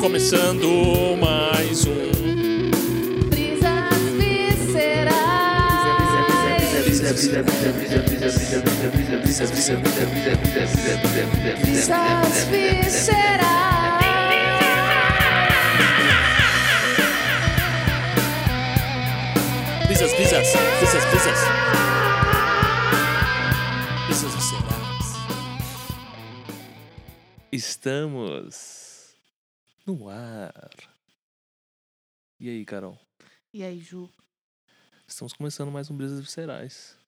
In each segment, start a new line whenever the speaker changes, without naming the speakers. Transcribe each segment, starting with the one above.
começando mais um.
Brisas viscerais. Brisas viscerais.
Brisas, brisas, brisas, brisas. Brisas viscerais. Estamos no ar. E aí, Carol?
E aí, Ju?
Estamos começando mais um Brisas Viscerais.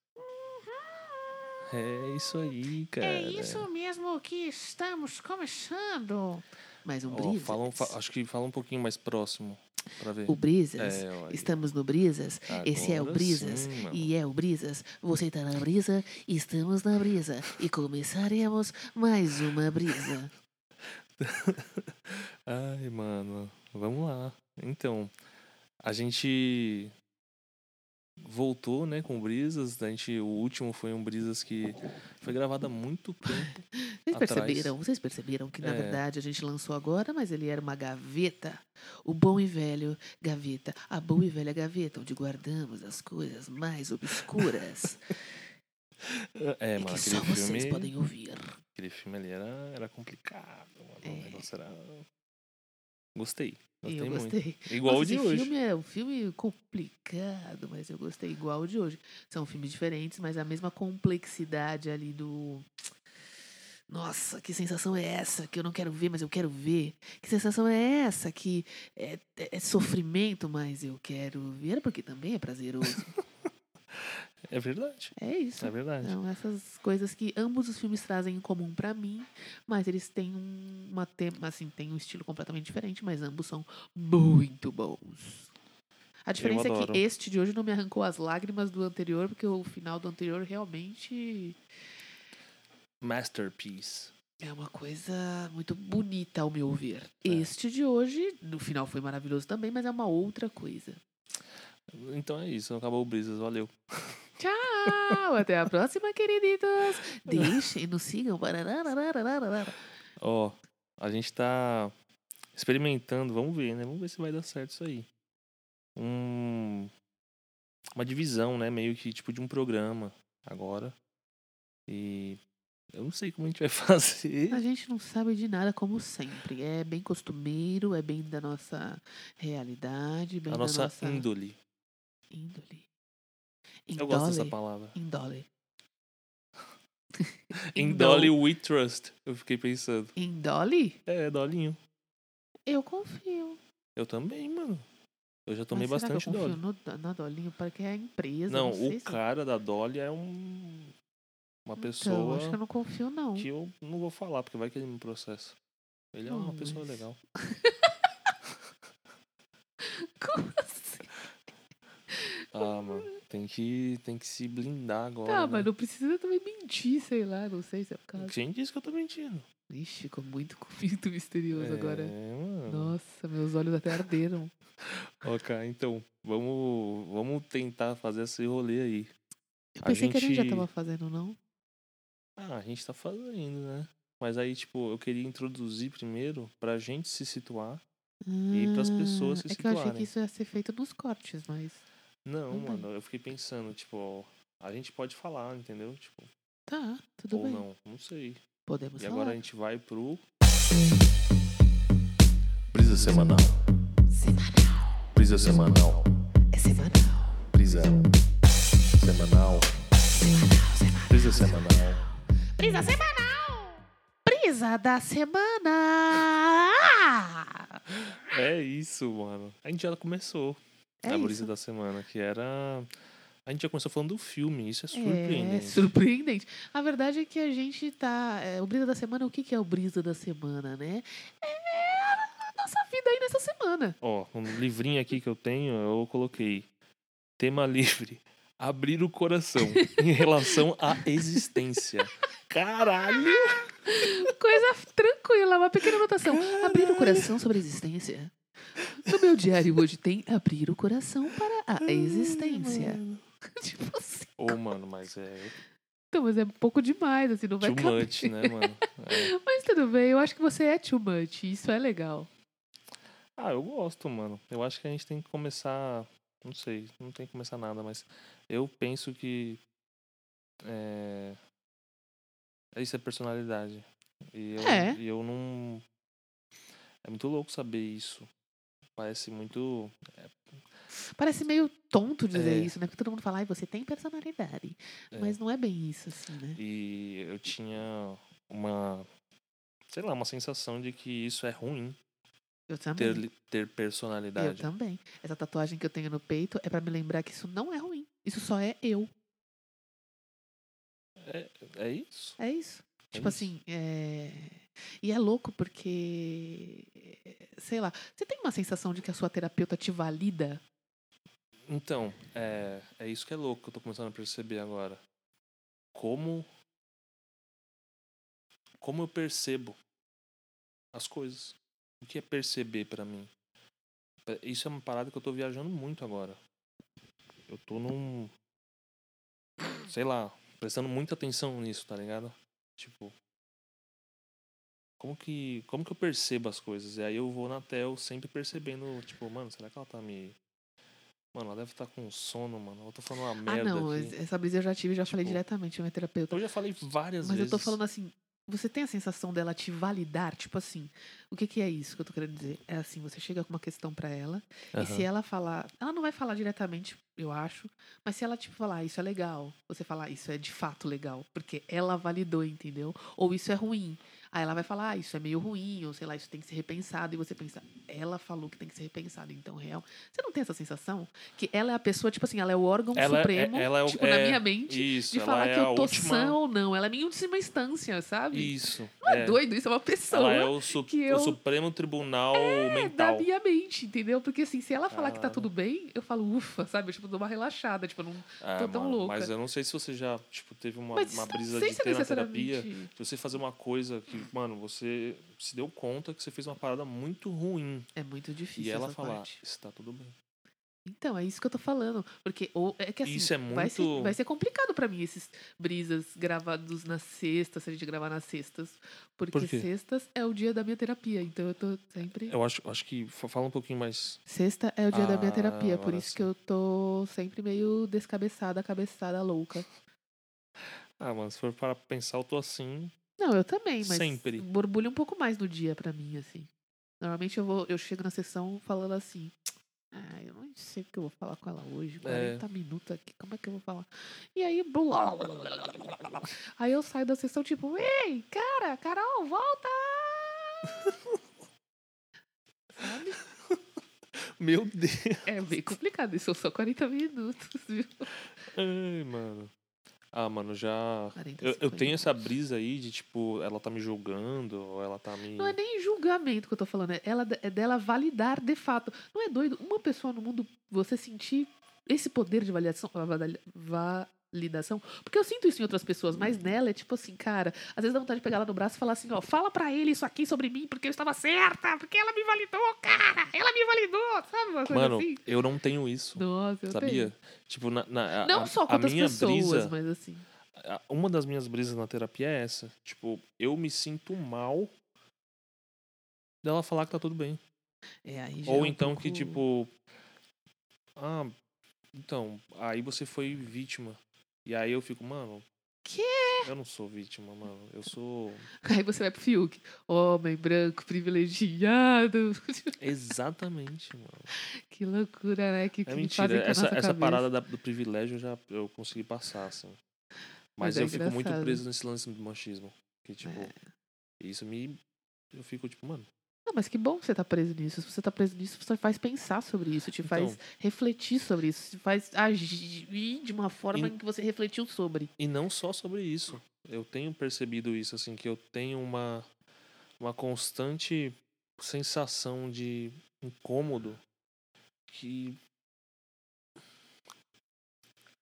É né? isso aí, cara.
É isso mesmo que estamos começando. Mais um
Ó,
Brisas.
fala um- fa- acho que fala um pouquinho mais próximo pra ver.
O Brisas.
ó, É, aí.
Estamos no Brisas. Esse é o
Agora
Brisas.
sim, mano.
E é o Brisas. Você tá na brisa, estamos na brisa. E começaremos mais uma brisa.
Ai, mano, vamos lá. Então, a gente voltou, né, com o Brisas. A gente, o último foi um Brisas que foi gravado há muito tempo.
Vocês
Atrás.
perceberam? Vocês perceberam que, na
É.
verdade, a gente lançou agora, mas ele era uma gaveta. O bom e velho gaveta. A boa e velha gaveta, onde guardamos as coisas mais obscuras
É,
e
mano,
que
aquele
só vocês
filme,
podem ouvir.
aquele filme ali era, era complicado, mano. O
É.
negócio era... Gostei,
E
gostei
eu
muito.
gostei.
Igual o
Nossa,
de
esse
hoje.
filme é um filme complicado, mas eu gostei igual o de hoje. São filmes diferentes, mas a mesma complexidade ali do. Nossa, que sensação é essa que eu não quero ver, mas eu quero ver? Que sensação é essa que é, é- é sofrimento, mas eu quero ver? Porque também é prazeroso.
É verdade,
É isso.
é verdade.
Então, essas coisas que ambos os filmes trazem em comum pra mim, mas eles têm um- uma tema, assim, tem um estilo completamente diferente, mas ambos são muito bons. A diferença é
adoro.
que este de hoje não me arrancou as lágrimas do anterior, porque o final do anterior realmente
Masterpiece.
é uma coisa muito bonita ao meu ver.
É.
Este de hoje, no final foi maravilhoso também, mas é uma outra coisa.
Então é isso, acabou o Brisas, valeu.
Tchau, até a próxima, queriditos. Deixem, nos sigam.
Ó, a gente tá experimentando, vamos ver, né? Vamos ver se vai dar certo isso aí. Um, uma divisão, né? Meio que tipo de um programa agora. E eu não sei como a gente vai fazer.
A gente não sabe de nada, como sempre. É bem costumeiro, é bem da nossa realidade, bem
A
da
nossa,
nossa,
índole.
índole.
Eu gosto dessa
Indole,
palavra.
Indole.
Indole we trust. Eu fiquei pensando.
Indole?
É, dolinho.
Eu confio.
Eu também, mano. Eu já tomei
Mas será
bastante
que eu confio
dole.
no, do- na Dolinho, porque é a empresa.
Não,
sei
o
se-
cara da Dolly é um. Uma
Então,
pessoa.
acho que eu não confio, não.
que eu não vou falar, porque vai que ele me processa. Ele é
Não,
uma pessoa
mas-
legal.
Como assim?
Ah, mano, tem que, tem que se blindar agora.
Tá,
né?
mas não precisa também mentir, sei lá, não sei se é o caso.
Quem disse que eu tô mentindo?
Ixi, ficou muito, muito misterioso
É,
agora.
mano.
Nossa, meus olhos até arderam.
Ok, então, vamos, vamos tentar fazer esse rolê aí.
Eu
A
pensei que a gente já
gente-
tava fazendo, não?
Ah, a gente tá fazendo, né? Mas aí, tipo, eu queria introduzir primeiro pra gente se situar. E pras pessoas
Ah,
se
É que eu achei que
situarem.
isso ia ser feito nos cortes, mas.
Não,
Tudo bem.
mano, eu fiquei pensando, tipo, a gente pode falar, entendeu? Tipo,
Tá, tudo
ou
bem.
não, não sei.
Podemos
E
falar.
agora a gente vai pro. Brisa semanal.
Semanal.
Brisa semanal.
É semanal.
Brisa semanal.
Semanal, semanal.
Brisa semanal.
Brisa semanal! Brisa da Ah! semana!
É isso, mano. A gente já começou
É
a
isso.
brisa da semana, que era. A gente já começou falando do filme, isso é
É,
surpreendente.
surpreendente. A verdade é que a gente tá. é, o Brisa da Semana, o que, que é o Brisa da Semana, né? É a nossa vida aí nessa semana.
Ó, um livrinho aqui que eu tenho, eu coloquei. Tema livre. Abrir o coração em relação à existência. Caralho!
Coisa tranquila, uma pequena anotação. Abrir o coração sobre a existência. No meu diário hoje tem abrir o coração
Hum,
para a existência. tipo assim.
Ô, mano, mas é
Então, mas é um pouco demais, assim, não vai
too
caber.
much, né, mano? É.
Mas tudo bem, eu acho que você é too much, isso é legal.
Ah, eu gosto, mano. Eu acho que a gente tem que começar. Não sei, não tem que começar nada, mas eu penso que. É... Isso é personalidade. E eu,
É.
e eu não. É muito louco saber isso. Parece muito.
Parece meio tonto dizer
É.
isso, né? Porque todo mundo fala, ai, você tem personalidade.
É.
Mas não é bem isso, assim, né?
E eu tinha uma. Sei lá, uma sensação de que isso é ruim.
Eu também.
Ter, li- ter
Uhum. Eu
personalidade.
também. Essa tatuagem que eu tenho no peito é pra me lembrar que isso não é ruim. Isso só é eu.
É isso?
É isso.
É isso.
tipo assim, é... E é louco porque... Sei lá. Você tem uma sensação de que a sua terapeuta te valida?
Então, é, é isso que é louco que eu tô começando a perceber agora. Como. Como eu percebo as coisas. O que é perceber pra mim? Pe- Isso é uma parada que eu tô viajando muito agora. Eu tô num. Sei lá, prestando muita atenção nisso, tá ligado? Tipo. Como que, como que eu percebo as coisas? E aí eu vou na tel sempre percebendo, tipo, mano, será que ela tá me. Mano, ela deve estar com sono, mano. Eu tô falando uma
ah,
merda.
não.
aqui.
Essa brisa eu já tive, eu já falei
Tipo,
diretamente com a minha terapeuta.
Eu já falei várias
Mas eu
vezes.
tô falando assim, você tem a sensação dela te validar? Tipo assim, o que, que é isso que eu tô querendo dizer? É assim, você chega com uma questão pra ela, e se ela falar, ela não vai falar diretamente, eu acho, mas se ela tipo falar, isso é legal, você falar, isso é de fato legal, porque ela validou, entendeu? Ou isso é ruim. Aí ela vai falar, ah, isso é meio ruim, ou sei lá, isso tem que ser repensado, e você pensa, ela falou que tem que ser repensado, então real. Você não tem essa sensação que ela é a pessoa, tipo assim, ela é o órgão
Ela é-
supremo,
ela é o-
tipo,
é,
na minha mente,
Isso,
de
ela
falar
é
que
a
eu tô
última...
sã ou não. Ela é minha última instância, sabe?
Isso.
não é, doido, isso é uma pessoa
Ela é o, su-
que
o
eu- É,
Supremo Tribunal
da
Mental.
minha mente, entendeu? Porque assim, se ela falar que tá
Caralho.
tudo bem, eu falo, ufa, sabe? Eu tipo, dou uma relaxada, tipo, eu não.
Ah,
Tô tão louca.
Mas eu não sei se você já tipo, teve uma,
Mas
uma
isso não
brisa
sei
de
se é
ter na terapia.
necessariamente.
de Você fazer uma coisa que, mano, você se deu conta que você fez uma parada muito ruim.
É muito difícil.
e ela
essa
falar,
parte.
está tudo bem.
Então, é isso que eu tô falando. Porque ou, é que assim,
Isso é
vai, ser,
muito-
vai ser complicado pra mim esses brisas gravados na sexta, se a gente gravar nas sextas. Porque
Por quê? É
sextas é o dia da minha terapia. Então eu tô sempre.
Eu acho, acho que fa- fala um pouquinho mais.
Sexta é o dia da minha
Ah,
terapia, por
agora
isso que eu tô sempre meio descabeçada, cabeçada louca.
Ah, mano, se for para pensar, eu tô assim.
Não, eu também, mas
Sempre.
borbulha um pouco mais no dia pra mim, assim. Normalmente eu vou, eu chego na sessão falando assim. Ah, eu não sei o que eu vou falar com ela hoje.
É.
40 minutos aqui, como é que eu vou falar? E aí, blá, blá, blá, blá, blá, blá, blá. aí eu saio da sessão tipo, ei, cara, Carol, volta! Sabe?
Meu Deus.
É bem complicado, isso são só 40 minutos, viu?
Ai, mano. Ah, mano, já.
40,
Eu, eu
50.
tenho essa brisa aí de, tipo, ela tá me julgando, ou ela tá me.
Não é nem julgamento que eu tô falando, é, ela, é dela validar de fato. Não é doido uma pessoa no mundo você sentir esse poder de validação, valida- validação? Porque eu sinto isso em outras pessoas, mas nela é tipo assim, cara, às vezes dá vontade de pegar ela no braço e falar assim, ó, fala pra ele isso aqui sobre mim, porque eu estava certa, porque ela me validou, cara, ela me validou, sabe uma coisa
Mano,
assim?
eu não tenho isso.
Nossa, eu
sabia?
tenho.
Tipo, na, na- a,
Não
a-
só com
a
outras
minha
pessoas,
brisa.
mas assim.
a- Uma das minhas brisas na terapia é essa. Tipo, eu me sinto mal dela falar que tá tudo bem.
É, aí já é
Ou
um
então que,
pouco-
tipo. Ah, então, aí você foi vítima. E aí eu fico, mano.
Quê?
Eu não sou vítima, mano. Eu sou.
Aí você vai pro Fiuk, homem branco, privilegiado.
Exatamente, mano.
Que loucura, né? Que, que
É
fazem
mentira.
com a
Essa,
nossa
essa
cabeça.
parada da- do privilégio eu já eu consegui passar, assim. Mas,
Mas é
eu fico muito
engraçado. É.
preso nesse lance do machismo. Que, tipo, isso me. Eu fico, tipo, mano.
Não, mas que bom que você tá preso nisso. Se você tá preso nisso, você faz pensar sobre isso, te faz
Então.
refletir sobre isso, te faz agir de uma forma
E-
em que você refletiu sobre.
E não só sobre isso. Eu tenho percebido isso, assim, que eu tenho uma, uma constante sensação de incômodo que.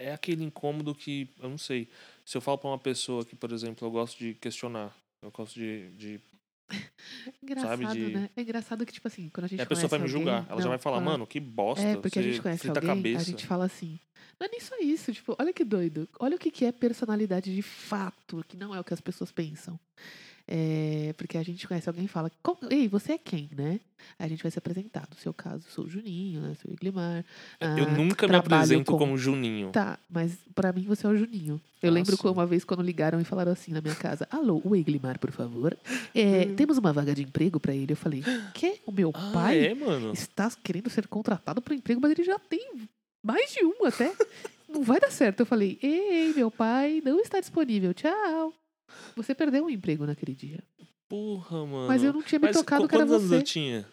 É aquele incômodo que, eu não sei, se eu falo pra uma pessoa que, por exemplo, eu gosto de questionar, eu gosto de- de
É Engraçado,
de-
né? É engraçado que, tipo assim, quando a gente
E a pessoa vai me
conhece alguém-
julgar. Ela já
Não,
vai falar,
quando-
mano, que bosta.
É, porque a
você
gente conhece
frita
alguém,
a cabeça.
a gente fala assim, Não é nem só isso, tipo, olha que doido. Olha o que, que é personalidade de fato, que não é o que as pessoas pensam. É, porque a gente conhece alguém e fala, "Qual- ei, você é quem, né? Aí A gente vai se apresentar. No seu caso, sou o Juninho, né? Sou o Iglimar.
É, eu
ah,
nunca me
trabalho
apresento
com-
como Juninho.
Tá, mas pra mim você é o Juninho. Eu lembro
Nossa.
que uma vez quando ligaram e falaram assim na minha casa: Alô, o Eglimar, por favor. É, temos uma vaga de emprego pra ele. Eu falei: Quê? O meu
Hum. Ah,
pai
é, mano.
está querendo ser contratado para um emprego, mas ele já tem mais de um até. não vai dar certo. Eu falei: Ei, meu pai, não está disponível. Tchau. Você perdeu um emprego naquele dia.
Porra, mano.
Mas eu não tinha me
Mas
tocado
qu-
que era
quantos anos
você.
eu tinha?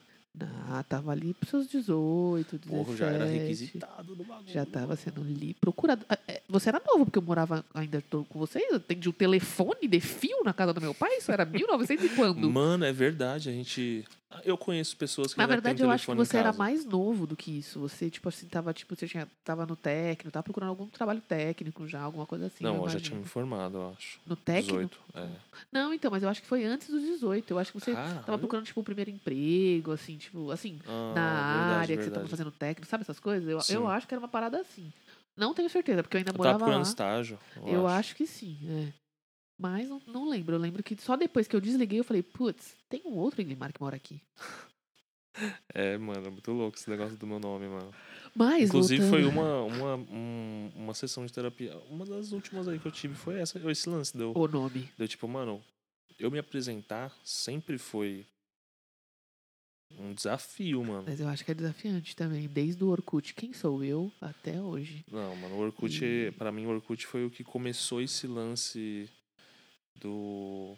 Ah, tava ali pros seus 18, 17.
Porra, eu já era requisitado no bagulho.
Já tá. tava sendo li procurado. Ah, é, Você era novo, porque eu morava ainda tô com vocês. Eu atendi o telefone de fio na casa do meu pai. Isso era 1900 e quando?
Mano, é verdade. A gente. Eu conheço pessoas que
Na
ainda
verdade,
têm
eu acho que
telefone em
você era
casa.
mais novo do que isso. Você, tipo assim, tava, tipo, você tinha, tava no técnico, tava procurando algum trabalho técnico já, alguma coisa assim.
Não,
eu
eu já
imagino.
tinha me formado, eu acho.
No técnico?
18. É.
Não, então, mas eu acho que foi antes dos 18. Eu acho que você tava
Caralho.
procurando, tipo, o primeiro emprego, assim, tipo, assim,
Ah,
na
verdade,
área que você
verdade.
tava fazendo técnico, sabe essas coisas? Eu,
Sim.
eu acho que era uma parada assim. Não tenho certeza, porque eu ainda
Eu tava
morava
procurando
lá.
estágio. Eu,
Eu acho. que sim, é. Mas não, não lembro. Eu lembro que só depois que eu desliguei, eu falei, putz, tem um outro Iglimar que mora aqui.
É, mano, é muito louco esse negócio do meu nome, mano.
Mas,
Inclusive, foi
voltando-
uma, uma, um- uma sessão de terapia. Uma das últimas aí que eu tive foi essa, esse lance. Deu,
O nome.
deu tipo, mano, eu me apresentar sempre foi um desafio, mano.
Mas eu acho que é desafiante também. Desde o Orkut, quem sou eu, até hoje.
Não, mano, o Orkut, é,
E-
pra mim, o Orkut foi o que começou esse lance do.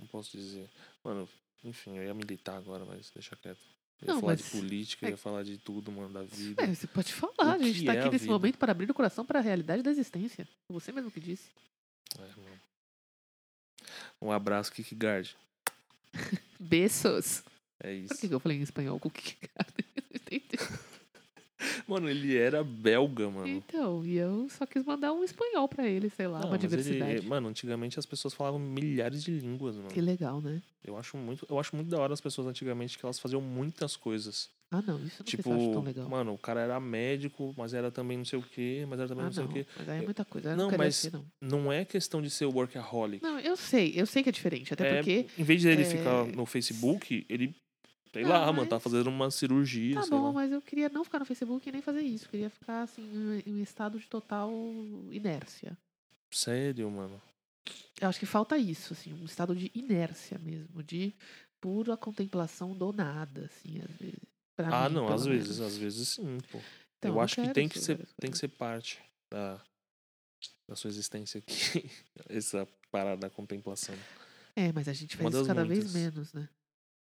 Não posso dizer. Mano, enfim, eu ia militar agora, mas deixa quieto. Eu ia
Não,
falar
mas-
de política, eu
é-
ia falar de tudo, mano, da vida.
É, você pode falar.
O
A gente
que
tá
é
aqui
a
nesse
vida?
momento para abrir o coração para a realidade da existência. Você mesmo que disse.
É, mano. Um abraço, Kikigard.
Besos.
É
Por que
isso.
que eu falei em espanhol com o que que- Eu não entendi.
Mano, ele era belga, mano.
Então, e eu só quis mandar um espanhol pra ele, sei lá,
Não,
uma
mas ele- é,
diversidade.
mano, antigamente as pessoas falavam milhares de línguas, mano.
Que legal, né?
Eu acho muito, eu acho muito da hora as pessoas antigamente que elas faziam muitas coisas.
Ah, não, isso eu não sei se
Tipo,
eu acho tão legal.
mano, o cara era médico, mas era também não sei o quê, mas era também
Ah,
não sei
não,
o quê.
mas aí é muita coisa. Eu
Não,
não, quero
mas-
ser, não.
Não é questão de ser workaholic.
Não, eu sei, eu sei que é diferente, até
É,
porque.
Em vez de ele
é,
ficar no Facebook, ele, sei
Não,
lá, mano, tá
mas-
fazendo uma cirurgia,
Tá
sei
bom,
lá.
mas eu queria não ficar no Facebook e nem fazer isso. Eu queria ficar assim, em- em um estado de total inércia.
Sério, mano.
Eu acho que falta isso, assim, um estado de inércia mesmo, de pura contemplação do nada, assim, às vezes. Pra
ah,
mim,
não,
pelo
às
menos.
vezes, às vezes sim, pô.
Então,
eu
não
acho que
quero
tem que,
essas
ser,
várias
tem que
coisas.
ser parte da, da sua existência aqui. Essa parada da contemplação.
É, mas a gente
Uma
faz isso
das
cada
muitas. Ah,
vez menos, né?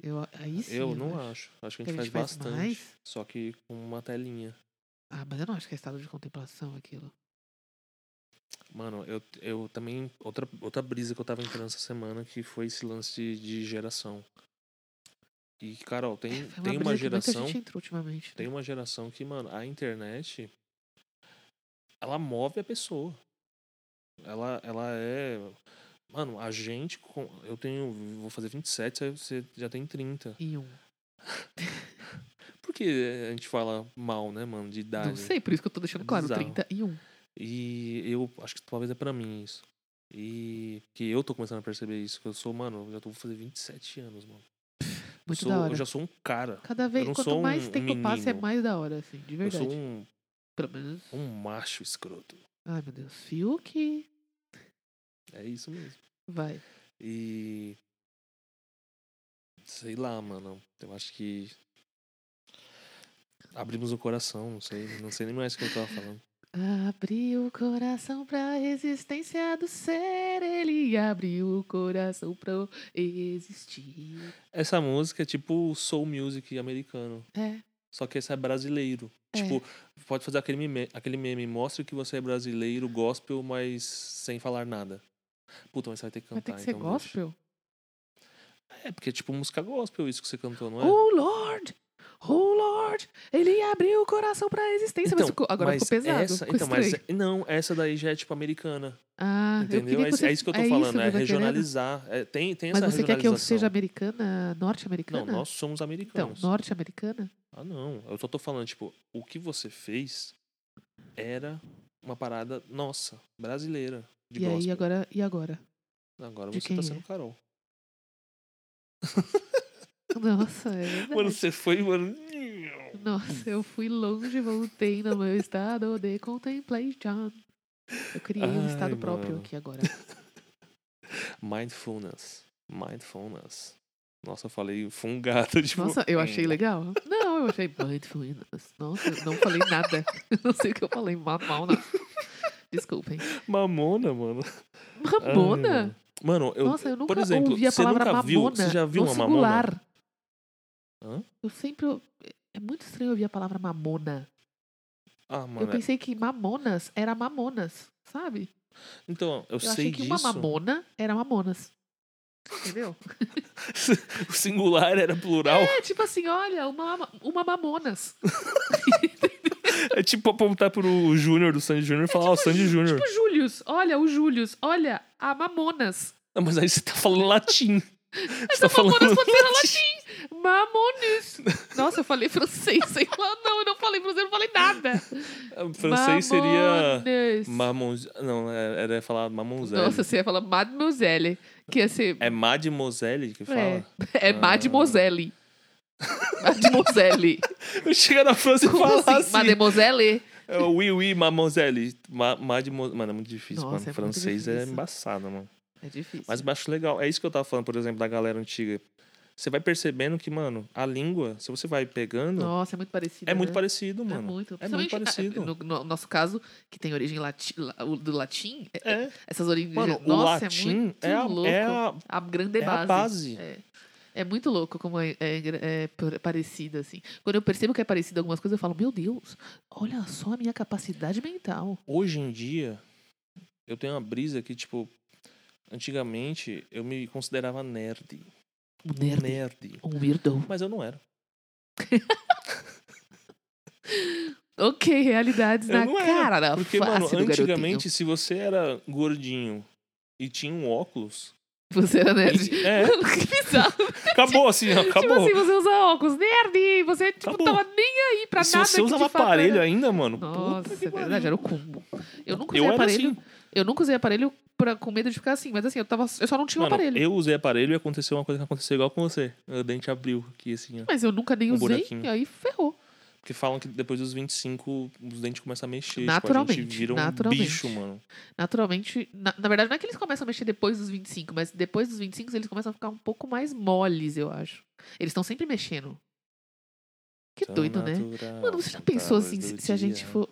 Eu, aí sim.
eu não acho. Acho que a gente, faz, bastante.
mais.
Só que com uma telinha.
Ah, mas eu não acho que é estado de contemplação aquilo.
Mano, eu, eu também. Outra, outra brisa que eu tava entrando essa semana que foi esse lance de, de geração. E, Carol, tem,
É, Foi
tem uma
brisa que
geração.
Muita gente entrou ultimamente. né?
Tem uma geração que, mano, a internet. Ela move a pessoa. Ela, ela é. Mano, a gente. com- Eu tenho. Vou fazer 27, você- você já tem 30.
E um.
Por que a gente fala mal, né, mano, de idade? É
Não sei, por isso que eu tô deixando claro,
Bizarro.
31.
E eu acho que talvez é pra mim isso. E que eu tô começando a perceber isso, que eu sou, mano, eu já tô vou fazer 27 anos, mano. eu,
Muito
sou,
da hora.
eu já sou um cara.
Cada vez,
não
quanto
sou
mais
um-
tempo
um
passa, é
menino.
mais da hora, assim, de verdade.
Eu sou um,
Pelo menos.
um macho escroto.
Ai, meu Deus. Fiuk.
É isso mesmo.
Vai.
E. Sei lá, mano. Eu acho que. Abrimos o coração, não sei. Não sei nem mais o que eu tava falando.
Abriu o coração pra resistência do ser. Ele abriu o coração pra eu existir.
Essa música é tipo soul music americano.
É.
Só que esse é brasileiro. Tipo, pode fazer aquele meme, aquele meme, mostre que você é brasileiro, gospel, mas sem falar nada. Puta, mas você vai ter que
Vai ter
cantar.
que ser
então deixa.
gospel?
É, porque é tipo música gospel isso que você cantou, não é?
Oh, Lord! Oh Lord, ele abriu o coração pra existência. mas
Então,
ficou- agora
mas
ficou pesado.
Essa,
ficou
então, mas,
estranho.
não, essa daí já é tipo americana.
ah, eu
entendeu?
queria
É,
que você-
é isso que eu tô
é
falando,
que
é
eu tô querendo.
regionalizar. É, tem tem
Mas
essa
você quer que eu
regionalização.
seja americana,
Não,
norte-americana?
nós somos
Então,
americanos.
norte-americana?
Ah, não. Eu só tô falando, tipo, o que você fez era uma parada nossa, brasileira. De
E aí,
gospel.
agora, e agora?
Agora
de
você tá
quem
sendo
é?
Carol.
Nossa, é verdade.
Mano, você foi, mano.
Nossa, eu fui longe, voltei no meu estado de contemplation. Eu criei um
Ai,
estado próprio
mano. Tipo,
aqui agora.
Mindfulness. Mindfulness. Nossa, eu falei fungado. Tipo,
Nossa, eu achei legal. Não, eu achei mindfulness. Nossa, eu não falei nada. Eu não sei o que eu falei. Mal, mal não. Desculpem.
Mamona, mano. Ai,
Mamona?
Mano, eu.
Nossa, eu nunca
por exemplo,
ouvi a
você
palavra
nunca
mamona.
viu- você já viu
no
uma mamona?
singular.
Hã?
Eu sempre. É muito estranho ouvir a palavra mamona.
Ah,
eu
mano. é-
pensei que mamonas era mamonas, sabe?
Então, eu,
Eu
sei
achei que
disso.
uma mamona era mamonas. Entendeu?
o singular era plural.
É tipo assim, olha, uma, mama- uma mamonas.
É, tipo apontar pro Júnior do Sandy Júnior e falar, ó, Sandy Júnior.
É Tipo Július, olha o Július, olha a mamonas.
Não, mas aí você tá falando latim. Você
Essa
tá falando
mamonas pode ser latim. Mamones. Nossa, eu falei francês, sei lá, não, eu não falei francês, eu não falei nada.
latim. Francês seria.
Mamones.
Mamons... Não, é- era falar mamonzelle.
Nossa, você ia falar mademoiselle, que ia ser...
É mademoiselle que fala? Ah.
É, é mademoiselle. Mademoiselle.
Eu chego na França e
Como
falo
assim?
assim.
Mademoiselle.
É, oui, oui, mademoiselle. Ma mademoiselle. Mano, é muito difícil,
Nossa, é
mano.
muito
Francês é
difícil.
embaçado, mano.
É difícil.
Mas eu acho legal. É isso que eu tava falando, por exemplo, da galera antiga. Você vai percebendo que, mano, a língua, se você vai pegando,
Nossa, é muito parecido,
é muito
né?
parecido,
É
mano.
muito.
É muito
Principalmente,
parecido.
No, no nosso caso, que tem origem lati- la- o- do latim, é-
É.
essas origens.
Mano, o
Nossa,
latim é,
é
a,
muito louco.
é a-
a grande
é a
base.
base.
É. É muito louco como é, é engra- é par- parecido, assim. Quando eu percebo que é parecido algumas coisas, eu falo, meu Deus, olha só a minha capacidade mental.
Hoje em dia, eu tenho uma brisa que, tipo, antigamente eu me considerava nerd.
Um nerd.
Né. Nerd.
Um weirdo.
Mas eu não era.
Ok, realidades
Eu
na
não era,
cara da
Porque,
face
mano,
do
antigamente, se você era gordinho e tinha um óculos.
garotinho. Você era nerd.
e- é,
que bizarro.
acabou assim,
Tipo
acabou.
assim, você usa óculos, nerd. Você, tipo,
Acabou.
tava nem aí pra
E se
nada
você
que de
usava
fato era-
aparelho ainda, mano. puta
Nossa,
que
é verdade,
pariu.
era o combo. Eu nunca usei
Eu era
aparelho.
assim.
Eu nunca usei aparelho pra, com medo de ficar assim, mas assim, eu, tava, eu só não tinha um
Mano,
aparelho.
eu usei aparelho e aconteceu uma coisa que aconteceu igual com você. O dente abriu aqui, assim, ó.
Mas eu nunca nem
um
usei,
buraquinho.
e aí ferrou.
Porque falam que depois dos 25, os dentes começam a mexer. Tipo, a gente
Naturalmente,
vira um
naturalmente.
bicho, mano.
Naturalmente, na, na verdade, não é que eles começam a mexer depois dos 25, mas depois dos 25 eles começam a ficar um pouco mais moles, eu acho. Eles estão sempre mexendo. Que
Tão
doido, né?
natural,
Mano, você já
tanta
pensou
luz
assim,
do
se, se a gente
dia,
for.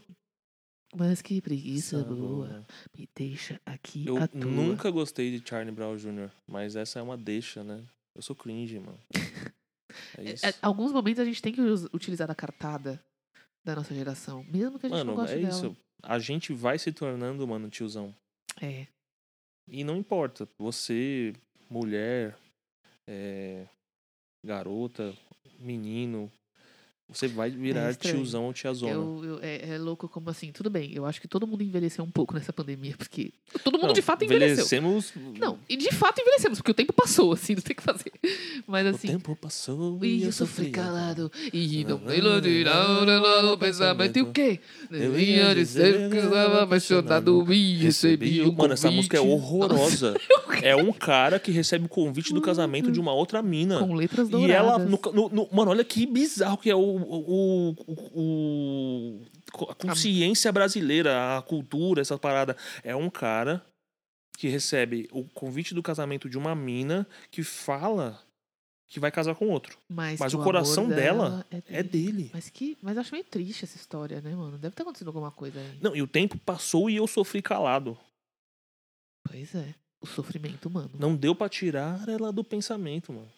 Mas que preguiça
sabor.
boa, me deixa aqui
Eu
à toa.
nunca gostei de Charlie Brown Jr., mas essa é uma deixa, né? Eu sou cringe, mano. É
É,
isso.
é, alguns momentos a gente tem que us- utilizar a cartada da nossa geração. Mesmo que a gente não
mano,
goste
é
dela.
isso. A gente vai se tornando, mano, tiozão.
É.
E não importa, você, mulher, é, garota, menino, você vai virar
É estranho.
tiozão ou tiazona.
Eu, eu- é, é louco como assim, tudo bem. Eu acho que todo mundo envelheceu um pouco nessa pandemia, porque todo mundo
Não,
de fato envelheceu.
Envelhecemos.
Não, e de fato envelhecemos, porque o tempo passou, assim, não tem o que fazer. Mas
O
assim.
tempo passou
E
e
eu sofri calado, e não me
Não,
iludirá
não, não,
o pensamento. E o quê?
Eu
Eu
ia
ia
dizer né,
dizer que
que eu
estava
estava
apaixonado e recebi o
Mano, essa música é
convite.
horrorosa. é um cara que recebe o convite do casamento de uma outra mina.
Uhum. Com letras douradas.
E ela. no ca- no- no- mano, olha que bizarro que é o, o, o- o- A consciência brasileira, a cultura, essa parada. É um cara que recebe o convite do casamento de uma mina que fala que vai casar com outro. mas
que
o
amor
coração dela
é
É dele.
Mas que. Mas eu acho meio triste essa história, né, mano? Deve ter acontecido alguma coisa aí.
Não, e o tempo passou e eu sofri calado.
Pois é. O sofrimento humano.
Não deu pra tirar ela do pensamento, mano.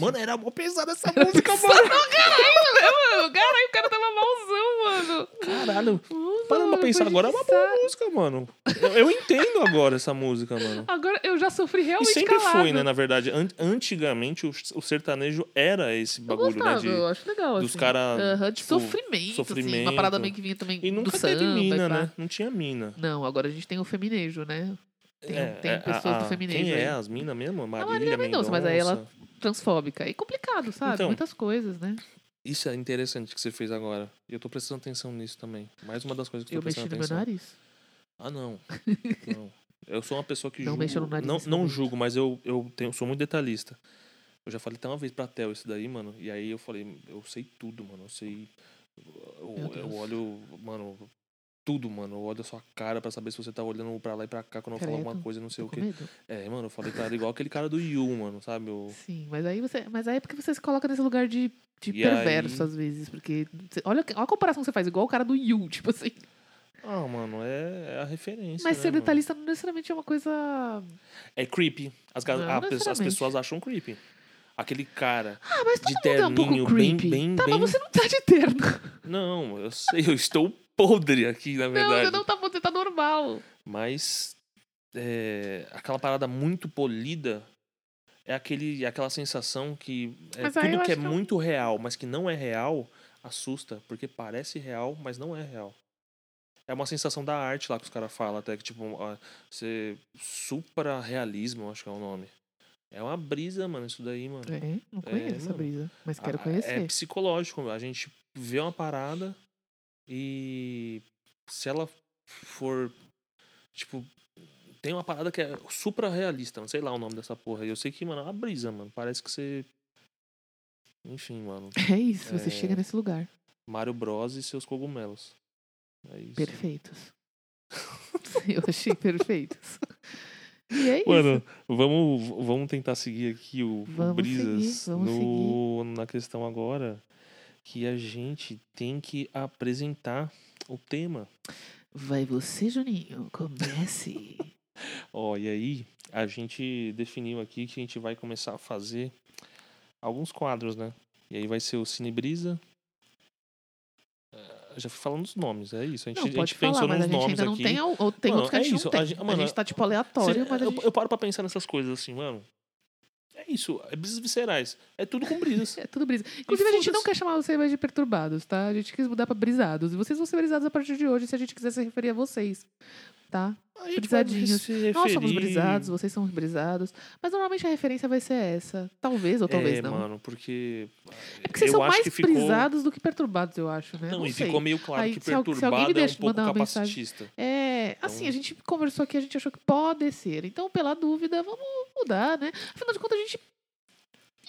Mano, é um era mó pesada essa música, mano.
Pesado, caralho, mano. Caralho, o cara tava malzão, mano.
Caralho,
Malzão,
para pra
mano,
pensar
foi
agora, é uma
difícil.
boa música, mano. Eu, eu entendo agora essa música, mano.
Agora eu eu já sofri realmente
e sempre
É calado.
foi, né? Na verdade, An- antigamente o, o sertanejo era esse
Eu
bagulho,
gostava,
né? de-
eu acho legal.
dos
assim.
caras.
Aham, de
tipo,
sofrimento, assim, uma
sofrimento.
parada meio que vinha também
E nunca
do
teve
samba e
mina,
pá.
né? Não tinha mina.
Não, agora a gente tem o feminejo, né? Tem- tem
a-
pessoas
a-
do feminejo
Quem é?
aí.
As minas mesmo? Marília,
Marília
Mendonça.
Mendonça, mas aí ela- Transfóbica. É complicado, sabe?
Então.
Muitas coisas, né?
Isso é interessante que você fez agora. E eu tô prestando atenção nisso também. Mais uma das coisas que eu
Eu
tô
mexi
prestando
no meu
atenção.
nariz.
Ah, não. não. Eu sou uma pessoa que
Não
julgo.
mexa no nariz
não
nesse
não
momento.
julgo, mas eu, eu tenho, sou muito detalhista. Eu já falei até uma vez pra Theo isso daí, mano. E aí eu falei, eu sei tudo, mano. Eu sei.
Meu
Eu, eu
Deus.
olho, mano, tudo, mano. Eu olho a sua cara pra saber se você tá olhando pra lá e pra cá quando eu falo alguma
Credo.
coisa, não sei
Tô
o
com
quê.
medo.
É, mano, eu falei, cara, igual aquele cara do Yu, mano, sabe? Eu-
Sim, mas aí você. Mas aí é porque você se coloca nesse lugar de, de
E
perverso,
aí-
às vezes. Porque. você- olha, olha a comparação que você faz, igual o cara do Yu, tipo assim.
Ah, mano, é, é a referência.
Mas
né,
ser
mano?
detalhista não necessariamente é uma coisa.
É creepy. As, ga-
Não,
a pe- as
necessariamente.
pessoas acham creepy. Aquele cara
Ah, mas todo
de
mundo é um pouco
terninho, bem,
creepy.
bem,
tá,
bem.
mas você não tá de terno.
Não, eu sei, eu estou podre aqui, na
Não,
verdade.
você não tá, você tá normal.
Mas é, aquela parada muito polida é aquele, aquela sensação que é,
Mas aí
tudo
eu
que é
acho que eu-
muito real, mas que não é real, assusta, porque parece real, mas não é real. É uma sensação da arte lá que os caras falam, até que tipo, ó, você supra realismo, eu acho que é o nome. É uma brisa, mano, isso daí, mano.
É, não
É,
conheço essa
mano.
brisa. Mas quero
Ah,
conhecer.
É psicológico. A gente vê uma parada e se ela for. Tipo, tem uma parada que é supra realista, não sei lá o nome dessa porra. E eu sei que, mano, é uma brisa, mano. Parece que você. Enfim, mano.
É isso, você
É.
chega nesse lugar.
Mario Bros e seus cogumelos. É isso.
Perfeitos. Eu achei perfeitos. E é isso.
Mano, vamos, vamos tentar seguir aqui o, o
Vamos
Brisas
seguir, vamos
no- na questão agora que a gente tem que apresentar o tema.
Vai você, Juninho. Comece.
Ó, e aí a gente definiu aqui que a gente vai começar a fazer alguns quadros, né? E aí vai ser o Cine Brisa. Ah, Já fui falando os nomes, é isso. A gente,
Não,
a
pode
gente
falar,
pensou
mas
nos
a gente
nomes
ainda não
aqui.
tem. Ou ou tem
Mano,
outros que a
é
gente
isso,
não tem.
a
A
gen-
gente,
mano,
tá tipo aleatório,
Cê-
mas a
eu,
gente.
eu paro pra pensar nessas coisas assim, mano. É isso, é brisas viscerais. É tudo com brisas.
É tudo brisa. Inclusive, a gente não
foda-se.
quer chamar vocês mais de perturbados, tá? A gente quis mudar pra brisados. E vocês vão ser brisados a partir de hoje, se a gente quiser se referir a vocês, tá?
A gente
Brisadinhos.
pode se
Nós somos
referir-
brisados, vocês são os brisados. Mas normalmente a referência vai ser essa. Talvez ou talvez
é,
não.
mano, porque.
É porque vocês
eu
são
acho
mais
que ficou...
brisados do que perturbados, eu acho, né?
Não,
Não,
e
sei.
ficou meio claro
Aí,
que
se al- se
perturbado é um
alguém me deixa
pouco
mandar uma mensagem-
capacitista.
É,
Então
assim, a gente conversou aqui, a gente achou que pode ser. Então, pela dúvida, vamos mudar, né? Afinal de contas, a gente.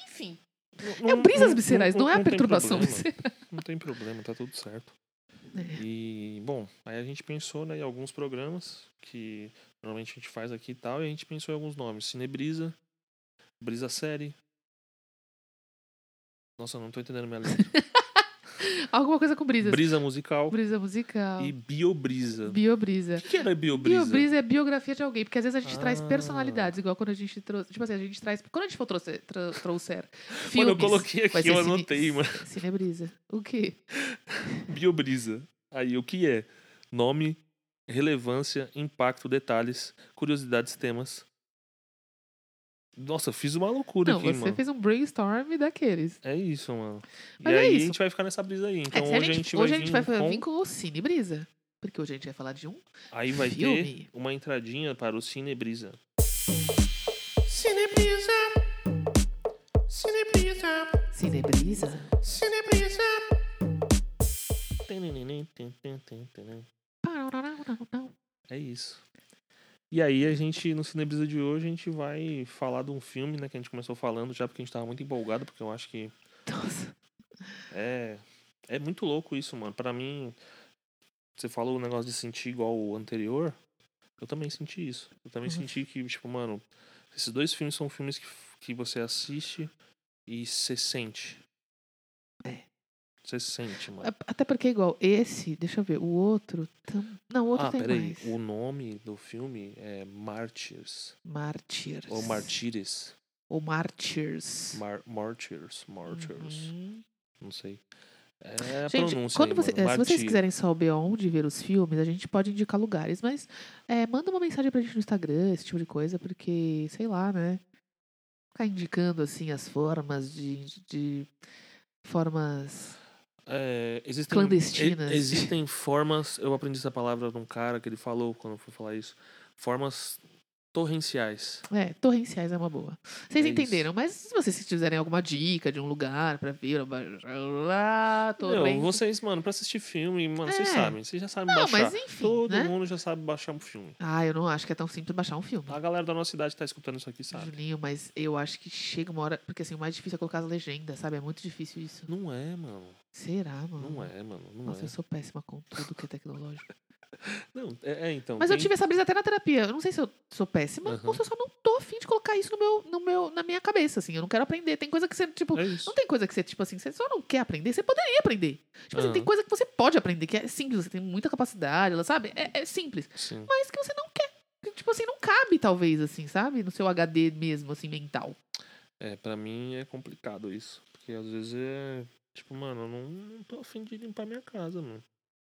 Enfim.
Não-
é
não-
brisas
não-
viscerais, não, é a
tem
perturbação
problema.
visceral. É.
Não tem problema, tá tudo certo. E, bom, aí a gente pensou né, em alguns programas que normalmente a gente faz aqui e tal, e a gente pensou em alguns nomes. Cinebrisa, Brisa Série. Nossa, eu não tô entendendo minha letra.
Alguma coisa com brisas.
Brisa Musical
Brisa musical.
e Biobrisa.
Biobrisa.
O que que era Biobrisa?
Biobrisa é biografia de alguém, porque às vezes a gente traz
Ah.
personalidades, igual quando a gente trouxe. Tipo assim, a gente traz. Quando a gente for trouxer, tro- trouxer filmes.
Mano, eu coloquei
vai
aqui,
ser
eu
cine-
anotei, mano.
Cinebrisa. é O quê?
Biobrisa. Aí, o que é? Nome, relevância, impacto, detalhes, curiosidades, temas. Nossa, eu fiz uma loucura
Não,
aqui,
você
mano.
fez um brainstorm daqueles.
É isso, mano.
Mas
e
é
aí a
isso.
gente vai ficar nessa brisa aí. Então
É, se
hoje a gente,
hoje
vai,
a gente vai
vir com...
vir com o Cinebrisa. Porque hoje a gente vai falar de um
Aí vai
filme.
ter uma entradinha para o Cinebrisa.
Cinebrisa. Cinebrisa.
Cinebrisa.
Cinebrisa.
É isso. E aí a gente, no Cinebrisa de hoje, a gente vai falar de um filme, né? Que a gente começou falando já, porque a gente tava muito empolgado, porque eu acho que
Nossa.
É, é muito louco isso, mano. Pra mim, você falou o negócio de sentir igual o anterior. Eu também senti isso. Eu também
Uhum.
senti que, tipo, mano, esses dois filmes são filmes que, que você assiste e você sente.
É.
Você sente, mano.
A- Até porque é igual. Esse, deixa eu ver, o outro. tam- Não, o outro
ah,
tem
peraí.
mais.
O nome do filme é Martyrs.
Martyrs.
Ou Martyres.
Ou Martyrs.
Mar Martyrs. Martyrs.
Uhum.
Não sei. É a
Gente,
pronúncia.
quando
aí,
você-
mano.
é, se vocês
Bati.
quiserem saber onde ver os filmes, a gente pode indicar lugares, mas é, manda uma mensagem pra gente no Instagram, esse tipo de coisa, porque, sei lá, né? Ficar indicando, assim, as formas de. de formas.
É, existem,
Clandestinas.
e- existem formas. Eu aprendi essa palavra de um cara que ele falou quando eu fui falar isso. Formas torrenciais.
É, torrenciais é uma boa. Vocês
É isso.
entenderam, mas se vocês quiserem alguma dica de um lugar pra ver, blá, blá,
Não,
torren-
vocês, mano, pra assistir filme, mano, vocês
É.
sabem. Vocês já sabem
Não,
baixar.
mas enfim,
Todo
né?
mundo já sabe baixar um filme.
Ah, eu não acho que é tão simples baixar um filme.
A galera da nossa idade tá escutando isso aqui, sabe?
Julinho, mas eu acho que chega uma hora. Porque assim, o mais difícil é colocar as legendas, sabe? É muito difícil isso.
Não é, mano.
Será, mano?
Não é, mano. Não
Hum. Nossa,
é.
eu sou péssima com tudo que é tecnológico.
Não, é, é, então.
Mas eu
tem-
tive essa brisa até na terapia. Eu não sei se eu sou péssima
Aham.
ou se eu só não tô afim de colocar isso no meu, no meu, na minha cabeça, assim. Eu não quero aprender. Tem coisa que você, tipo.
É isso.
Não tem coisa que você, tipo assim, você só não quer aprender, você poderia aprender. Tipo assim, tem
Aham.
coisa que você pode aprender, que é simples, você tem muita capacidade, ela sabe? É, é simples.
Sim.
Mas que você não quer. Que, Tipo assim, não cabe, talvez, assim, sabe? No seu HD mesmo, assim, mental.
É, pra mim é complicado isso. Porque às vezes é. Tipo, mano, eu não, não tô afim de limpar minha casa, mano.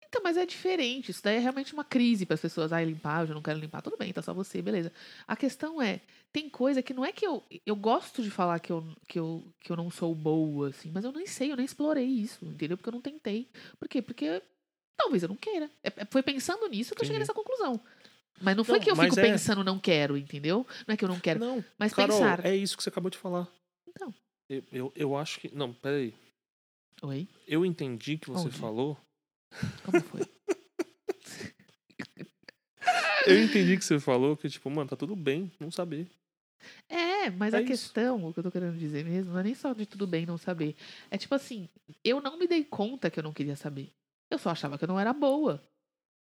Então, mas é diferente. Isso daí é realmente uma crise para as pessoas. Ai, limpar, eu já não quero limpar. Tudo bem, tá só você, beleza. A questão é, tem coisa que não é que eu... Eu gosto de falar que eu, que eu, que eu não sou boa, assim, mas eu nem sei, eu nem explorei isso, entendeu? Porque eu não tentei. Por quê? Porque talvez eu não queira. É- é- foi pensando nisso que eu cheguei
Entendi.
nessa conclusão. Mas não foi
Não,
que eu
mas
fico
é-
pensando não quero, entendeu? Não é que eu não quero,
Não,
mas
Carol,
pensar.
é isso que você acabou de falar.
Então.
Eu, eu, eu acho que. Não, peraí.
Oi?
Eu entendi que você
Onde?
falou.
Como foi?
Eu entendi que você falou que, tipo, mano, tá tudo bem não saber.
É, mas
É
a
isso.
questão, o que eu tô querendo dizer mesmo, não é nem só de tudo bem não saber. É tipo assim, eu não me dei conta que eu não queria saber. Eu só achava que eu não era boa.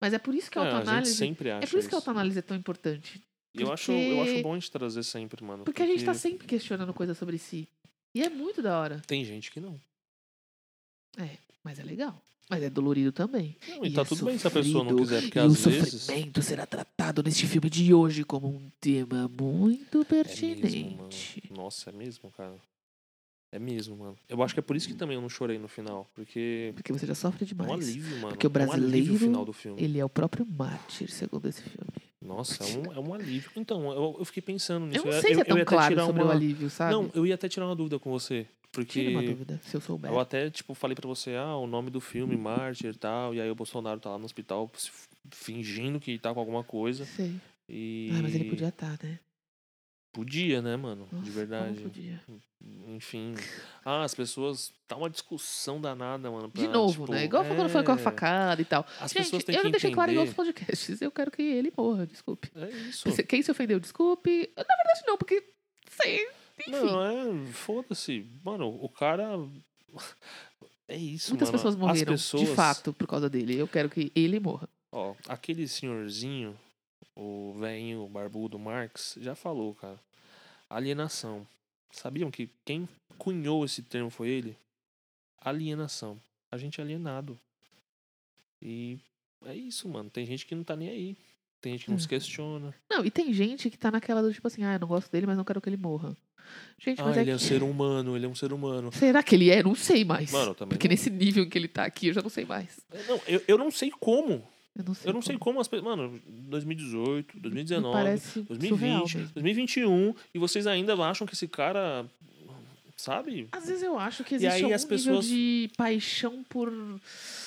Mas é por isso que a
É, a gente
autoanálise.
sempre acha. né?
é por isso que a autoanálise é tão importante.
Eu, acho, eu acho
porque-
bom a gente trazer sempre, mano.
Porque a gente tá sempre questionando coisas sobre si. E é muito da hora.
Tem gente que não.
Mas é legal. Mas é dolorido também.
Não, e,
E
tá
é
tudo bem se a pessoa não
sofrido,
quiser, porque
e o
às vezes.
sofrimento será tratado neste filme de hoje como um tema muito
É mesmo, mano.
pertinente.
Nossa, é mesmo, cara. É mesmo, mano. Eu acho que é por isso que também eu não chorei no final. Porque.
porque você já
é
sofre
Um
demais.
alívio, mano.
porque
É
o
um alívio o
brasileiro,
final do filme.
Ele é o próprio mártir, segundo esse filme.
Nossa, é um, é um alívio. Então, eu, eu fiquei pensando nisso.
Eu não
ia-
sei se é
ia
tão
até
claro
tirar
sobre
uma-
o alívio, sabe?
Não, eu ia até tirar uma dúvida com você.
Tira uma
Porque
dúvida, é. Hum. se eu souber.
eu até, tipo, falei pra você, ah, o nome do filme, Mártir e tal. E aí o Bolsonaro tá lá no hospital se f- fingindo que tá com alguma coisa.
Sei.
E.
Ah, mas ele podia estar, né?
Podia, né, mano?
Nossa,
de
como
verdade.
podia.
Enfim. Ah, as pessoas. Tá uma discussão danada, mano. pra,
De novo,
tipo,
né? Igual foi quando foi com a facada e tal.
As
Gente,
pessoas têm
eu
que
não deixei claro em
entender-
outros podcasts. Eu quero que ele morra, desculpe.
É isso.
Se- Quem se ofendeu, desculpe. Na verdade, não, porque. Sei. Enfim.
Não, é. Foda-se. Mano, o cara. É isso,
Muitas
mano.
pessoas
As
morreram,
pessoas.
de fato, por causa dele. Eu quero que ele morra.
Ó, aquele senhorzinho, o velhinho barbudo Marx, já falou, cara. Alienação. Sabiam que quem cunhou esse termo foi ele? Alienação. A gente é alienado. E é isso, mano. Tem gente que não tá nem aí. Tem gente que não
É.
se questiona.
Não, e tem gente que tá naquela do tipo assim, ah, eu não gosto dele, mas não quero que ele morra. Gente,
Ah,
mas
ele
é
é um ser humano, ele é um ser humano.
Será que ele é? Eu não sei mais.
Mano, eu também.
Porque nesse nível em que ele tá aqui, eu já não sei mais.
Não, não eu, eu não sei como.
Eu não sei.
Eu não sei como as pessoas. Mano, 2018,
Me
2019.
Parece
2020,
surreal mesmo.
2021, e vocês ainda acham que esse cara. Sabe?
Às vezes eu acho que
E
existe
aí
algum
as pessoas-
nível de paixão por...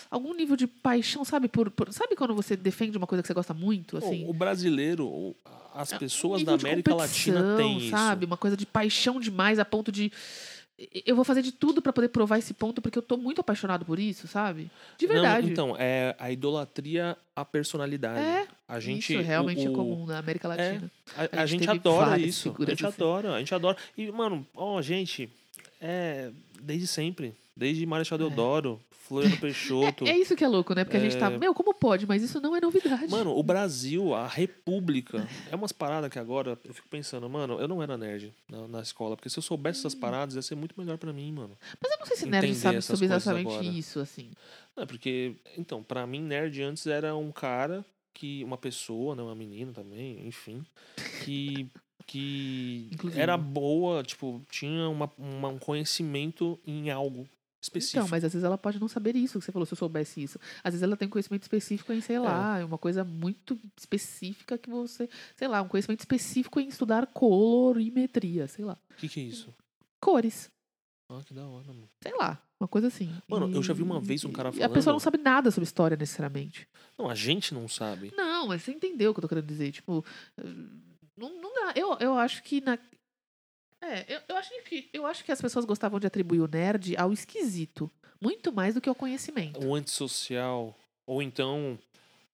Algum nível de paixão, sabe? Por, por- Sabe quando você defende uma coisa que você gosta muito, assim? É um
o, o brasileiro, o- as pessoas da
Nível de
América Latina
competição,
têm
sabe? Uma coisa de paixão demais a ponto de... Eu vou fazer de tudo pra poder provar esse ponto, porque eu tô muito apaixonado por isso, sabe? De
isso. Não,
verdade.
então, é a idolatria à personalidade.
É,
a gente,
isso realmente
o-
é
o-
comum na América Latina.
A, a
A gente
gente
teve
adora
várias
isso. A
figuras
gente
assim.
adora, a gente adora. E, mano, ó, gente, é desde sempre. Desde Marechal Deodoro, Floriano Peixoto.
É, isso que é louco, né? Porque a gente tá... Meu, como pode? Mas isso não é novidade.
Mano, o Brasil, a República, é umas paradas que agora eu fico pensando, mano, eu não era nerd na, na escola, porque se eu soubesse
Uhum.
essas paradas ia ser muito melhor pra mim, mano.
Mas eu não sei se
entender
nerd sabe
essas
sobre
coisas
exatamente
agora.
isso, assim.
Não, é porque, então, pra mim, nerd antes era um cara que, uma pessoa, né, uma menina também, enfim, que, que
Inclusive.
era boa, tipo, tinha uma, uma- um conhecimento em algo. específico.
Então, mas às vezes ela pode não saber isso que você falou, se eu soubesse isso. Às vezes ela tem um conhecimento específico em, sei
É.
lá, é uma coisa muito específica que você. Sei lá, um conhecimento específico em estudar colorimetria, sei lá.
O que, que é isso?
Cores,
Ah, que da hora, mano.
sei lá. Uma coisa assim.
Mano, eu já vi uma vez um cara
E a pessoa
falando-
não sabe nada sobre história necessariamente.
Não, a gente não sabe.
Não, mas você entendeu o que eu tô querendo dizer. Tipo, eh, não, não dá. Eu, eu acho que na. É, eu, eu, acho que, eu acho que as pessoas gostavam de atribuir o nerd ao esquisito. Muito mais do que ao conhecimento.
O antissocial. Ou então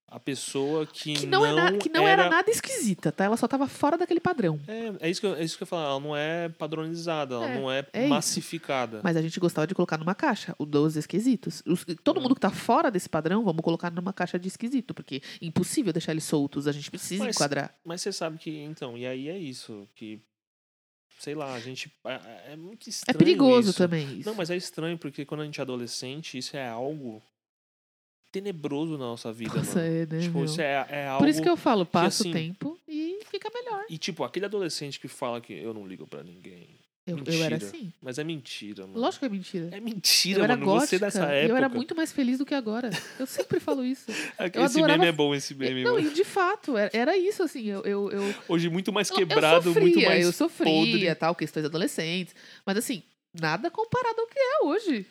a pessoa que,
Que não, é na- que não era... nada esquisita, tá? Ela só tava fora daquele padrão.
É, é isso que eu, é isso que eu ia falar. Ela não é padronizada, ela
É,
não é,
é isso.
massificada.
Mas a gente gostava de colocar numa caixa o dos esquisitos. Os-
Hum.
todo mundo que tá fora desse padrão, vamos colocar numa caixa de esquisito, porque é impossível deixar eles soltos, a gente precisa
Mas-
enquadrar.
Mas você sabe que, então, e aí é isso, que, sei lá, a gente, é é muito
É
estranho
perigoso
isso.
também isso.
Não, mas é estranho, porque quando a gente é adolescente, isso é algo tenebroso na nossa vida,
Nossa,
mano.
é, né,
tipo,
meu?
isso é, é algo...
Por isso que eu falo, passa
assim-
o tempo e fica melhor.
E, tipo, aquele adolescente que fala que eu não ligo pra ninguém,
Eu, eu era
Mentira.
assim.
mas é mentira, mano.
Lógico que é mentira.
É
Eu
mentira,
era
mano. Você
gótica
dessa
e
época.
eu era muito mais feliz do que agora. Eu sempre falo isso. eu
Esse
adorava-
meme é bom, esse meme,
não,
mano.
e de fato, era, era isso, assim. Eu, eu, eu,
Hoje muito mais
eu
quebrado,
sofria,
muito mais
eu sofria,
podre.
tal, questões adolescentes. Mas assim, nada comparado ao que é hoje.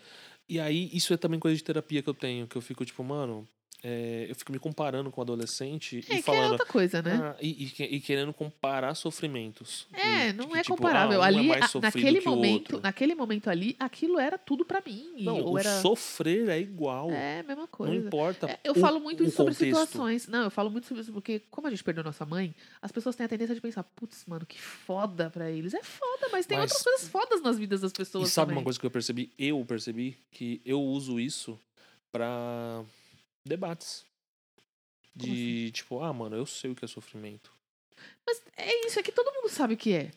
E aí, isso é também coisa de terapia que eu tenho, que eu fico, tipo, mano, é, eu fico me comparando com o adolescente
É
e
que é
falando.
outra coisa, né?
ah, e, e que- e querendo comparar sofrimentos.
É,
E
não
que,
é
tipo,
comparável.
ah, um é
ali,
mais
a-
sofrido
naquele
que o
momento,
outro.
naquele momento ali, aquilo era tudo pra mim. e-
Não,
ou
o
era
sofrer é igual.
é a mesma
não
coisa.
importa.
É, eu
o-
falo muito
o
isso sobre
contexto.
situações. Não, eu falo muito sobre isso porque, como a gente perdeu nossa mãe, as pessoas têm a tendência de pensar, putz, mano, que foda pra eles. É foda, mas tem
Mas-
outras coisas fodas nas vidas das
E
pessoas.
sabe
também.
uma coisa que eu percebi? Eu percebi que eu uso isso pra debates.
Como assim?
De tipo, ah, mano, eu sei o que é sofrimento.
Mas é isso, é que todo mundo sabe o que é.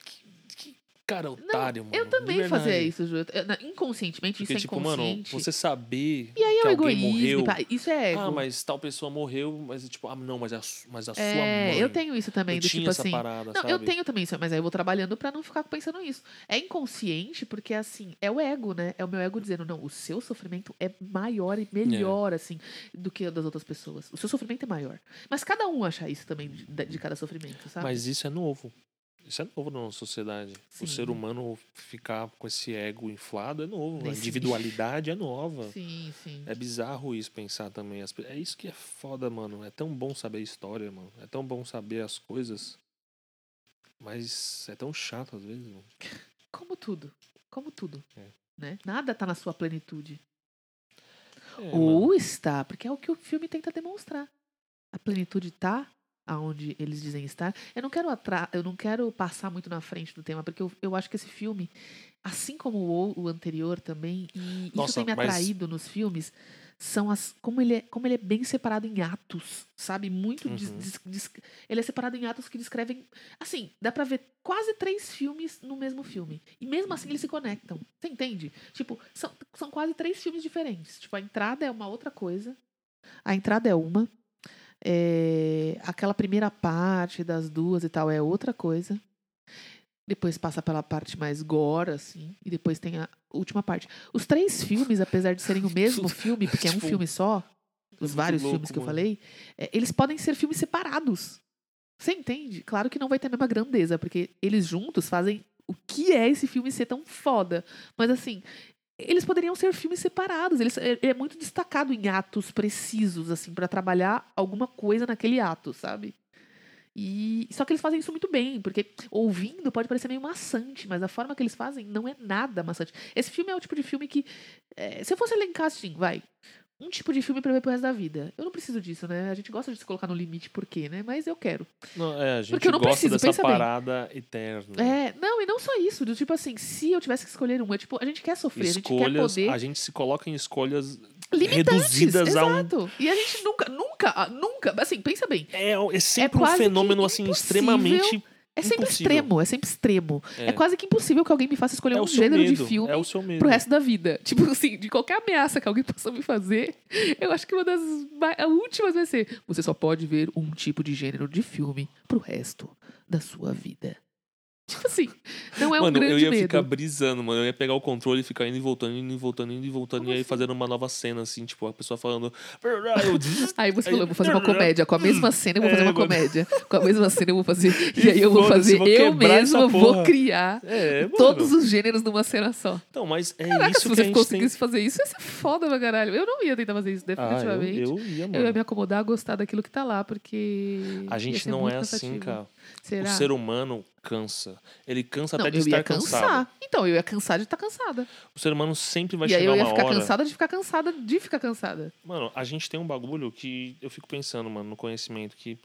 Cara, otário, mano.
eu
de
também
verdade.
fazia isso, Ju. Eu- na- Inconscientemente,
Porque,
isso é
tipo, mano,
inconsciente.
você saber
E aí é
que
o
alguém
egoísmo.
morreu.
pá, Isso é ego.
Ah, mas tal pessoa morreu, mas tipo, ah, não, mas a, su- mas a sua
é,
mãe.
eu tenho isso também,
eu
do
tinha
tipo
essa
assim.
parada,
Não,
sabe?
eu tenho também isso, mas aí eu vou trabalhando pra não ficar pensando nisso. É inconsciente porque, assim, é o ego, né? É o meu ego dizendo, não, o seu sofrimento é maior e
É.
melhor, assim, do que o das outras pessoas. O seu sofrimento é maior. Mas cada um acha isso também de, de cada sofrimento, sabe?
Mas isso é novo. Isso é novo na nossa sociedade.
Sim.
O ser humano ficar com esse ego inflado é novo.
Nesse-
A individualidade é nova.
Sim, sim.
É bizarro isso pensar também. As pe- É isso que é foda, mano. É tão bom saber a história, mano. É tão bom saber as coisas. Mas é tão chato às vezes, mano.
Como tudo. Como tudo.
É.
Né? Nada tá na sua plenitude.
É,
Ou
mano.
está, porque é o que o filme tenta demonstrar. A plenitude tá aonde eles dizem estar. Eu não quero atra eu não quero passar muito na frente do tema, porque eu, eu acho que esse filme, assim como o, o anterior também, e isso
Nossa,
tem me
mas-
atraído nos filmes, são as como ele é, como ele é bem separado em atos, sabe? Muito des-
Uhum.
des- des- ele é separado em atos que descrevem, assim, dá pra ver quase três filmes no mesmo filme. E mesmo assim eles se conectam. Você entende? Tipo, são, são quase três filmes diferentes. Tipo, a entrada é uma outra coisa. A entrada é uma. é, aquela primeira parte das duas e tal é outra coisa. Depois passa pela parte mais gore, assim. E depois tem a última parte. Os três filmes, apesar de serem o mesmo filme, porque é um
Tipo,
filme só, os
muito
vários
louco,
filmes que eu
mano.
falei, é, eles podem ser filmes separados. Você entende? Claro que não vai ter a mesma grandeza, porque eles juntos fazem o que é esse filme ser tão foda. Mas assim, eles poderiam ser filmes separados. Eles, ele é muito destacado em atos precisos, assim, pra trabalhar alguma coisa naquele ato, sabe? E só que eles fazem isso muito bem, porque ouvindo pode parecer meio maçante, mas a forma que eles fazem não é nada maçante. Esse filme é o tipo de filme que, eh, se eu fosse elencar assim, vai, um tipo de filme pra eu ver pro resto da vida. Eu não preciso disso, né? A gente gosta de se colocar no limite por quê, né? Mas eu quero.
Não, é, a gente
eu não
gosta
preciso,
dessa
pensa bem.
parada eterna.
É, não, e não só isso, do tipo assim, se eu tivesse que escolher um, é tipo, a gente quer sofrer, a
escolhas,
gente quer poder
a gente se coloca em escolhas
limitantes.
reduzidas a um-
exato. E a gente nunca, nunca, ah, nunca, assim, pensa bem,
É, é sempre um
quase que
fenômeno assim
impossível.
extremamente.
é sempre
Impossível.
extremo, é sempre extremo. É.
É.
quase que impossível que alguém me faça escolher
é
um
o seu
gênero
medo,
de filme
É o seu medo.
pro resto da vida. Tipo assim, de qualquer ameaça que alguém possa me fazer, eu acho que uma das ma- a últimas vai ser: você só pode ver um tipo de gênero de filme pro resto da sua vida. Tipo assim, não é um
mano,
grande
eu ia
medo.
ficar brisando, mano. Eu ia pegar o controle e ficar indo e voltando, indo e voltando, indo e voltando.
Como
e aí
assim?
fazendo uma nova cena, assim, tipo, a pessoa falando.
Aí você
Aí-
falou, eu vou fazer uma comédia. Com a mesma cena eu vou fazer
É,
uma
mano.
comédia. Com a mesma cena eu vou fazer.
E
E aí eu vou
foda-se,
fazer.
vou
eu
quebrar essa
mesma vou
porra.
criar
É, mano.
todos os gêneros numa cena só.
Então, mas é
Caraca,
isso
se
que a
você
gente
conseguisse fazer isso, ia ser foda pra caralho. Eu não ia tentar fazer isso,
tem. Ah, eu,
definitivamente. eu,
eu ia, mano.
ia me acomodar a gostar daquilo que tá lá, porque.
A
ia
gente
ser
não
muito
é assim,
cansativo.
cara.
Será?
O ser humano cansa. Ele cansa
não,
até de
eu
estar
ia cansar.
cansado.
Então, eu ia cansar de estar cansada.
O ser humano sempre vai
e aí
chegar
eu ia
uma
ficar
hora.
cansada de ficar cansada de ficar cansada.
Mano, a gente tem um bagulho que eu fico pensando, mano, no conhecimento, que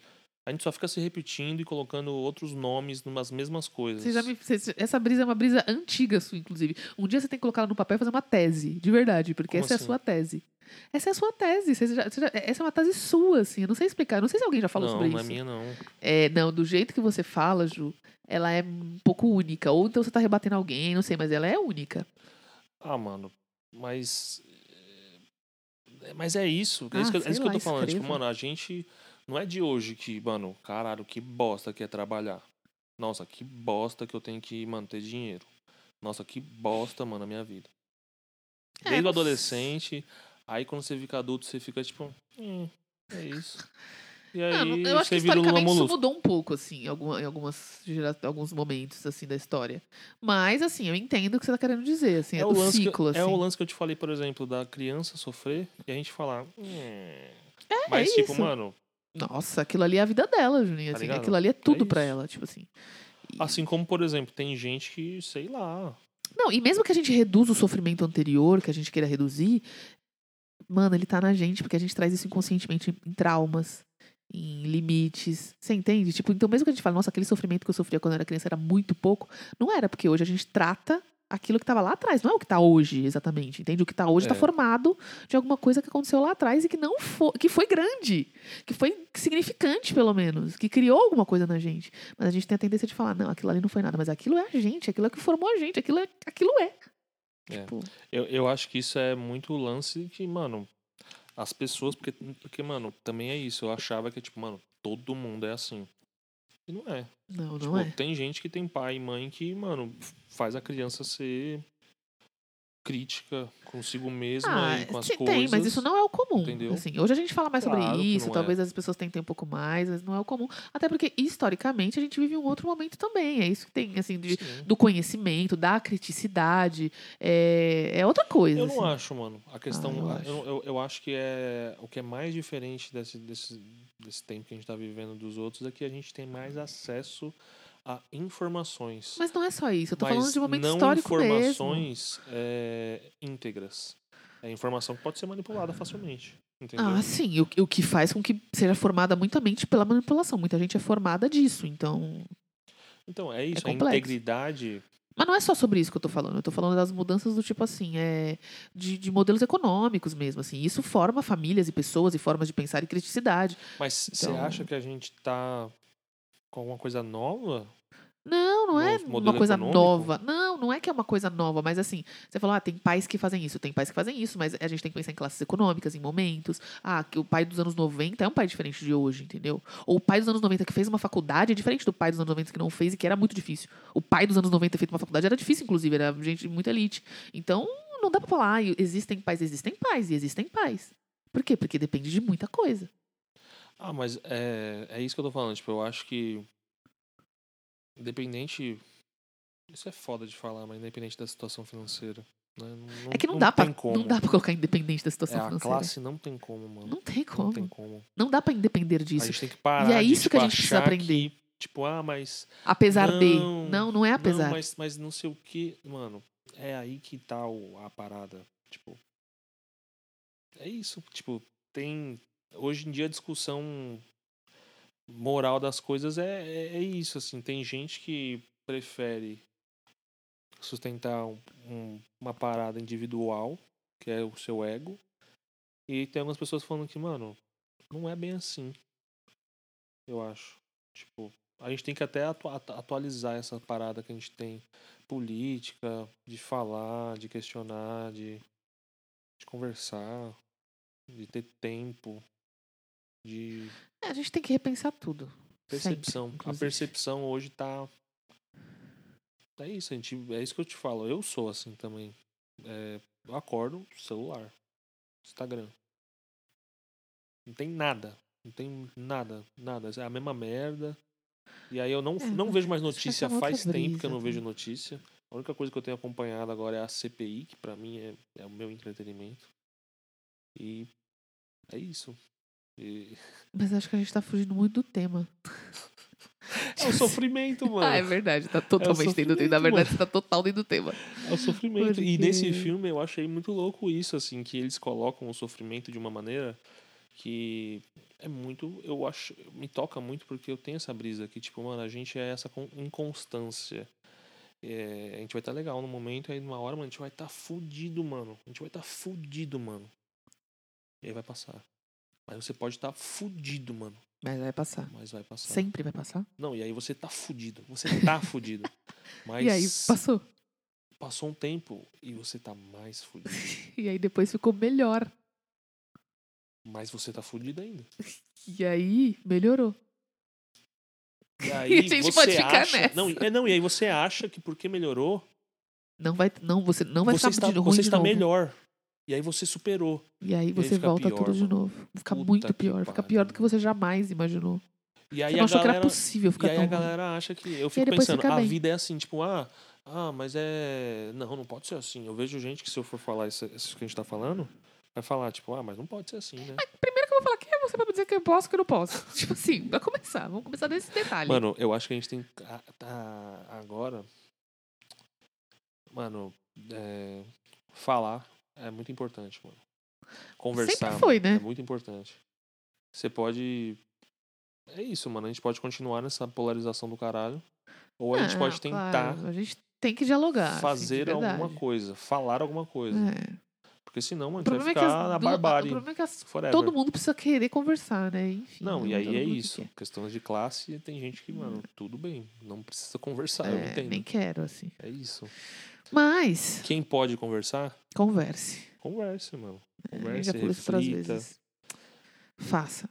a gente só fica se repetindo e colocando outros nomes numas mesmas coisas.
Você já me- você- essa brisa é uma brisa antiga sua, inclusive. Um dia você tem que colocar ela no papel e fazer uma tese, de verdade, porque
Como
essa é
assim?
a sua tese. Essa é a sua tese. Você já- você já- essa é uma tese sua, assim. Eu não sei explicar. Eu não sei se alguém já falou
não,
sobre
não
isso.
é minha, não.
É, não, do jeito que você fala, Ju, ela é um pouco única. Ou então você tá rebatendo alguém, não sei, mas ela é única.
Ah, mano, mas. é, Mas é isso. É
Ah,
isso que, eu- é
sei
isso que eu
lá,
tô falando. Tipo,
escreva.
mano, a gente. Não é de hoje que, mano, caralho, que bosta que é trabalhar. Nossa, que bosta que eu tenho que, mano, ter dinheiro. Nossa, que bosta, mano, a minha vida.
É,
Desde o
não-
adolescente, aí quando você fica adulto, você fica tipo. Hum, é isso. E aí,
É, Não, eu acho que
você vira o Lula
historicamente isso
Molusco.
mudou um pouco, assim, em, alguma- em algumas, gera- alguns momentos, assim, da história. Mas, assim, eu entendo o que você tá querendo dizer, assim, é, do
que-
ciclo, assim.
é o lance que eu te falei, por exemplo, da criança sofrer e a gente falar. Hum.
É,
Mas,
é
tipo,
isso.
mano,
Nossa, aquilo ali é a vida dela, Juninho,
Tá
assim,
ligado?
aquilo ali é tudo pra
isso.
ela, tipo assim. E-
Assim como, por exemplo, tem gente que, sei lá.
Não, e mesmo que a gente reduza o sofrimento anterior, que a gente queira reduzir, mano, ele tá na gente, porque a gente traz isso inconscientemente em traumas, em limites. Você entende? Tipo, então mesmo que a gente fale, nossa, aquele sofrimento que eu sofria quando eu era criança era muito pouco, não era, porque hoje a gente trata aquilo que tava lá atrás, não é o que tá hoje, exatamente, entende? O que tá hoje tá
É.
formado de alguma coisa que aconteceu lá atrás e que não foi, que foi grande, que foi significante, pelo menos, que criou alguma coisa na gente. Mas a gente tem a tendência de falar, não, aquilo ali não foi nada, mas aquilo é a gente, aquilo é o que formou a gente, aquilo é. Aquilo é.
É.
Tipo,
Eu, eu acho que isso é muito lance que, mano, as pessoas. Porque, porque, mano, também é isso. Eu achava que, tipo, mano, todo mundo é assim. E não é.
não, não
Tipo,
é.
Tem gente que tem pai e mãe que, mano, f- faz a criança ser crítica consigo mesma e com as
se-
coisas.
Ah, tem, mas isso não é o comum.
entendeu?
assim. hoje a gente fala mais
Claro
sobre
que
isso,
não é.
talvez as pessoas tentem um pouco mais, mas não é o comum. Até porque, historicamente, a gente vive um outro momento também. É isso que tem, assim, de-
Sim.
do conhecimento, da criticidade. É, é outra coisa.
Eu não
assim.
acho, mano. A questão.
eu
a- eu, eu, eu acho que é. O que é mais diferente desse, desse, desse tempo que a gente tá vivendo dos outros é que a gente tem mais acesso a informações.
Mas não é só isso. Eu tô
Mas
falando de um momento
não
histórico mesmo.
informações é, íntegras. É informação que pode ser manipulada facilmente. Entendeu?
Ah, sim. O, o que faz com que seja formada muita mente pela manipulação. Muita gente é formada disso, então...
então, é isso. a
complexo.
integridade.
Mas não é só sobre isso que eu tô falando. Eu tô falando das mudanças do tipo assim, é, de, de modelos econômicos mesmo, assim. Isso forma famílias e pessoas e formas de pensar e criticidade.
Mas você
Então-
acha que a gente tá com alguma coisa nova?
Não, não é
Novo
uma
modelo
coisa
econômico?
nova. Não, não é que é uma coisa nova, mas assim, você falou, ah, tem pais que fazem isso, tem pais que fazem isso, mas a gente tem que pensar em classes econômicas, em momentos. Ah, que o pai dos anos 90 é um pai diferente de hoje, entendeu? Ou o pai dos anos 90 que fez uma faculdade é diferente do pai dos anos 90 que não fez e que era muito difícil. O pai dos anos 90 ter feito uma faculdade era difícil, inclusive, era gente de muita elite. Então, não dá pra falar, ah, existem pais, existem pais e existem pais. Por quê? Porque depende de muita coisa.
Ah, mas é, é isso que eu tô falando. Tipo, eu acho que. Independente. Isso é foda de falar, mas independente da situação financeira. né, Não, não-
É que não,
não
dá
tem
pra,
como.
não dá pra colocar independente da
É,
situação
a
financeira.
classe não tem como, mano.
Não tem
Não
como.
tem como.
Não dá pra independer
A
disso.
gente tem que parar.
E é
de,
isso que a
tipo,
gente precisa
achar
aprender.
que, tipo, ah, mas.
Apesar de.
Não,
Não, não é apesar.
Não, mas, mas não sei o que. Mano, é aí que tá o- a parada. Tipo. É isso. Tipo, tem. Hoje em dia a discussão moral das coisas é, é, é isso, assim. Tem gente que prefere sustentar um- um- uma parada individual, que é o seu ego. E tem algumas pessoas falando que, mano, não é bem assim. Eu acho. Tipo, a gente tem que até atua- atu- atualizar essa parada que a gente tem política, de falar, de questionar, de, de conversar, de ter tempo, de
É, a gente tem que repensar tudo. Sempre,
percepção. a
inclusive.
percepção hoje tá É isso, a gente, é isso que eu te falo. Eu sou assim também. É, eu acordo, celular, Instagram. Não tem nada. Não tem nada, nada. É a mesma merda. E aí eu não,
É,
não vejo mais
acho que
notícia
essa é uma outra
faz tempo que eu não
brisa,
vejo notícia. A única coisa que eu tenho acompanhado agora é a CPI, que pra mim é, é o meu entretenimento. E é isso. E-
Mas acho que a gente tá fugindo muito do tema.
É o sofrimento, mano.
Ah, é verdade, tá totalmente dentro do tema.
sofrimento,
Na verdade, você tá total dentro do tema.
É o sofrimento. E
Porque-
nesse filme eu achei muito louco isso, assim, que eles colocam o sofrimento de uma maneira que é muito. Eu acho. Me toca muito porque eu tenho essa brisa que, tipo, mano, a gente é essa con- inconstância. É, a gente vai estar tá legal no momento, aí numa hora, mano, a gente vai estar tá fudido, mano. A gente vai estar tá fudido, mano. E aí vai passar. Mas você pode estar tá fudido, mano.
Mas vai passar.
Mas vai passar.
Sempre vai passar.
Não, e aí você tá fudido. Você tá fudido. Mas
E aí passou.
passou um tempo e você tá mais fudido.
E aí depois ficou melhor.
Mas você tá fudido ainda.
E aí melhorou.
E aí
a gente
você
pode ficar
acha...
nessa.
Não, é, não, e aí você acha que porque melhorou,
Não vai, não, você não vai
você
ficar
está,
de ruim
você
de
está
novo.
melhor. E aí você superou.
E aí você
fica
volta
pior,
tudo de
mano.
novo. Fica
Puta
muito
que
pior. Fica
pariu.
pior do que você jamais imaginou.
E aí
você não
a
achou que
galera,
era possível
e
ficar
aí
tão
a
ruim.
galera acha que eu
E aí
fico
depois
pensando,
fica
a
bem.
vida é assim, tipo, ah, ah, mas é, não, não pode ser assim. Eu vejo gente que se eu for falar isso, isso que a gente tá falando, vai falar tipo, ah, mas não pode ser assim, né?
Primeiro que eu vou falar, quem é você pra me dizer que eu posso e que eu não posso? tipo assim, pra começar. Vamos começar nesse detalhe.
Mano, eu acho que a gente tem. a- tá agora. Mano, é, falar é muito importante, mano. Conversar mano,
foi, né?
é muito importante. Você pode. É isso, mano. A gente pode continuar nessa polarização do caralho. Ou a gente
Ah,
pode tentar
claro, a gente tem que dialogar. assim, de
fazer alguma
verdade.
coisa, falar alguma coisa.
É.
Porque senão, mano,
O
a gente vai
problema é que
ficar
as
na
duas-
barbárie.
O problema é que as-
forever.
todo mundo precisa querer conversar, né? Enfim.
Não, e aí
todo
é
mundo que
isso.
quer.
Questões de classe, tem gente que, mano, tudo bem. Não precisa conversar, Tá, eu
É,
entendo.
nem quero, assim.
É isso.
Mas,
Quem pode conversar,
converse. É,
converse, mano.
Eu já
Converse,
falei isso outras
reflita.
vezes. Faça,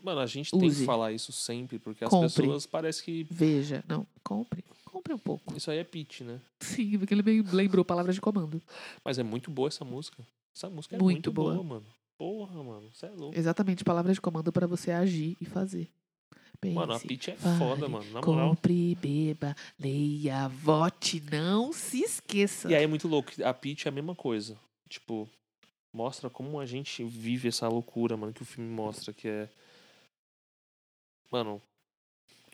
Mano, a gente tem
Use.
que falar isso sempre, porque as
Compre.
pessoas parecem que.
veja. Não, compre. Compre um pouco.
Isso aí é pitch, né?
Sim, porque ele me lembrou palavras de comando.
Mas é muito boa essa música. Essa música é
Muito
muito,
boa.
boa. mano. Porra, mano. Você é louco.
Exatamente, palavras de comando pra você agir e fazer. Pense,
Mano, a pitch é
fale,
foda, mano. Na moral.
Compre, beba, leia, vote, não se esqueça.
E aí é muito louco. A pitch é a mesma coisa. Tipo, mostra como a gente vive essa loucura, mano, que o filme mostra, que é. Mano,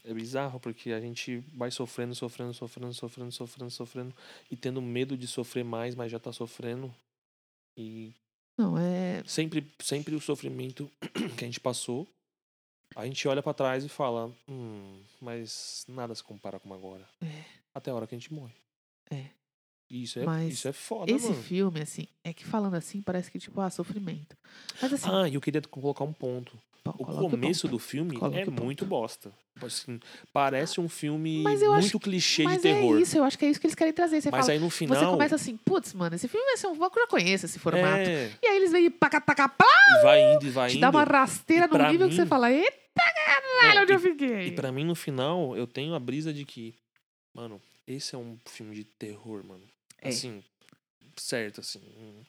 é bizarro porque a gente vai sofrendo, sofrendo, sofrendo, sofrendo, sofrendo, sofrendo e tendo medo de sofrer mais, mas já tá sofrendo. E
Não, é.
sempre, sempre o sofrimento que a gente passou, a gente olha pra trás e fala, hum, mas nada se compara com agora.
É.
Até a hora que a gente morre.
É.
E Isso é,
Mas
isso é foda,
Esse
mano.
filme, assim, é que falando assim parece que, tipo, ah, sofrimento. Mas assim,
Ah, e eu queria colocar um ponto.
pô,
O
coloca
começo
ponto.
do filme
Coloque
é
o ponto.
muito bosta. Assim, parece um filme
Mas eu
muito
acho-
clichê
Mas
de terror.
é isso, eu acho que é isso que eles querem trazer. Você
mas
fala,
aí no final.
você começa assim, putz, mano, esse filme vai ser um pouco, eu já conheço esse formato.
é,
E aí eles vêm e paca, paca, pá,
e vai indo e vai
te
indo.
dá uma rasteira
E
no
pra
nível que você
mim-
fala, eita caralho,
Não,
onde
e-
eu fiquei?
E pra mim, no final, eu tenho a brisa de que, mano, esse é um filme de terror, mano.
É.
Assim, certo, assim. hum.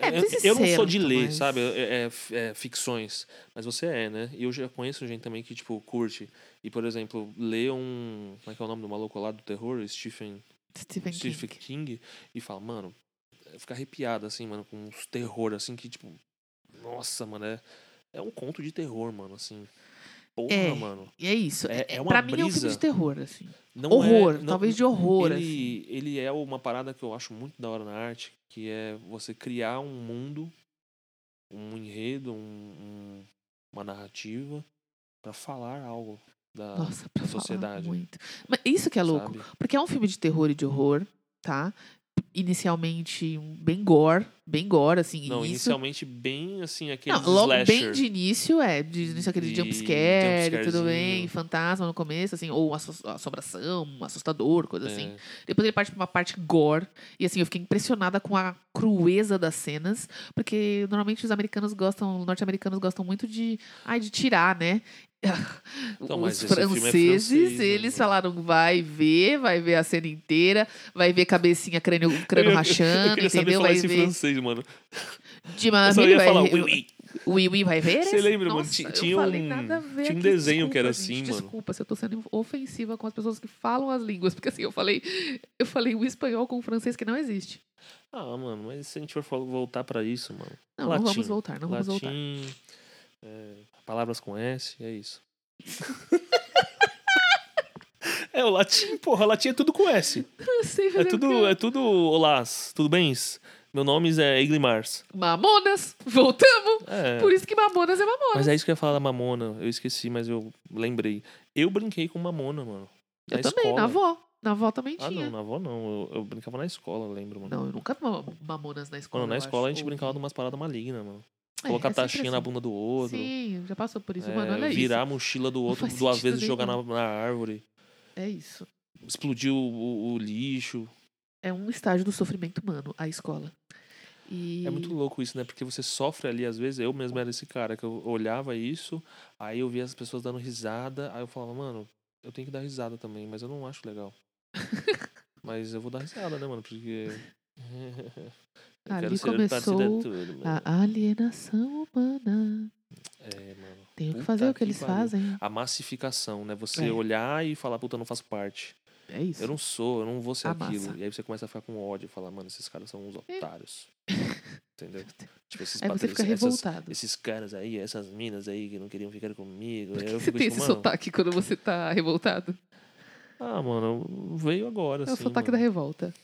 É,
eu,
precisa ser
eu não sou de
certo,
ler,
mas-
sabe? É, é- é ficções. Mas você é, né? E eu já conheço gente também que, tipo, curte. E, por exemplo, lê um. Como é que é o nome do maluco lá do terror? Stephen,
Stephen King.
Stephen King. E fala, mano, fica arrepiado, assim, mano, com uns terror, assim, que, tipo. Nossa, mano, é, é um conto de terror, mano, assim. Porra,
É.
mano.
E é isso.
É-
É,
é uma
pra mim é um filme
brisa.
de terror, assim.
Não é-
horror,
não-
talvez de horror, assim.
ele, ele é uma parada que eu acho muito da hora na arte, que é você criar um mundo, um enredo, um- um- uma narrativa pra falar algo da,
Nossa, pra
da
falar
Ah, sociedade.
muito. Mas isso que é louco.
sabe?
Porque é um filme de terror e de horror, tá? Inicialmente um bem gore, bem gore, assim.
Não,
e isso...
inicialmente bem assim aquele
Não, logo bem
slasher.
de início, é, de início aquele
De
jumpscare,
jumpscarezinho.
tudo bem, fantasma no começo, assim, ou asso- assombração, assustador, coisa assim.
É,
Depois ele parte pra uma parte gore. E assim, eu fiquei impressionada com a crueza das cenas. Porque normalmente os americanos gostam, os norte-americanos gostam muito de. Ai, de tirar, né?
Então, mas
os
esse filme é
franceses,
francês, né,
eles
mano?
falaram, vai ver, vai ver a cena inteira, vai ver cabecinha, crânio, crânio
Eu- eu-
rachando,
Eu queria saber
entendeu?
falar
Vai
esse
ver.
francês, mano.
De
Eu só ia
vai
falar
ver-
"Oui, oui".
Ui, ui, vai ver?
Você lembra, mano?
Nossa,
Ti-
eu
tinha
falei
um-
nada a ver
tinha um
aqui,
desenho que era
desculpa,
assim,
gente,
mano.
Desculpa se eu tô sendo ofensiva com as pessoas que falam as línguas, porque assim, eu falei, eu falei o espanhol com o francês que não existe.
Ah, mano, mas se a gente for fal- voltar pra isso, mano.
Não,
Latim.
não vamos voltar, não vamos voltar.
Latim, é, palavras com S, é isso. é, o latim, porra, latim é tudo com S.
Eu sei
É
fazer o
tudo,
quê?
é tudo olás, tudo bem? Meu nome é Iglimars.
Mamonas, voltamos.
É.
Por isso que Mamonas é Mamonas.
Mas é isso que eu ia falar da mamona. Eu esqueci, mas eu lembrei. Eu brinquei com mamona, mano.
eu também,
escola.
na avó. Na avó também
Ah,
tinha.
não, na avó não. Eu, eu brincava na escola, eu lembro, mano.
Não, eu nunca vi ma- Mamonas na escola.
Mano, na
eu
escola a
acho,
gente
ou-
brincava de umas paradas malignas, mano.
É,
Colocar
é sempre
taxinha na
assim.
bunda do outro.
Sim, já passou por isso,
é,
mano. Olha
virar a mochila do outro
faz
duas
sentido
vezes e jogar na, na árvore.
isso. É isso.
Explodir o, o- o lixo.
É um estágio do sofrimento humano, a escola. E...
É muito louco isso, né? Porque você sofre ali, às vezes. Eu mesmo era esse cara que eu olhava isso, aí eu via as pessoas dando risada, aí eu falava, mano, eu tenho que dar risada também, mas eu não acho legal. mas eu vou dar risada, né, mano? Porque. eu
Ali
ser tá, parte da
começou
turma, né?
A alienação humana.
É, mano.
Tenho que
Puta
fazer o que,
que
eles
pariu.
fazem.
A massificação, né? Você
É.
olhar e falar, puta, eu não faço parte.
É isso.
Eu não sou, eu não vou ser
A
aquilo.
massa.
E aí você começa a ficar com ódio e falar, mano, esses caras são uns otários. Entendeu? Tipo, esses
Aí É, você
patri-
fica
essas-
revoltado.
Esses caras aí, essas minas aí que não queriam ficar comigo.
Por
Aí
que
eu
você
fico
tem
tipo,
esse
mano,
sotaque quando você tá revoltado?
Ah, mano, veio agora.
é o
assim,
sotaque da
mano.
revolta.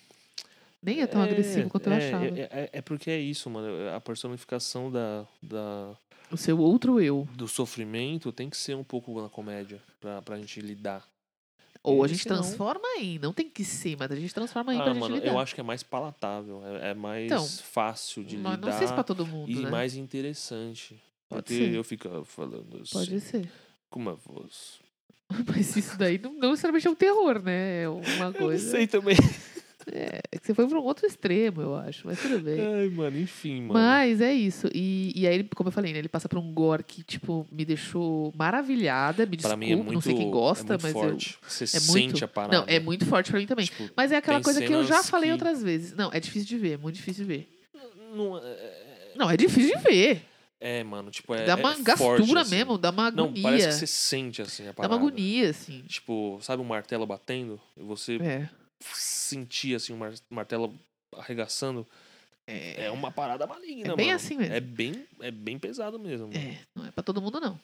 Nem é tão agressivo quanto eu
é,
achava.
É, é- é porque é isso, mano. A personificação da, da-
O seu outro eu.
do sofrimento tem que ser um pouco na comédia pra, pra gente lidar.
Ou a
Esse
gente
não.
transforma em. Não tem que ser, mas a gente transforma em pra
ah,
gente
mano,
lidar.
eu acho que é mais palatável. É, é mais
Então,
fácil de
mas
lidar.
não sei se pra todo mundo,
e
né?
mais interessante.
Pode
porque
ser.
eu ficava falando assim,
Pode ser.
com uma voz.
Mas isso daí não, não necessariamente é um terror, né? É uma
Eu não
coisa.
sei também.
É que você foi pra um outro extremo, eu acho. Mas tudo bem.
Ai, mano, enfim, mano.
Mas é isso. E, e aí, ele, como eu falei, né, ele passa por um gore que, tipo, me deixou maravilhada.
Pra
Me desculpa,
mim é muito,
não sei quem gosta,
é muito
mas
forte. Você
eu. É
sente
muito.
a parada.
Não, é muito forte pra mim também.
Tipo,
Mas é aquela
tem
coisa que eu já
cenas
falei
que-
outras vezes. Não, é difícil de ver, é muito difícil de ver.
não é,
Não, é difícil de ver.
é, mano, tipo, é.
dá uma
é
gastura
forte, assim.
mesmo, dá uma
Não,
agonia.
parece que você sente assim a
dá
parada.
uma agonia, assim.
Tipo, sabe um martelo batendo? E você
É.
sentir assim o mar- martelo arregaçando.
É,
É uma parada maligna,
É bem
mano.
assim mesmo.
É bem, é bem pesado mesmo. mano.
é, não é pra todo mundo, não.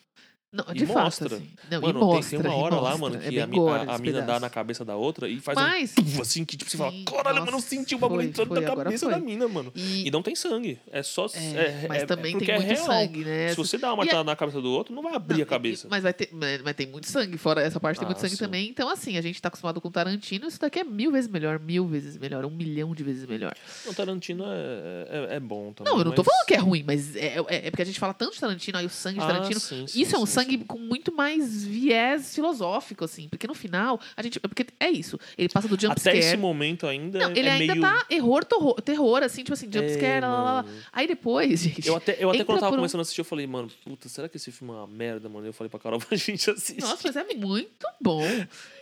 Não,
E
de
mostra.
fato. Assim. Não,
Mano,
e
tem-
mostra,
tem, uma
e
hora lá,
mostra.
mano,
é
que
bem
a, mi-
gore
a, a
esse
mina dá
pedaço.
na cabeça da outra e faz
Mas.
um tuf, assim, que tipo, você fala,
Sim,
caralho, mano, eu
nossa,
senti o bagulho
foi,
entrando
foi,
na
agora
cabeça da
foi.
mina, mano.
E,
E não tem sangue. É só.
é, mas também
porque
tem muito
real.
sangue, né?
Se você dá uma
E
martelada na cabeça do outro, não vai abrir
Não,
a cabeça.
Mas, vai ter, mas mas tem muito sangue, fora essa parte tem
Ah,
muito sangue
sim.
também. Então, assim, a gente tá acostumado com Tarantino, isso daqui é mil vezes melhor, mil vezes melhor, um milhão de vezes melhor.
O Então, Tarantino é, é, é bom também.
Não, eu não tô
mas-
falando que é ruim, mas é, é- é porque a gente fala tanto de Tarantino, aí o sangue de
Ah,
Tarantino.
sim, sim,
Isso é um
sim,
sangue
sim.
com muito mais viés filosófico, assim. Porque no final, a gente. é Porque é isso. Ele passa do
Até
jumpscare.
esse momento ainda.
é. Não,
é-
ele
é
ainda
meio...
tá error, terror, terror, assim, tipo assim,
É,
jumpscare, lá, lá, lá.
mano.
Aí depois, gente.
Eu até, eu até
Entra
quando eu tava
por um-
começando a assistir, eu falei, mano, puta, será que esse filme é uma merda, mano? Eu falei pra Carol pra gente assistir.
Nossa, mas é muito bom.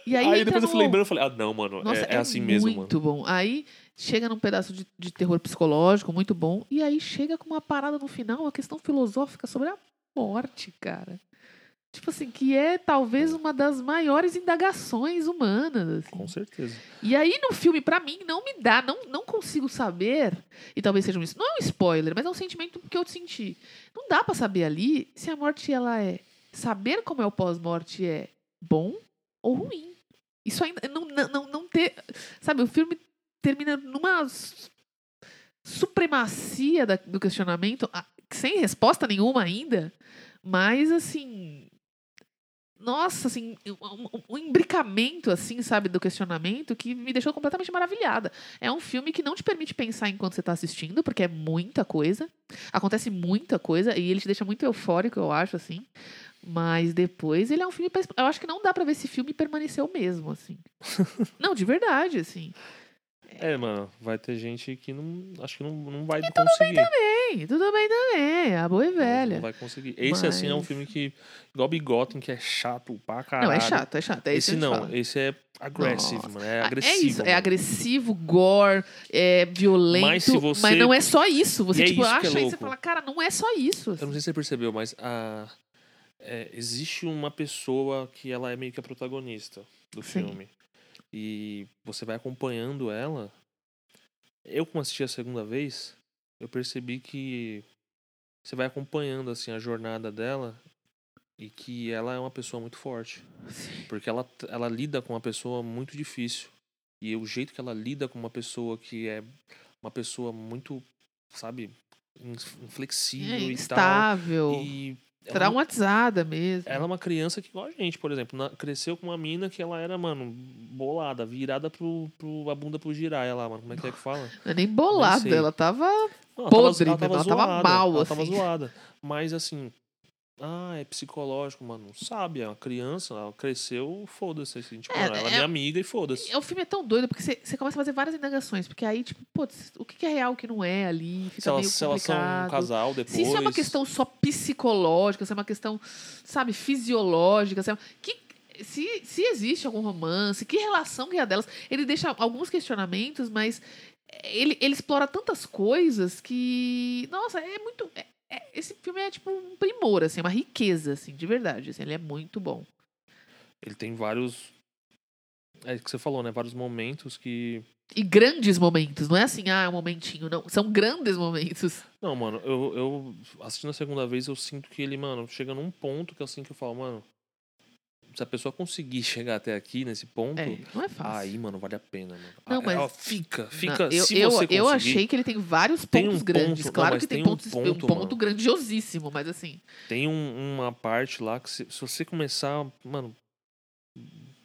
E aí,
aí
entra
depois eu
no-
fui lembrando, eu falei, ah, não, mano,
Nossa,
é, é assim mesmo, mano.
muito bom. Aí chega num pedaço de, de terror psicológico, muito bom. E aí chega com uma parada no final, uma questão filosófica sobre a morte, cara. Tipo assim, que é talvez uma das maiores indagações humanas. assim.
Com certeza.
E aí no filme, pra mim, não me dá, não, não consigo saber, e talvez seja um, não é um spoiler, mas é um sentimento que eu senti. Não dá pra saber ali se a morte ela é saber como é o pós-morte é bom ou ruim. Isso ainda não não, não, não ter, sabe, o filme termina numa s- supremacia da- do questionamento, a- sem resposta nenhuma ainda, mas assim, nossa, assim, um, um- um imbricamento, assim, sabe, do questionamento que me deixou completamente maravilhada. É um filme que não te permite pensar enquanto você tá assistindo, porque é muita coisa. Acontece muita coisa e ele te deixa muito eufórico, eu acho, assim. Mas depois ele é um filme. pra- Eu acho que não dá pra ver esse filme e permanecer o mesmo, assim. não, de verdade, assim.
É, mano, vai ter gente que não. Acho que não, não vai
Então
conseguir.
Sim, tudo bem também. A boa e
Não-
velha.
Não vai conseguir. Esse, assim, é um
Mas-
filme que. Igual Big Gotham, que é chato pra caralho.
Não, é chato, é chato. É isso
Esse
que eu te
não,
falo.
esse é aggressive,
Nossa.
mano. É
Ah,
agressivo.
É isso, é
mano.
agressivo, gore, é violento.
Mas
Mas,
se você-
não é só isso. Você
E é
tipo,
isso que é
acha e
louco. Tá
você fala, cara, não é só isso.
Eu não sei se você percebeu, mas a- é, existe uma pessoa que ela é meio que a protagonista do
Sim.
filme. E você vai acompanhando ela. Eu, como assisti a segunda vez, eu percebi que você vai acompanhando assim a jornada dela e que ela é uma pessoa muito forte. Porque ela, ela lida com uma pessoa muito difícil. E o jeito que ela lida com uma pessoa que é uma pessoa muito, sabe, inf- inflexível
É
e tal.
instável,
E ela, não-
traumatizada mesmo.
ela é uma criança que, igual a gente, por exemplo, na- cresceu com uma mina que ela era, mano, bolada, virada pro, pro a bunda pro giraia lá, mano. Como é que é que fala?
Não é nem
Nem
bolada,
sei.
ela tava.
Não,
Podre,
ela tava,
né?
ela tava
Ela tava
zoada,
mal,
ela tava
assim.
zoada. Mas assim, ah, é psicológico, mano. Não Sabe, é uma criança, ela cresceu, foda-se. Assim, tipo,
É,
mano, ela é
é-
minha amiga e foda-se.
É, O filme é tão doido porque você você começa a fazer várias indagações. Porque aí, tipo, putz, o que que é real, o que não é ali? Fica
se elas,
meio
se elas são um
complicado.
casal depois.
Se isso é uma questão só psicológica, se é uma questão, sabe, fisiológica, se, é- que, se, se existe algum romance, que relação que é a delas. Ele deixa alguns questionamentos, mas ele, ele explora tantas coisas que. Nossa, é muito. é- é- esse filme é tipo um primor, assim, uma riqueza, assim, de verdade. assim, ele é muito bom.
Ele tem vários. É o que você falou, né? Vários momentos que.
E grandes momentos, não é assim, ah, um momentinho, não. São grandes momentos.
Não, mano, eu, eu assistindo a segunda vez, eu sinto que ele, mano, chega num ponto que assim que eu falo, mano. Se a pessoa conseguir chegar até aqui nesse ponto,
É, não é fácil.
aí, mano, vale a pena, mano.
Não,
Ah,
mas-
ó, fica, fica.
Não, eu,
se
eu,
você
eu
conseguir,
achei que ele tem vários
Tem
pontos
um
grandes.
ponto- não,
claro
mas
que tem,
tem um
pontos, um
ponto, mano.
ponto grandiosíssimo, mas assim.
Tem um- uma parte lá que se, se você começar, mano.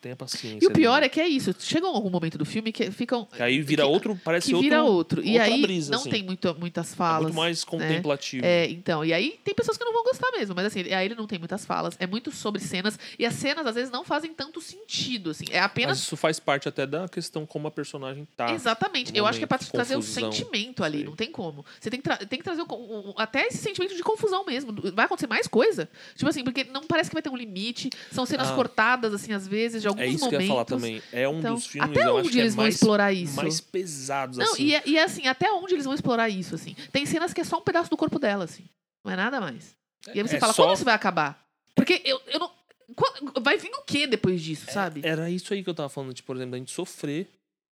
Tenha paciência. né?
E o pior é que é isso. Chega algum momento do filme que ficam.
Que aí vira
que-
outro, parece
Que
outro.
vira outro. E
outra
aí
brisa,
não
assim.
tem muito, muitas
é
falas.
muito mais contemplativo.
É, então, e aí tem pessoas que não vão gostar mesmo, mas assim, ele- aí ele não tem muitas falas, é muito sobre cenas, e as cenas às vezes não fazem tanto sentido, assim, é
Mas
apenas.
isso faz parte até da questão como a personagem tá.
Exatamente,
no
eu acho que é pra
momento,
te trazer o
confusão,
sentimento ali,
sei.
não tem como. Você tem que, tra- tem que trazer o con- o- o- até esse sentimento de confusão mesmo, do- vai acontecer mais coisa. Tipo assim, porque não parece que vai ter um limite, são cenas
Ah.
cortadas, assim, às vezes, de alguns
É isso
momentos.
que eu ia falar também. É um
Então,
dos filmes,
até
eu
onde
acho que
eles
é
vão
mais,
explorar isso?
mais pesados,
Não,
assim.
e, é- e é assim, até onde eles vão explorar isso, assim? Tem cenas que é só um pedaço do corpo dela, assim. Não é nada mais. E aí você
É
fala,
só-
quando isso vai acabar? Porque eu, eu não. Qua- Vai vir o quê depois disso,
É,
sabe?
Era isso aí que eu tava falando, tipo, por exemplo, da gente sofrer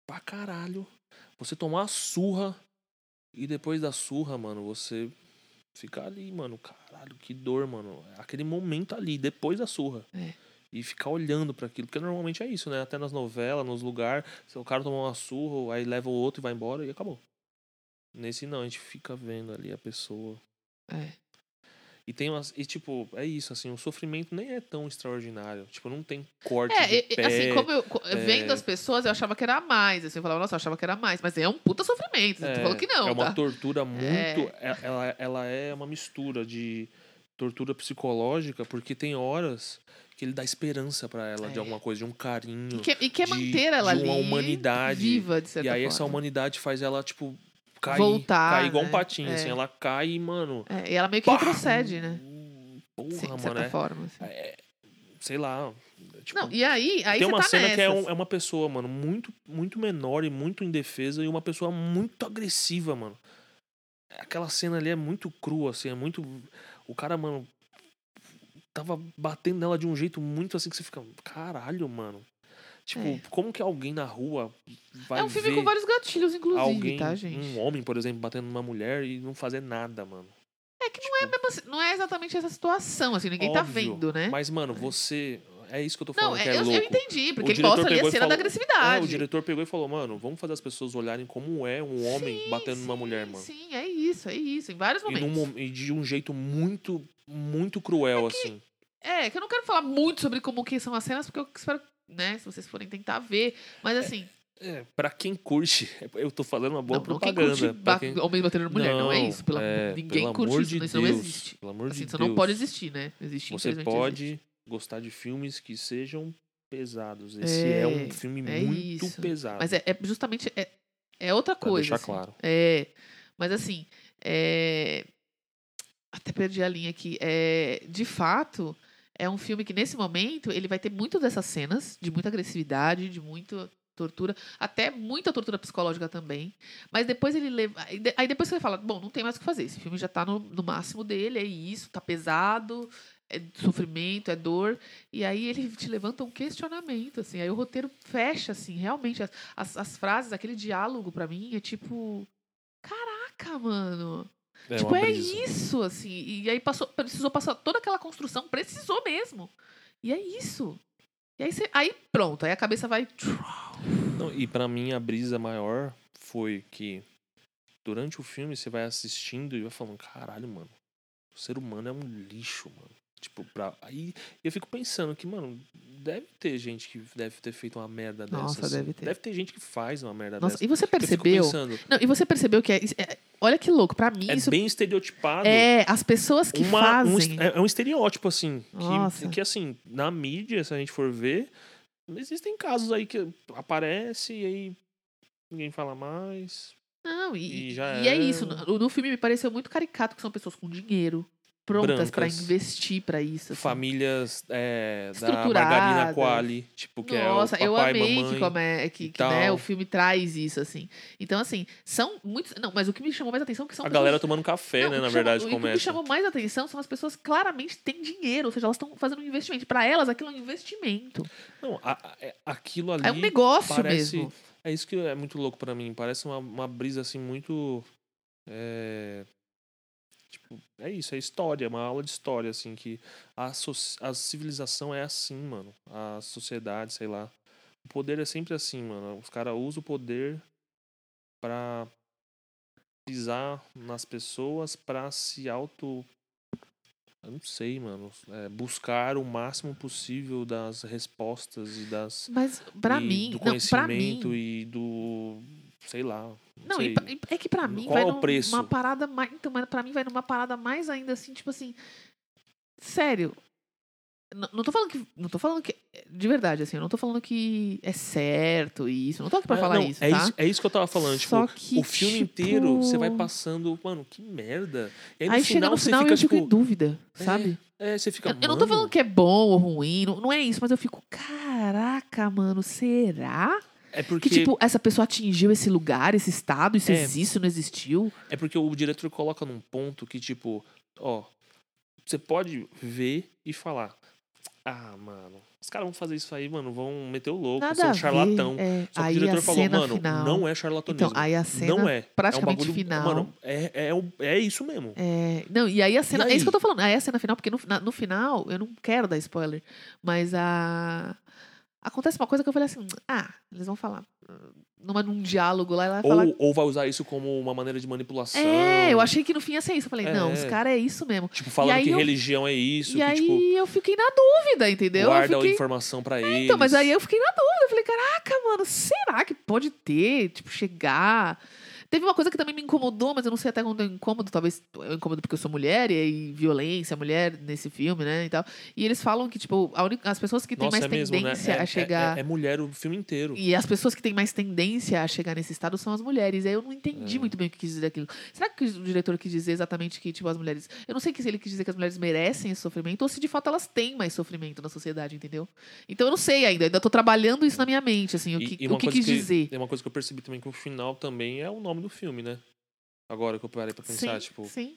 pra caralho. Você tomar a surra e depois da surra, mano, você ficar ali, mano, caralho, que dor, mano. Aquele momento ali, depois da surra.
É.
E ficar olhando pra aquilo, porque normalmente é isso, né? Até nas novelas, nos lugares, se o cara tomar uma surra, aí leva o outro e vai embora e acabou. Nesse não, a gente fica vendo ali a pessoa.
É.
E tem umas. E tipo, é isso, assim, o sofrimento nem é tão extraordinário. Tipo, não tem corte.
É,
de
e- e,
pé,
assim, como eu co-
é.
vendo as pessoas, eu achava que era mais. Assim, eu falava, nossa, eu achava que era mais. Mas é um puta sofrimento. Você falou que não.
É uma
tá?
tortura muito.
É.
é- Ela, ela é uma mistura de tortura psicológica, porque tem horas que ele dá esperança pra ela de
É.
alguma coisa, de um
E
carinho.
quer, é, e quer
de-
manter ela
de
ali.
uma humanidade.
Viva, de certa
E aí
forma.
essa humanidade faz ela, tipo, cair.
Voltar,
cair igual um
né?
patinho,
É.
assim. Ela cai e, mano.
É, e ela meio que
pá!
retrocede, né?
Porra,
Sim, de
mano.
certa
é-
forma. assim.
é- sei lá. Tipo,
Não, e aí, aí
tem
você
uma
tá
cena que é,
nessas.
um- é uma pessoa, mano, muito, muito menor e muito indefesa e uma pessoa muito agressiva, mano. Aquela cena ali é muito crua, assim, é muito. O cara, mano, tava batendo nela de um jeito muito assim que você fica, caralho, mano. Tipo,
É.
como que alguém na rua vai
É um filme
ver
com vários gatilhos, inclusive,
alguém,
tá, gente?
um homem, por exemplo, batendo numa mulher e não fazer nada, mano?
É que não é, mesmo assim- não é exatamente essa situação, assim, ninguém tá
tipo, Óbvio,
vendo, né?
Mas, mano, você. É isso que eu tô falando
Não,
que
é,
é
eu, eu
louco.
entendi,
O
porque ele
diretor
mostra ali a
pegou e
cena da
falou- É,
agressividade.
o diretor pegou e falou, mano, vamos fazer as pessoas olharem como é um homem
Sim,
batendo numa
sim,
mulher, mano.
Sim, é isso, é isso, em vários
E,
momentos.
num mo- e de um jeito muito, muito cruel, assim.
É, que eu não quero falar muito sobre como que são as cenas, porque eu espero, né, se vocês forem tentar ver, mas assim,
É, pra quem curte, eu tô falando uma boa
não, não quem
propaganda.
curte
pra
ba-
quem-
homem batendo na mulher, não, é
Não,
isso, pelo
é,
ninguém
pelo
curte
amor
isso,
de
isso não
Deus,
existe.
Pelo amor
Assim,
de
isso
Deus.
não pode existir, né? Existe,
Você
infelizmente,
pode
existe.
gostar de filmes que sejam pesados. Esse é,
É,
um filme
é
muito
isso.
pesado.
Mas é, é justamente é, É outra
Pra
coisa.
deixar
assim.
claro.
É. Mas assim, é, até perdi a linha aqui. É, de fato, é um filme que nesse momento ele vai ter muito dessas cenas de muita agressividade, de muita tortura, até muita tortura psicológica também. Mas depois ele leva, aí de- aí depois você fala, bom, não tem mais o que fazer. Esse filme já tá no, no máximo dele, é isso, tá pesado, é sofrimento, é dor. E aí ele te levanta um questionamento, assim. Aí o roteiro fecha, assim, realmente. As, as, as frases, aquele diálogo, pra mim, é tipo. Caraca, mano.
É
tipo,
uma
é
brisa.
isso, assim. E aí passou, precisou passar toda aquela construção, precisou mesmo. E é isso. E aí, você, aí pronto, aí a cabeça vai.
Não, e pra mim a brisa maior foi que durante o filme você vai assistindo e vai falando, caralho, mano, o ser humano é um lixo, mano. Tipo, pra. Aí eu fico pensando que, mano, deve ter gente que deve ter feito uma merda
Nossa,
dessas.
deve ter.
Deve ter gente que faz uma merda
Nossa,
dessa.
e você
Eu
percebeu?
fico pensando,
Não, e você percebeu que é. é- olha que louco, pra mim
é
isso.
bem estereotipado.
É, as pessoas que
Uma- um
fazem.
est- é é um estereótipo, assim. Que,
Nossa.
que, assim, na mídia, se a gente for ver, existem casos aí que aparece e aí ninguém fala mais.
Não, e,
E já
e é
é
isso. No, no filme me pareceu muito caricato que são pessoas com dinheiro, prontas pra
Brancas.
investir pra isso. assim.
Famílias é, da
Estruturadas.
Margarina Quali, tipo, que
Nossa,
é o
eu
papai
amei
mamãe.
que, como é, que,
e
que, né,
tal.
o filme traz isso, assim. Então, assim, são muitos. Não, mas o que me chamou mais atenção é que são
A
pessoas-
galera tomando café,
Não,
né,
o que
na
chamou-
verdade,
o que me
começa.
chamou mais atenção são as pessoas que claramente têm dinheiro, ou seja, elas estão fazendo um investimento. Pra elas, aquilo é um investimento.
Não, a- a- é- aquilo ali...
é um negócio
parece-
mesmo.
É isso que é muito louco pra mim. Parece uma, uma brisa assim muito. É... Tipo, é isso, é história, é uma aula de história, assim, que a, soci- a civilização é assim, mano. A sociedade, sei lá. O poder é sempre assim, mano. Os caras usam o poder pra pisar nas pessoas, pra se auto. Eu não sei, mano. É, buscar o máximo possível das respostas e das
Mas pra
e
mim,
do
não, pra mim,
conhecimento e do sei lá
Não,
sei.
e pra- e é que pra mim
Qual
vai
é o
num-
preço?
numa parada mais. Então, mas pra mim vai numa parada mais ainda assim, tipo assim. Sério. N- Não tô falando que. Não tô falando que. De verdade, assim, eu não tô falando que é certo isso. Não tô aqui pra
É,
falar
não,
isso,
é
tá?
isso é isso que eu tava falando tipo
Só que,
o filme
tipo,
inteiro você vai passando mano que merda e aí, no
Aí chega
final
no
você
final e
fica
eu fico
tipo
em dúvida,
é,
sabe?
é você fica
Eu, eu não tô
"Mano,
falando que é bom ou ruim, não, não é isso, mas eu fico, caraca, mano, será?
é
Que,
porque
tipo, essa pessoa atingiu esse lugar, esse estado, isso
É.
existe, não existiu?
é porque o diretor coloca num ponto que tipo ó você pode ver e falar ah mano os caras vão fazer isso aí mano vão meter o louco
Nada
são
a
um
ver,
charlatão
é.
só que
Aí
o
a
diretor falou
cena
mano
final.
não é charlatanismo
Então, aí a cena.
não é
praticamente
é um bagulho,
final.
mano é é, o- é isso mesmo
É, não, e aí a cena.
E
É isso que eu
aí?
tô falando. Aí a cena final, porque no, na- no final, eu não quero dar spoiler, mas a. Acontece uma coisa que eu falei assim, ah, eles vão falar. Numa, num diálogo lá, ela vai falar.
Ou, ou vai usar isso como uma maneira de manipulação.
É, eu achei que no fim ia ser isso. Eu falei, não,
É.
os caras é isso mesmo.
Tipo,
E
falando
aí
que
eu-
religião é isso,
e
que,
aí
tipo,
eu fiquei na dúvida, entendeu? Eu
guarda a
fiquei,
informação pra eles.
Então, mas aí eu fiquei na dúvida. Eu falei, caraca, mano, será que pode ter? Tipo, chegar. Teve uma coisa que também me incomodou, mas eu não sei até quando é incômodo. Talvez eu incomodo porque eu sou mulher e aí violência, mulher nesse filme, né? E tal. E eles falam que, tipo, a única- as pessoas que têm
Nossa,
mais
é mesmo, né?
tendência
É-
a
é-
chegar.
É, é mulher o filme inteiro.
E as pessoas que têm mais tendência a chegar nesse estado são as mulheres. Aí eu não entendi
É.
muito bem o que quis dizer aquilo. Será que o diretor quis dizer exatamente que, tipo, as mulheres. Eu não sei que se ele quis dizer que as mulheres merecem esse sofrimento ou se de fato elas têm mais sofrimento na sociedade, entendeu? Então eu não sei ainda. Ainda tô trabalhando isso na minha mente, assim, o
E-
que,
e
o que
coisa
quis dizer.
É uma coisa que eu percebi também que o final também é o nome do filme, né? Agora que eu parei pra pensar,
sim,
tipo,
sim.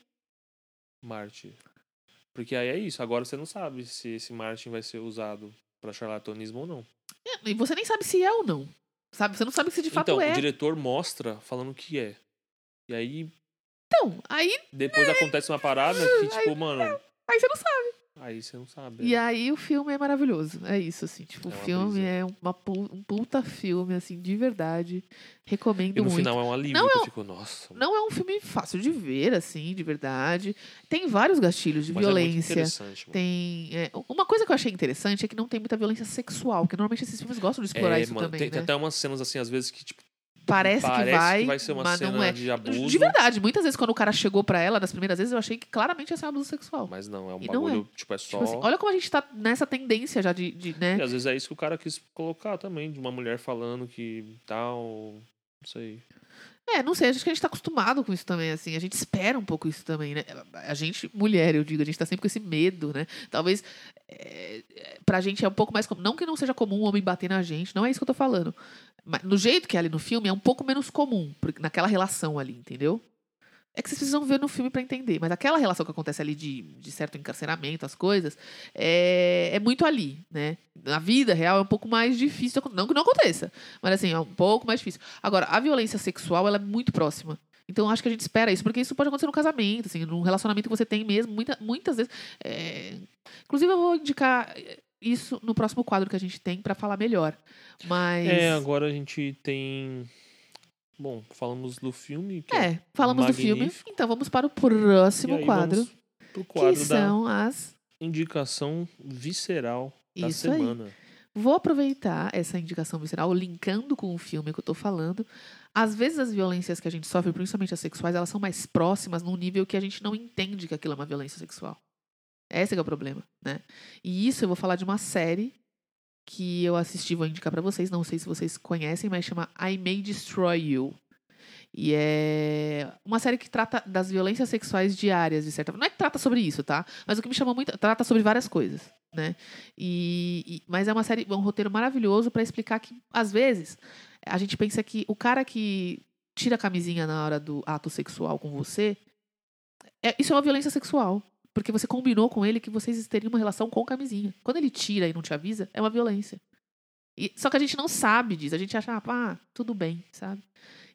Marte. Porque aí é isso, agora você não sabe se esse Martin vai ser usado pra charlatanismo ou não.
É, E você nem sabe se é ou não. Sabe? Você não sabe se de fato
então,
é.
o diretor mostra falando que é. E aí,
Então, aí,
depois acontece uma parada que, tipo, mano,
aí você não sabe.
aí você não sabe.
E aí o filme é maravilhoso. É isso, assim. Tipo,
É
o
uma
filme
brisa.
é uma, pu- um puta filme, assim, de verdade. Recomendo
E no
muito.
final é um alívio
Não,
que
eu-
eu fico, nossa.
Não é um filme fácil de ver, assim, de verdade. Tem vários gastilhos de
mas É muito
violência.
interessante, mano.
tem. é, uma coisa que eu achei interessante é que não tem muita violência sexual, que normalmente esses filmes gostam de explorar
É,
isso
mano,
também.
tem,
né?
tem até umas cenas assim, às vezes, que tipo,
parece,
parece
que vai.
ser uma
mas não
cena
é.
de abuso.
De verdade, muitas vezes quando o cara chegou pra ela, das primeiras vezes, eu achei que claramente ia ser um abuso sexual.
Mas não, é um
E não
bagulho, tipo, é só.
Tipo assim, olha como a gente tá nessa tendência já de. de, né?
E às vezes é isso que o cara quis colocar também, de uma mulher falando que tal. Não sei.
É, não sei, acho que a gente tá acostumado com isso também, assim. A gente espera um pouco isso também, né? A gente, mulher, eu digo, a gente tá sempre com esse medo, né? Talvez é, é, pra gente é um pouco mais comum. Não que não seja comum um homem bater na gente, não é isso que eu tô falando. Mas no jeito que é ali no filme, é um pouco menos comum, porque- naquela relação ali, entendeu? É que vocês precisam ver no filme pra entender, mas aquela relação que acontece ali de, de certo encarceramento, as coisas, é, é muito ali, né? Na vida real é um pouco mais difícil, de acon- não que não aconteça, mas assim, é um pouco mais difícil. Agora, a violência sexual, ela é muito próxima. Então, eu acho que a gente espera isso, porque isso pode acontecer no casamento, assim, num relacionamento que você tem mesmo, muita, muitas vezes. é, Inclusive, eu vou indicar eh, isso no próximo quadro que a gente tem pra falar melhor. Mas.
É, agora a gente tem. Bom, falamos do filme. Que
É, falamos do filme.
magnífico.
Então vamos para o
E
próximo
aí
quadro,
vamos Pro quadro
que
da
são as.
indicação visceral da
Isso aí.
semana.
Vou aproveitar essa indicação visceral, linkando com o filme que eu tô falando. Às vezes as violências que a gente sofre, principalmente as sexuais, elas são mais próximas num nível que a gente não entende que aquilo é uma violência sexual. Esse que é o problema, né? E isso eu vou falar de uma série que eu assisti, vou indicar pra vocês, não sei se vocês conhecem, mas chama I May Destroy You. E é uma série que trata das violências sexuais diárias, de certa forma. Não é que trata sobre isso, tá? Mas o que me chamou muito, trata sobre várias coisas, né? E, e- mas é uma série, é um roteiro maravilhoso pra explicar que às vezes a gente pensa que o cara que tira a camisinha na hora do ato sexual com você, é- isso é uma violência sexual. Porque você combinou com ele que vocês teriam uma relação com camisinha. Quando ele tira e não te avisa, é uma violência. E- só que a gente não sabe disso. A gente acha, ah, pá, tudo bem, sabe?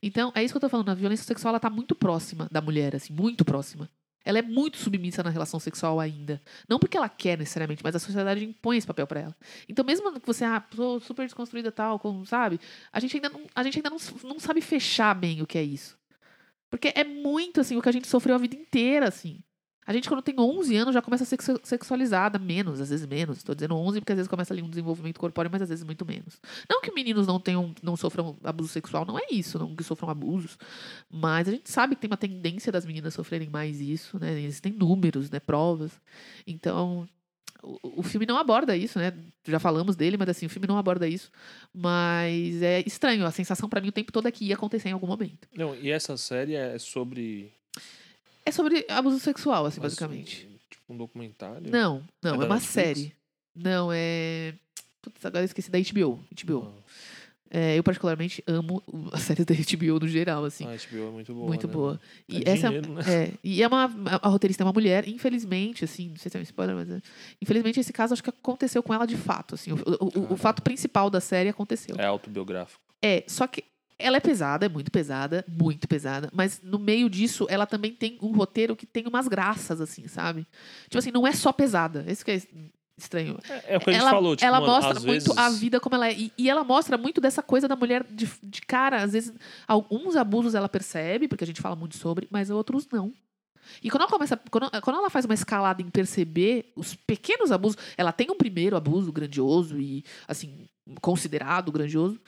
Então, é isso que eu tô falando. A violência sexual, ela tá muito próxima da mulher, assim, muito próxima. Ela é muito submissa na relação sexual ainda. Não porque ela quer necessariamente, mas a sociedade impõe esse papel pra ela. Então, mesmo que você, ah, sou super desconstruída tal, como, sabe? A gente ainda, não, a gente ainda não, s- não sabe fechar bem o que é isso. Porque é muito, assim, o que a gente sofreu a vida inteira, assim. A gente, quando tem 11 anos, já começa a ser sexu- sexualizada, menos, às vezes menos. Tô dizendo 11 porque às vezes começa ali um desenvolvimento corpóreo, mas às vezes muito menos. Não que meninos não tenham, não sofram abuso sexual, não é isso, não que sofram abusos. Mas a gente sabe que tem uma tendência das meninas sofrerem mais isso, né? Existem números, né? Provas. Então, o, o filme não aborda isso, né? Já falamos dele, mas assim, o filme não aborda isso. Mas é estranho, a sensação pra mim o tempo todo é que ia acontecer em algum momento.
Não, e essa série é sobre.
É sobre abuso sexual, assim,
mas,
basicamente.
Tipo um documentário?
Não, não,
É
é,
da
uma
Netflix?
série. Não, é. Putz, agora eu esqueci da HBO. HBO.
Ah,
É, eu particularmente amo as séries da HBO no geral, assim.
a HBO é muito boa.
muito
né?
boa.
É
E essa
dinheiro, né?
é, e é uma a, a roteirista é uma mulher, infelizmente, assim, não sei se é um spoiler, mas é, infelizmente esse caso acho que aconteceu com ela de fato, assim. O, o- o- o
Caramba.
fato principal da série aconteceu.
É autobiográfico.
É, só que ela é pesada, é muito pesada, muito pesada, mas no meio disso ela também tem um roteiro que tem umas graças, assim, sabe? Tipo assim, não é só pesada. Esse que é estranho
É, é o que a gente falou, tipo,
ela
mano,
mostra
às
muito
vezes,
a vida como ela é. E, e ela mostra muito dessa coisa da mulher de, de cara. Às vezes, alguns abusos ela percebe, porque a gente fala muito sobre, mas outros não. E quando ela, começa, quando, quando ela faz uma escalada em perceber os pequenos abusos, ela tem um primeiro abuso grandioso e, assim, considerado grandioso,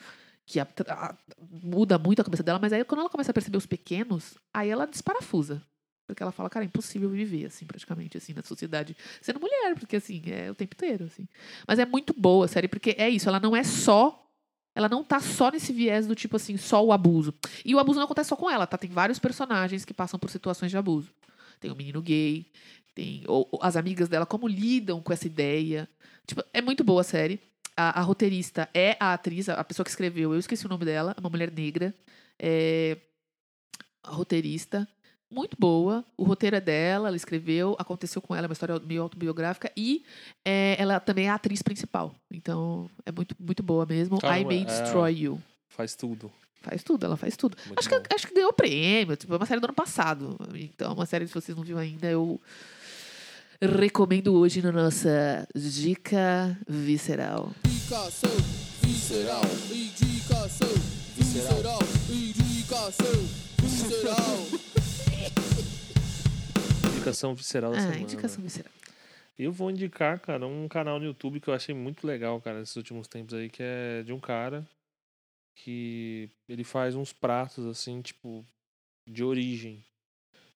que a- a- muda muito a cabeça dela, mas aí quando ela começa a perceber os pequenos, aí ela desparafusa. Porque ela fala, cara, é impossível viver, assim, praticamente, assim, na sociedade, sendo mulher, porque, assim, é o tempo inteiro, assim. Mas é muito boa a série, porque é isso, ela não é só. Ela não tá só nesse viés do tipo assim, só o abuso. E o abuso não acontece só com ela, tá? Tem vários personagens que passam por situações de abuso. Tem o menino gay, tem ou- ou as amigas dela, como lidam com essa ideia. Tipo, é muito boa a série. A, a roteirista é a atriz, a a pessoa que escreveu, eu esqueci o nome dela, é uma mulher negra. É a roteirista. Muito boa. O roteiro é dela, ela escreveu, aconteceu com ela, é uma história meio autobiográfica. E é, ela também é a atriz principal. Então, é muito, muito boa mesmo. I
Caramba,
May
é-
Destroy You.
faz tudo.
Faz tudo, ela faz tudo.
Muito
Acho que,
bom.
acho que ganhou prêmio. Tipo, é uma série do ano passado. Então, é uma série, se vocês não viram ainda, eu recomendo hoje na nossa Dica Visceral.
Indicação visceral, indicação visceral, indicação visceral.
Indicação visceral da
Ah,
semana.
indicação visceral.
Eu vou indicar, cara, um canal no YouTube que eu achei muito legal, cara, nesses últimos tempos aí, que é de um cara que ele faz uns pratos, assim, tipo, de origem.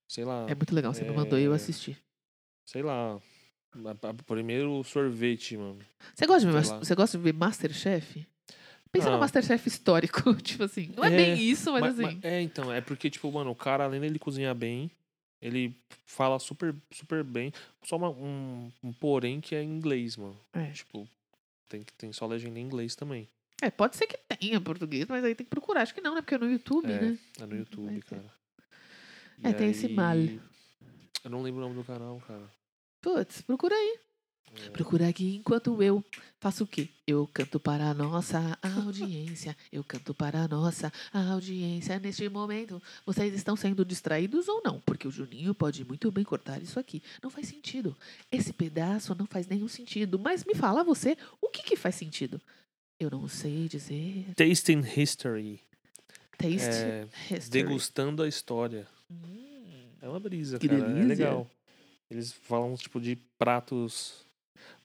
Sei lá,
É muito legal, você me
é-
mandou e eu assisti.
sei lá. a- a- Primeiro sorvete, mano.
Você gosta de ver,
Sei lá.
mas- você gosta de ver Masterchef? Pensa no
Ah.
Masterchef histórico. tipo assim, não é,
É,
bem isso, mas, assim.
é, então, é porque, tipo, mano, o cara, além dele cozinhar bem, ele fala super, super bem. Só uma- um, um porém que é em inglês, mano.
É.
Tipo, tem, que- tem só legenda em inglês também.
É, pode ser que tenha português, mas aí tem que procurar. Acho que não, né? Porque é no YouTube,
É.
né?
É no YouTube,
Vai ter.
cara.
É, tem esse mal.
Eu não lembro o nome do canal, cara.
Putz, procura aí.
É,
Procura aqui enquanto eu faço o quê? Eu canto para a nossa audiência. Eu canto para a nossa audiência. Neste momento, vocês estão sendo distraídos ou não? Porque o Juninho pode muito bem cortar isso aqui. Não faz sentido. Esse pedaço não faz nenhum sentido. Mas me fala você, o que que faz sentido? Eu não sei dizer.
Tasting History.
Taste
É,
history.
degustando a história.
Hum.
É uma brisa,
Que
cara. É
delícia.
legal. Eles falam, tipo, de pratos.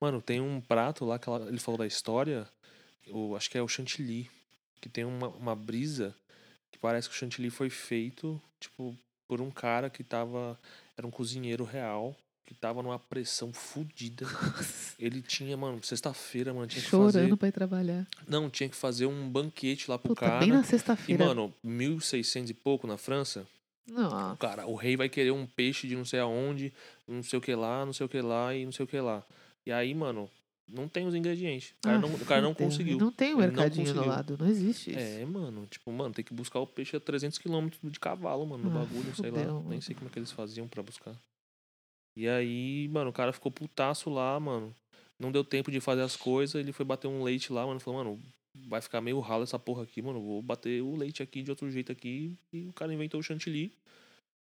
Mano, tem um prato lá que ela- ele falou da história. O, acho que é o chantilly. Que tem uma, uma brisa que parece que o chantilly foi feito, tipo, por um cara que tava. Era um cozinheiro real. Que tava numa pressão fodida. Ele tinha, mano, sexta-feira, mano, tinha que
Chorando
fazer.
pra ir trabalhar.
Não, tinha que fazer um banquete lá pro
Puta,
cara.
bem na
E,
sexta-feira.
mano, 1600 e pouco na França.
Nossa.
Cara, o rei vai querer um peixe de não sei aonde, não sei o que lá, não sei o que lá e não sei o que lá. E aí, mano, não tem os ingredientes. O cara
Ah,
não, o cara não
fudeu.
conseguiu.
Não tem o
Ele não
mercadinho do
conseguiu.
lado, não existe isso.
É, mano, tipo, mano, tem que buscar o peixe a 300km de cavalo, mano, no
Ah,
bagulho, sei lá.
fudeu, mano.
Nem sei como é que eles faziam pra buscar. E aí, mano, o cara ficou putaço lá, mano. Não deu tempo de fazer as coisas, ele foi bater um leite lá, mano, falou, mano, vai ficar meio ralo essa porra aqui, mano, vou bater o leite aqui de outro jeito aqui. E o cara inventou o chantilly.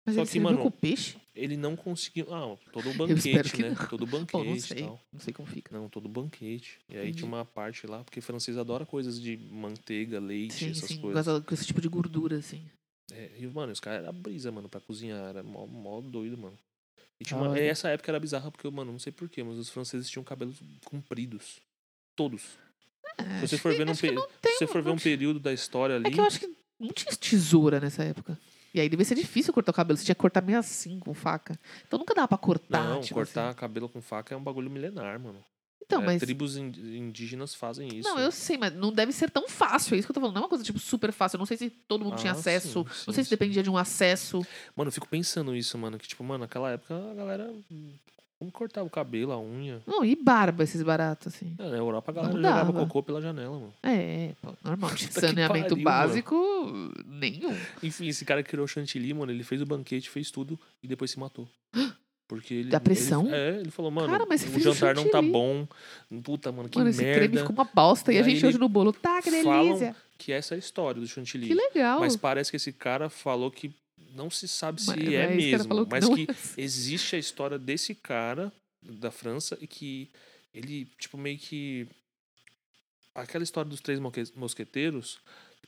Mas
só
ele
que,
serviu
mano,
com peixe?
ele não conseguiu. Ah, todo
espero
banquete,
que
né?
não.
Todo
Bom, não
banquete e
sei.
tal.
Não sei como fica.
Não, todo banquete. E aí
Entendi.
tinha uma parte lá, porque francês adora coisas de manteiga, leite,
Sim,
essas
sim.
coisas.
gosta Com esse tipo de gordura, assim.
É, e, mano, os caras eram brisa, mano, pra cozinhar. Era mó, mó doido, mano. E tinha
Da
uma-
hora.
e essa época era bizarra, porque, mano, não sei porquê, mas os franceses tinham cabelos compridos. Todos.
É,
Se você
acho
for
que-
ver num
acho que
pe-
não tem,
Se você for ver
não
um período da história ali.
É que eu acho que não tinha tesoura nessa época. E aí devia ser difícil cortar o cabelo. Você tinha que cortar meio assim, com faca. Então nunca dava pra cortar.
Não,
tipo
cortar
assim.
cabelo com faca é um bagulho milenar, mano.
Então,
É,
mas...
Tribos ind- indígenas fazem isso.
Não, eu sei, mas não deve ser tão fácil. É isso que eu tô falando. Não é uma coisa, tipo, super fácil. Eu não sei se todo mundo tinha
Ah,
acesso.
sim,
não
sim,
sei se
sim.
dependia de um acesso.
Mano, eu fico pensando isso, mano. Que, tipo, mano, naquela época a galera. hum, Como cortava o cabelo, a unha.
Não, e barba esses baratos, assim.
Ah, Na Europa a galera
Não
jogava
dava.
cocô pela janela, mano.
É, pô, normal. De
Puta que
saneamento
pariu,
básico, nenhum.
Enfim, esse cara que criou o chantilly, mano. Ele fez o banquete, fez tudo e depois se matou. Porque ele.
Da pressão?
ele- é, ele falou, mano,
Cara, mas você
o
fez o
jantar não tá
chantilly.
bom. Puta, mano, que
Mano, esse creme
merda.
ficou uma bosta. E,
E
a
aí
gente
ele-
hoje no bolo, tá, que
falam
delícia.
Que essa é a história do chantilly.
Que legal.
Mas parece que esse cara falou que não se sabe se
Mas-
é
mas esse cara
mesmo.
falou
mas
não
que
é.
existe a história desse cara da França e que ele, tipo, meio que. Aquela história dos três moque- mosqueteiros.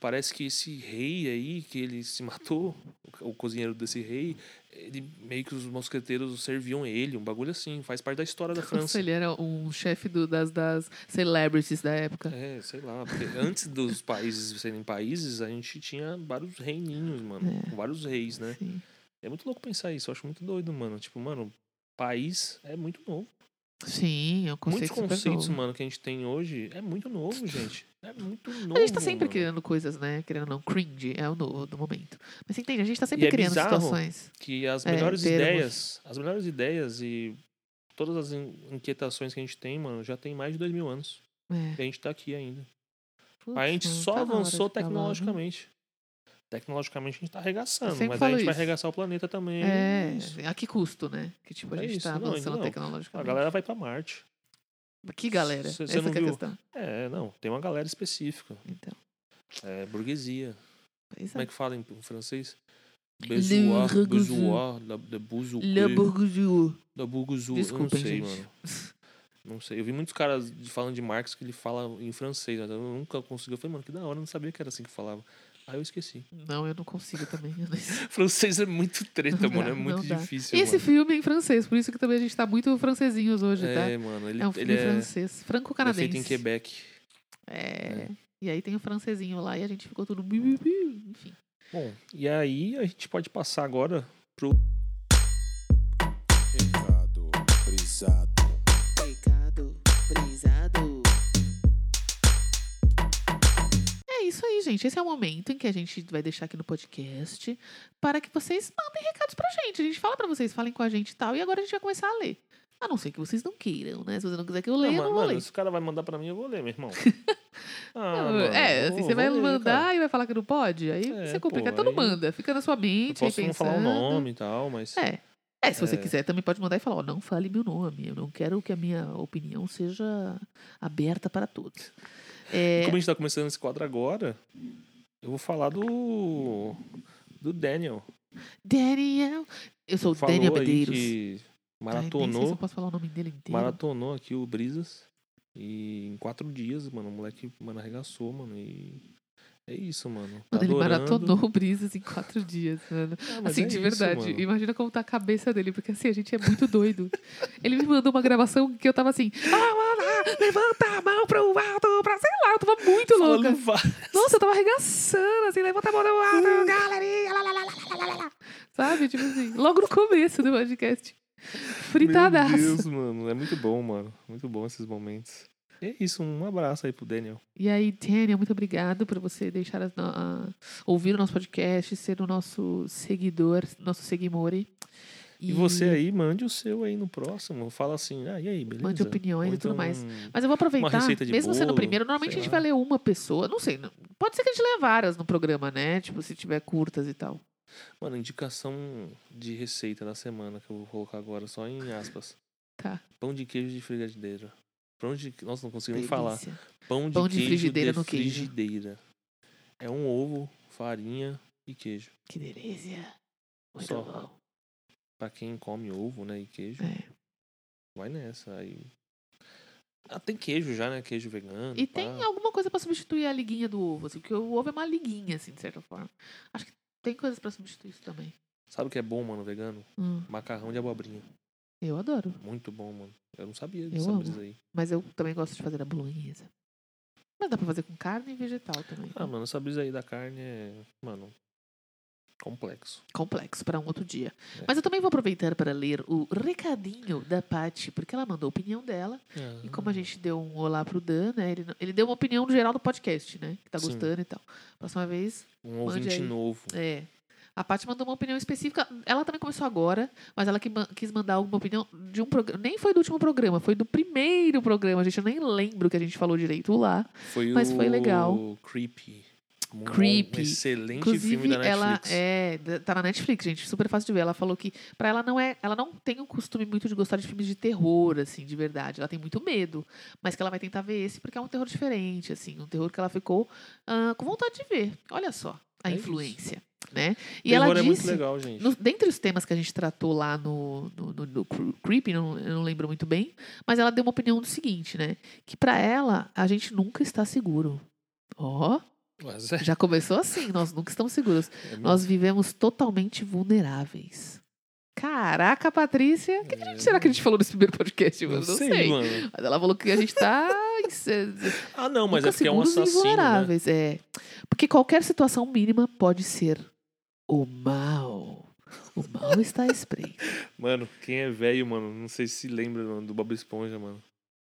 Parece que esse rei aí, que ele se matou, o co- o cozinheiro desse rei, ele meio que os mosqueteiros serviam ele, um bagulho assim, faz parte da história da
Nossa,
França.
ele era um chefe do- das, das celebrities da época.
É, sei lá, porque antes dos países serem países, a gente tinha vários reininhos, mano,
É.
com vários reis, né?
Sim.
É muito louco pensar isso, eu acho muito doido, mano. Tipo, mano, país é muito novo.
Sim, é um conceito
Muitos
super
conceitos,
novo.
mano, que a gente tem hoje é muito novo, gente. É muito novo.
A gente tá sempre
mano.
criando coisas, né? Querendo ou não, cringe é o novo do momento. Mas você entende, a gente tá sempre
é
criando
bizarro.
situações.
Que as
É,
melhores
termos.
ideias, as melhores ideias e todas as in- inquietações que a gente tem, mano, já tem mais de dois mil anos.
É.
E a gente tá aqui ainda.
Putz,
a gente
mano,
só
tá na hora
avançou
de falar, viu?
tecnologicamente. Tecnologicamente a gente tá
Eu
arregaçando,
sempre
mas aí a
falo
gente vai
isso.
arregaçar o planeta também.
É,
Isso.
a que custo, né? Que tipo, a
É
gente
isso,
tá
não,
avançando
não. A
tecnologicamente.
galera vai pra Marte.
Que galera?
Cê- cê
Essa
não
que é a
viu?
questão.
É, não, tem uma galera específica.
Então,
É burguesia.
pois
Como
é.
é que fala em francês?
Le
Bezoar,
Bourgeois.
bezoar, la- de bouzouer.
Le Bourgeois.
Da Buguzu, eu não
Desculpem,
sei,
gente.
mano. Não sei. Eu vi muitos caras de- falando de Marx que ele fala em francês, mas eu nunca consegui. Eu falei, mano, que da hora, eu não sabia que era assim que falava. Aí eu esqueci.
Não, eu não consigo também. eu não-
Francês é muito treta,
Não
mano.
dá,
é muito
não dá.
difícil.
Esse
mano.
filme é em francês, por isso que também a gente tá muito francesinhos hoje,
É,
tá?
mano, ele
É um filme
ele é,
francês.
ele é feito
Franco-canadense.
em Quebec. né?
É. E aí tem o francesinho lá e a gente ficou tudo. bi, bi, bi, Enfim.
Bom, e aí a gente pode passar agora.
Recado frisado.
Pecado, brisado. isso aí, gente. Esse é o momento em que a gente vai deixar aqui no podcast para que vocês mandem recados pra gente. A gente fala pra vocês, falem com a gente e tal. E agora a gente vai começar a ler. A não ser que vocês não queiram, né? Se você não quiser que eu leia, eu
mano,
não vou
mano,
ler.
se o cara vai mandar pra mim, eu vou ler, meu irmão. Ah, mano,
é,
eu
assim,
vou-
você vai
vou ler,
mandar
cara.
e vai falar que não pode, aí
É,
você complica.
pô,
então não
aí
manda, fica na sua
Eu
mente.
posso
aí
não falar o
pensando.
nome e tal, mas.
É. É, se você
É.
quiser também pode mandar e falar, ó, não fale meu nome, eu não quero que a minha opinião seja aberta para todos. É,
Como a gente tá começando esse quadro agora, eu vou falar do. Do Daniel.
Daniel, eu sou o
Falou
Daniel
aí
Medeiros.
que
Ai, nem sei se eu
maratonou.
posso falar o nome dele inteiro.
Maratonou aqui o Brisas. E em quatro dias, mano, o moleque, mano, arregaçou, mano. E. É isso, mano. Tá
Mano, ele
adorando.
maratonou o Brisas em quatro dias, mano.
Ah, mas
Assim,
é
de
isso,
verdade.
mano.
Imagina como tá a cabeça dele, porque assim, a gente é muito doido. Ele me mandou uma gravação que eu tava assim, ah, mano, ah, levanta a mão pro alto, pra sei lá, eu tava muito
Falando
louca.
várias-
Nossa, eu tava arregaçando, assim, levanta a mão pro
Hum.
alto, galerinha, lá, lá, lá, lá, lá, lá, lá, lá. Sabe? Tipo assim, logo no começo do podcast.
Meu
Fritadaço.
Deus, mano. É muito bom, mano. Muito bom esses momentos. É isso, um abraço aí pro Daniel.
E aí, Daniel, muito obrigado por você deixar as no- a- ouvir o nosso podcast, ser o nosso seguidor, nosso seguimore.
E você aí, mande o seu aí no próximo. Fala assim, ah, e aí, beleza?
Mande opiniões
Ou
e tudo mais.
então,
Mas eu vou aproveitar,
receita de
mesmo sendo o
bolo,
primeiro, normalmente a
sei
gente
lá.
vai ler uma pessoa, não sei, não- pode ser que a gente lê várias no programa, né? Tipo, se tiver curtas e tal.
Mano, indicação de receita da semana que eu vou colocar agora, só em aspas.
Tá.
Pão de queijo de frigideira. Pão de... Nossa, não consigo nem
delícia.
falar. Pão de,
Pão de
queijo
frigideira
de
no queijo.
frigideira. É um ovo, farinha e queijo.
Que delícia. Muito
Só.
bom.
Pra quem come ovo, né, e queijo,
É.
vai nessa. Aí... Ah, tem queijo já, né? Queijo vegano.
E
pá.
tem alguma coisa pra substituir a liguinha do ovo, assim, porque o ovo é uma liguinha, assim, de certa forma. Acho que tem coisas pra substituir isso também.
Sabe o que é bom, mano, vegano?
Hum,
Macarrão de abobrinha.
eu adoro.
Muito bom, mano. Eu não sabia
Eu
dessa
amo.
brisa aí.
Mas eu também gosto de fazer a bolonhesa. Mas dá pra fazer com carne e vegetal também.
Ah, mano, essa brisa aí da carne é, mano, complexo.
Complexo para um outro dia.
É.
Mas eu também vou aproveitar para ler o recadinho da Paty, porque ela mandou a opinião dela.
É.
E como a gente deu um olá pro Dan, né? Ele, ele deu uma opinião no geral do podcast, né? Que tá
Sim.
gostando e tal. Próxima vez,
Um
mande
ouvinte
aí.
novo.
é. A Paty mandou uma opinião específica. Ela também começou agora, mas ela que ma- quis mandar alguma opinião de um programa. Nem foi do último programa, foi do primeiro programa, gente. Eu nem lembro o que a gente falou direito lá.
Foi
Mas
o
foi legal.
Creepy. Um
Creepy.
excelente
Inclusive,
filme da
ela
Netflix.
é, da- tá na Netflix, gente, super fácil de ver. Ela falou que pra ela não é, ela não tem o costume muito de gostar de filmes de terror assim, de verdade. Ela tem muito medo, mas que ela vai tentar ver esse porque é um terror diferente, assim, um terror que ela ficou ah, com vontade de ver. Olha só a
É isso.
influência, né? E
Terror
ela
é muito
disse
legal, gente.
no- dentre os temas que a gente tratou lá no, no, no, no Cre- Creepy, não- eu não lembro muito bem, mas ela deu uma opinião do seguinte, né? Que pra ela, a gente nunca está seguro. Ó,
Mas é,
já começou assim, nós nunca estamos seguros.
é
Nós vivemos totalmente vulneráveis. Caraca, Patrícia! O que, que a gente-
É.
será que a gente falou nesse primeiro podcast?
muito-
mano?
não sei, mano.
Mas ela falou que a gente tá. em se-
Ah, não, mas
nunca
é porque é um
seguros e
assassino, né?
vulneráveis, é. Porque qualquer situação mínima pode ser o mal. O mal está à espreita.
Mano, quem é velho, mano, não sei se lembra mano, do Bob Esponja, mano.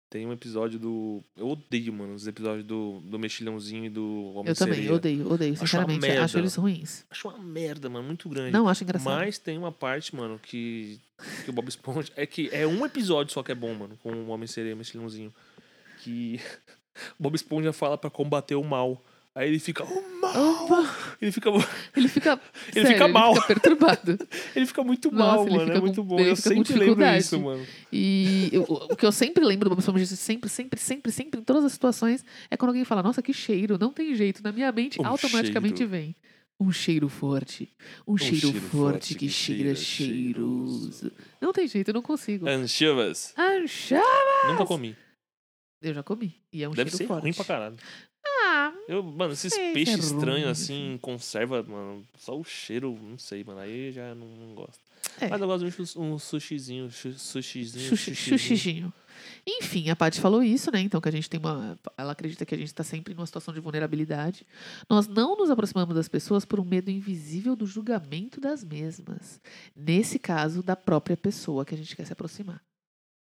Tem um episódio do... Eu odeio, mano, os episódios do, do Mexilhãozinho e do Homem
Eu também,
Sereia.
odeio, odeio,
Acho uma
sinceramente.
merda.
Acho eles ruins.
Acho uma merda, mano, muito grande.
Não acho engraçado.
Mas tem uma parte, mano, que, que o Bob Esponja. É que é um episódio só que é bom, mano, com o Homem Sereia Mexilhãozinho. Que o Bob Esponja fala pra combater o mal. Aí ele fica. O mal!
Opa,
Ele fica,
ele fica.
Ele
sério,
fica mal.
Ele fica perturbado.
ele fica muito
Nossa,
mal,
ele
mano.
fica
é
com-
muito bom.
ele
Eu
fica com
sempre lembro
dificuldade.
isso, mano.
E eu- o que eu sempre lembro do Bob Esponja, isso sempre, sempre, sempre, sempre, em todas as situações, é quando alguém fala, nossa, que cheiro, não tem jeito. Na minha mente,
Um
automaticamente
cheiro.
vem. Um cheiro forte. Um, cheiro, forte, que, cheira cheiroso. Não tem jeito, eu não consigo.
Anchivas.
Ancha!
Nunca comi.
Eu já comi. E é um
Deve
cheiro
ser
forte.
ruim pra caralho.
Ah,
Eu, mano, esses
Sei,
peixes
é ruim,
estranhos
assim.
assim, conserva, mano. Só o cheiro, não sei, mano. Aí eu já não, não gosto.
É.
Mas eu gosto muito de um sushizinho, chu- sushizinho,
Xuxi- Xuxizinho. Enfim, a Paty falou isso, né? Então, que a gente tem uma. Ela acredita que a gente está sempre numa situação de vulnerabilidade. Nós não nos aproximamos das pessoas por um medo invisível do julgamento das mesmas. Nesse caso, da própria pessoa que a gente quer se aproximar.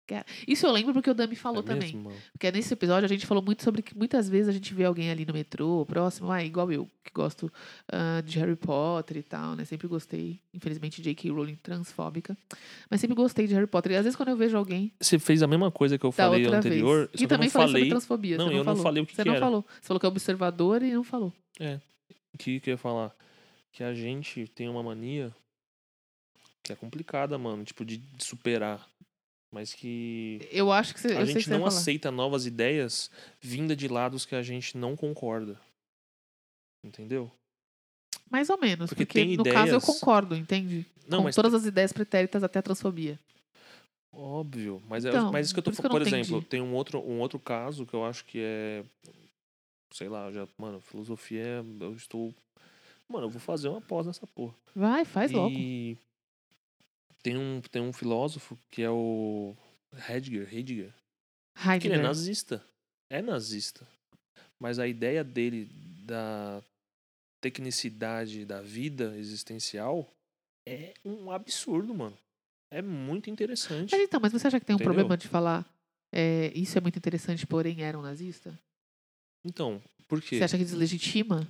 Cara, Isso eu lembro porque o Dami falou
é
também.
mesmo, mano?
Porque nesse episódio a gente falou muito sobre que muitas vezes a gente vê alguém ali no metrô, próximo, ah, igual eu, que gosto ah, de Harry Potter e tal, né? Sempre gostei. Infelizmente, J.K. Rowling transfóbica. Mas sempre gostei de Harry Potter. E às vezes quando eu vejo alguém
Você fez a mesma coisa que eu
da
falei
outra
anterior,
vez.
só
E
que eu
também
não
falei sobre
falei
transfobia.
Não,
você
eu não
falou.
falei o que
Você
que
não
era.
falou. Você falou que é observador e não falou.
que, que eu ia falar. Que a gente tem uma mania que é complicada, mano, tipo, de, de superar. Mas que
Eu acho que você.
a
eu sei que
gente
você vai
não
falar.
aceita novas ideias vinda de lados que a gente não concorda. Entendeu?
Mais ou menos.
Porque
Porque,
tem
no caso eu
ideias-
concordo, entende?
Não,
Com
mas
todas as ideias pretéritas até a transfobia.
Óbvio, mas, é,
Então,
mas isso que eu tô
por isso que eu
falando. Por
não
exemplo,
entendi.
tem um outro, um outro caso que eu acho que é. Sei lá, já. Mano, filosofia é- Eu estou. Mano, eu vou fazer uma pós nessa porra.
Vai, faz logo.
E. Tem um, tem um filósofo que é o. Heidegger, Heidegger. Que ele é
Heidegger.
nazista. É nazista. Mas a ideia dele da tecnicidade da vida existencial é um absurdo, mano. É muito interessante.
Mas então, mas você acha que tem um
Entendeu?
problema de falar é, isso é muito interessante, porém era um nazista?
Então, por quê?
Você acha que deslegitima?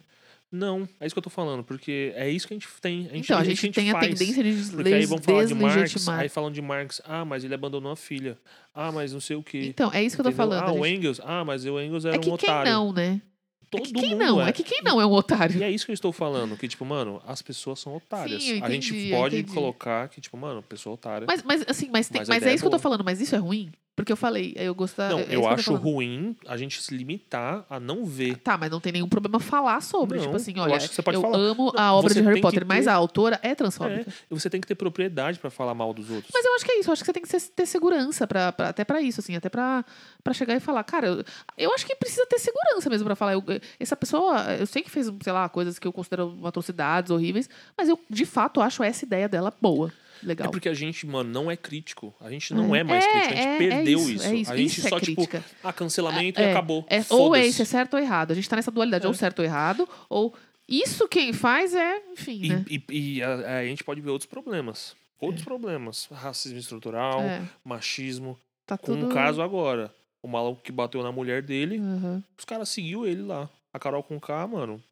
Não, é isso que eu tô falando, porque é isso que a gente tem. A gente,
então, a
é isso
gente,
que
tem a
faz.
tendência de
Porque aí vão
desles-
falar de Marx,
deslegitimar.
aí falam de Marx, ah, mas ele abandonou a filha. Ah, mas não sei o quê.
Então, é isso que eu tô
Entendeu?
falando.
Ah,
a
o
gente-
Engels, ah, mas o Engels era
É que
um
quem
otário.
não, né?
Todo
é que quem
mundo
não,
é.
é que quem não é um otário.
E é isso que eu estou falando, que tipo, mano, as pessoas são otárias.
Sim, eu
a gente
entendi, eu
pode
entendi.
colocar que tipo, mano, pessoa otária.
Mas, mas assim, mas, tem-
Mas a
mas
ideia
é
é
isso que eu tô
boa.
falando, mas isso é ruim? Porque eu falei, eu gostava.
não,
é isso que
eu
tô
acho
falando.
ruim a gente se limitar a não ver.
Tá, mas não tem nenhum problema falar sobre.
Não,
tipo assim,
eu
olha,
acho que você pode
eu
falar.
amo
Não,
a obra
você
de Harry
tem que
Potter, mas
ter-
a autora é transfóbica.
E você tem que ter propriedade pra falar mal dos outros.
Mas eu acho que é isso, eu acho que você tem que ser- ter segurança pra, pra- até pra isso, assim, até pra, pra chegar e falar, cara, eu, eu acho que precisa ter segurança mesmo pra falar. eu- essa pessoa, eu sei que fez, sei lá, coisas que eu considero atrocidades horríveis, mas eu de fato acho essa ideia dela boa. Legal.
É porque a gente, mano, não é crítico. A gente não é, mais
É,
crítico. A gente
é, é
perdeu
isso,
isso.
é isso,
A gente
isso é
só, tipo,
crítica.
ah, cancelamento e
É,
acabou.
É, ou é
Foda-se.
isso, é certo ou errado. A gente tá nessa dualidade,
É.
ou certo ou errado, ou isso quem faz é, enfim,
E,
né?
e- e a, a gente pode ver outros problemas. Outros problemas. Racismo estrutural,
É,
machismo.
tá
Então, Com
tudo...
um caso assim, agora. O maluco que bateu na mulher dele,
Aham.
os caras seguiu ele lá. A Carol com K, mano,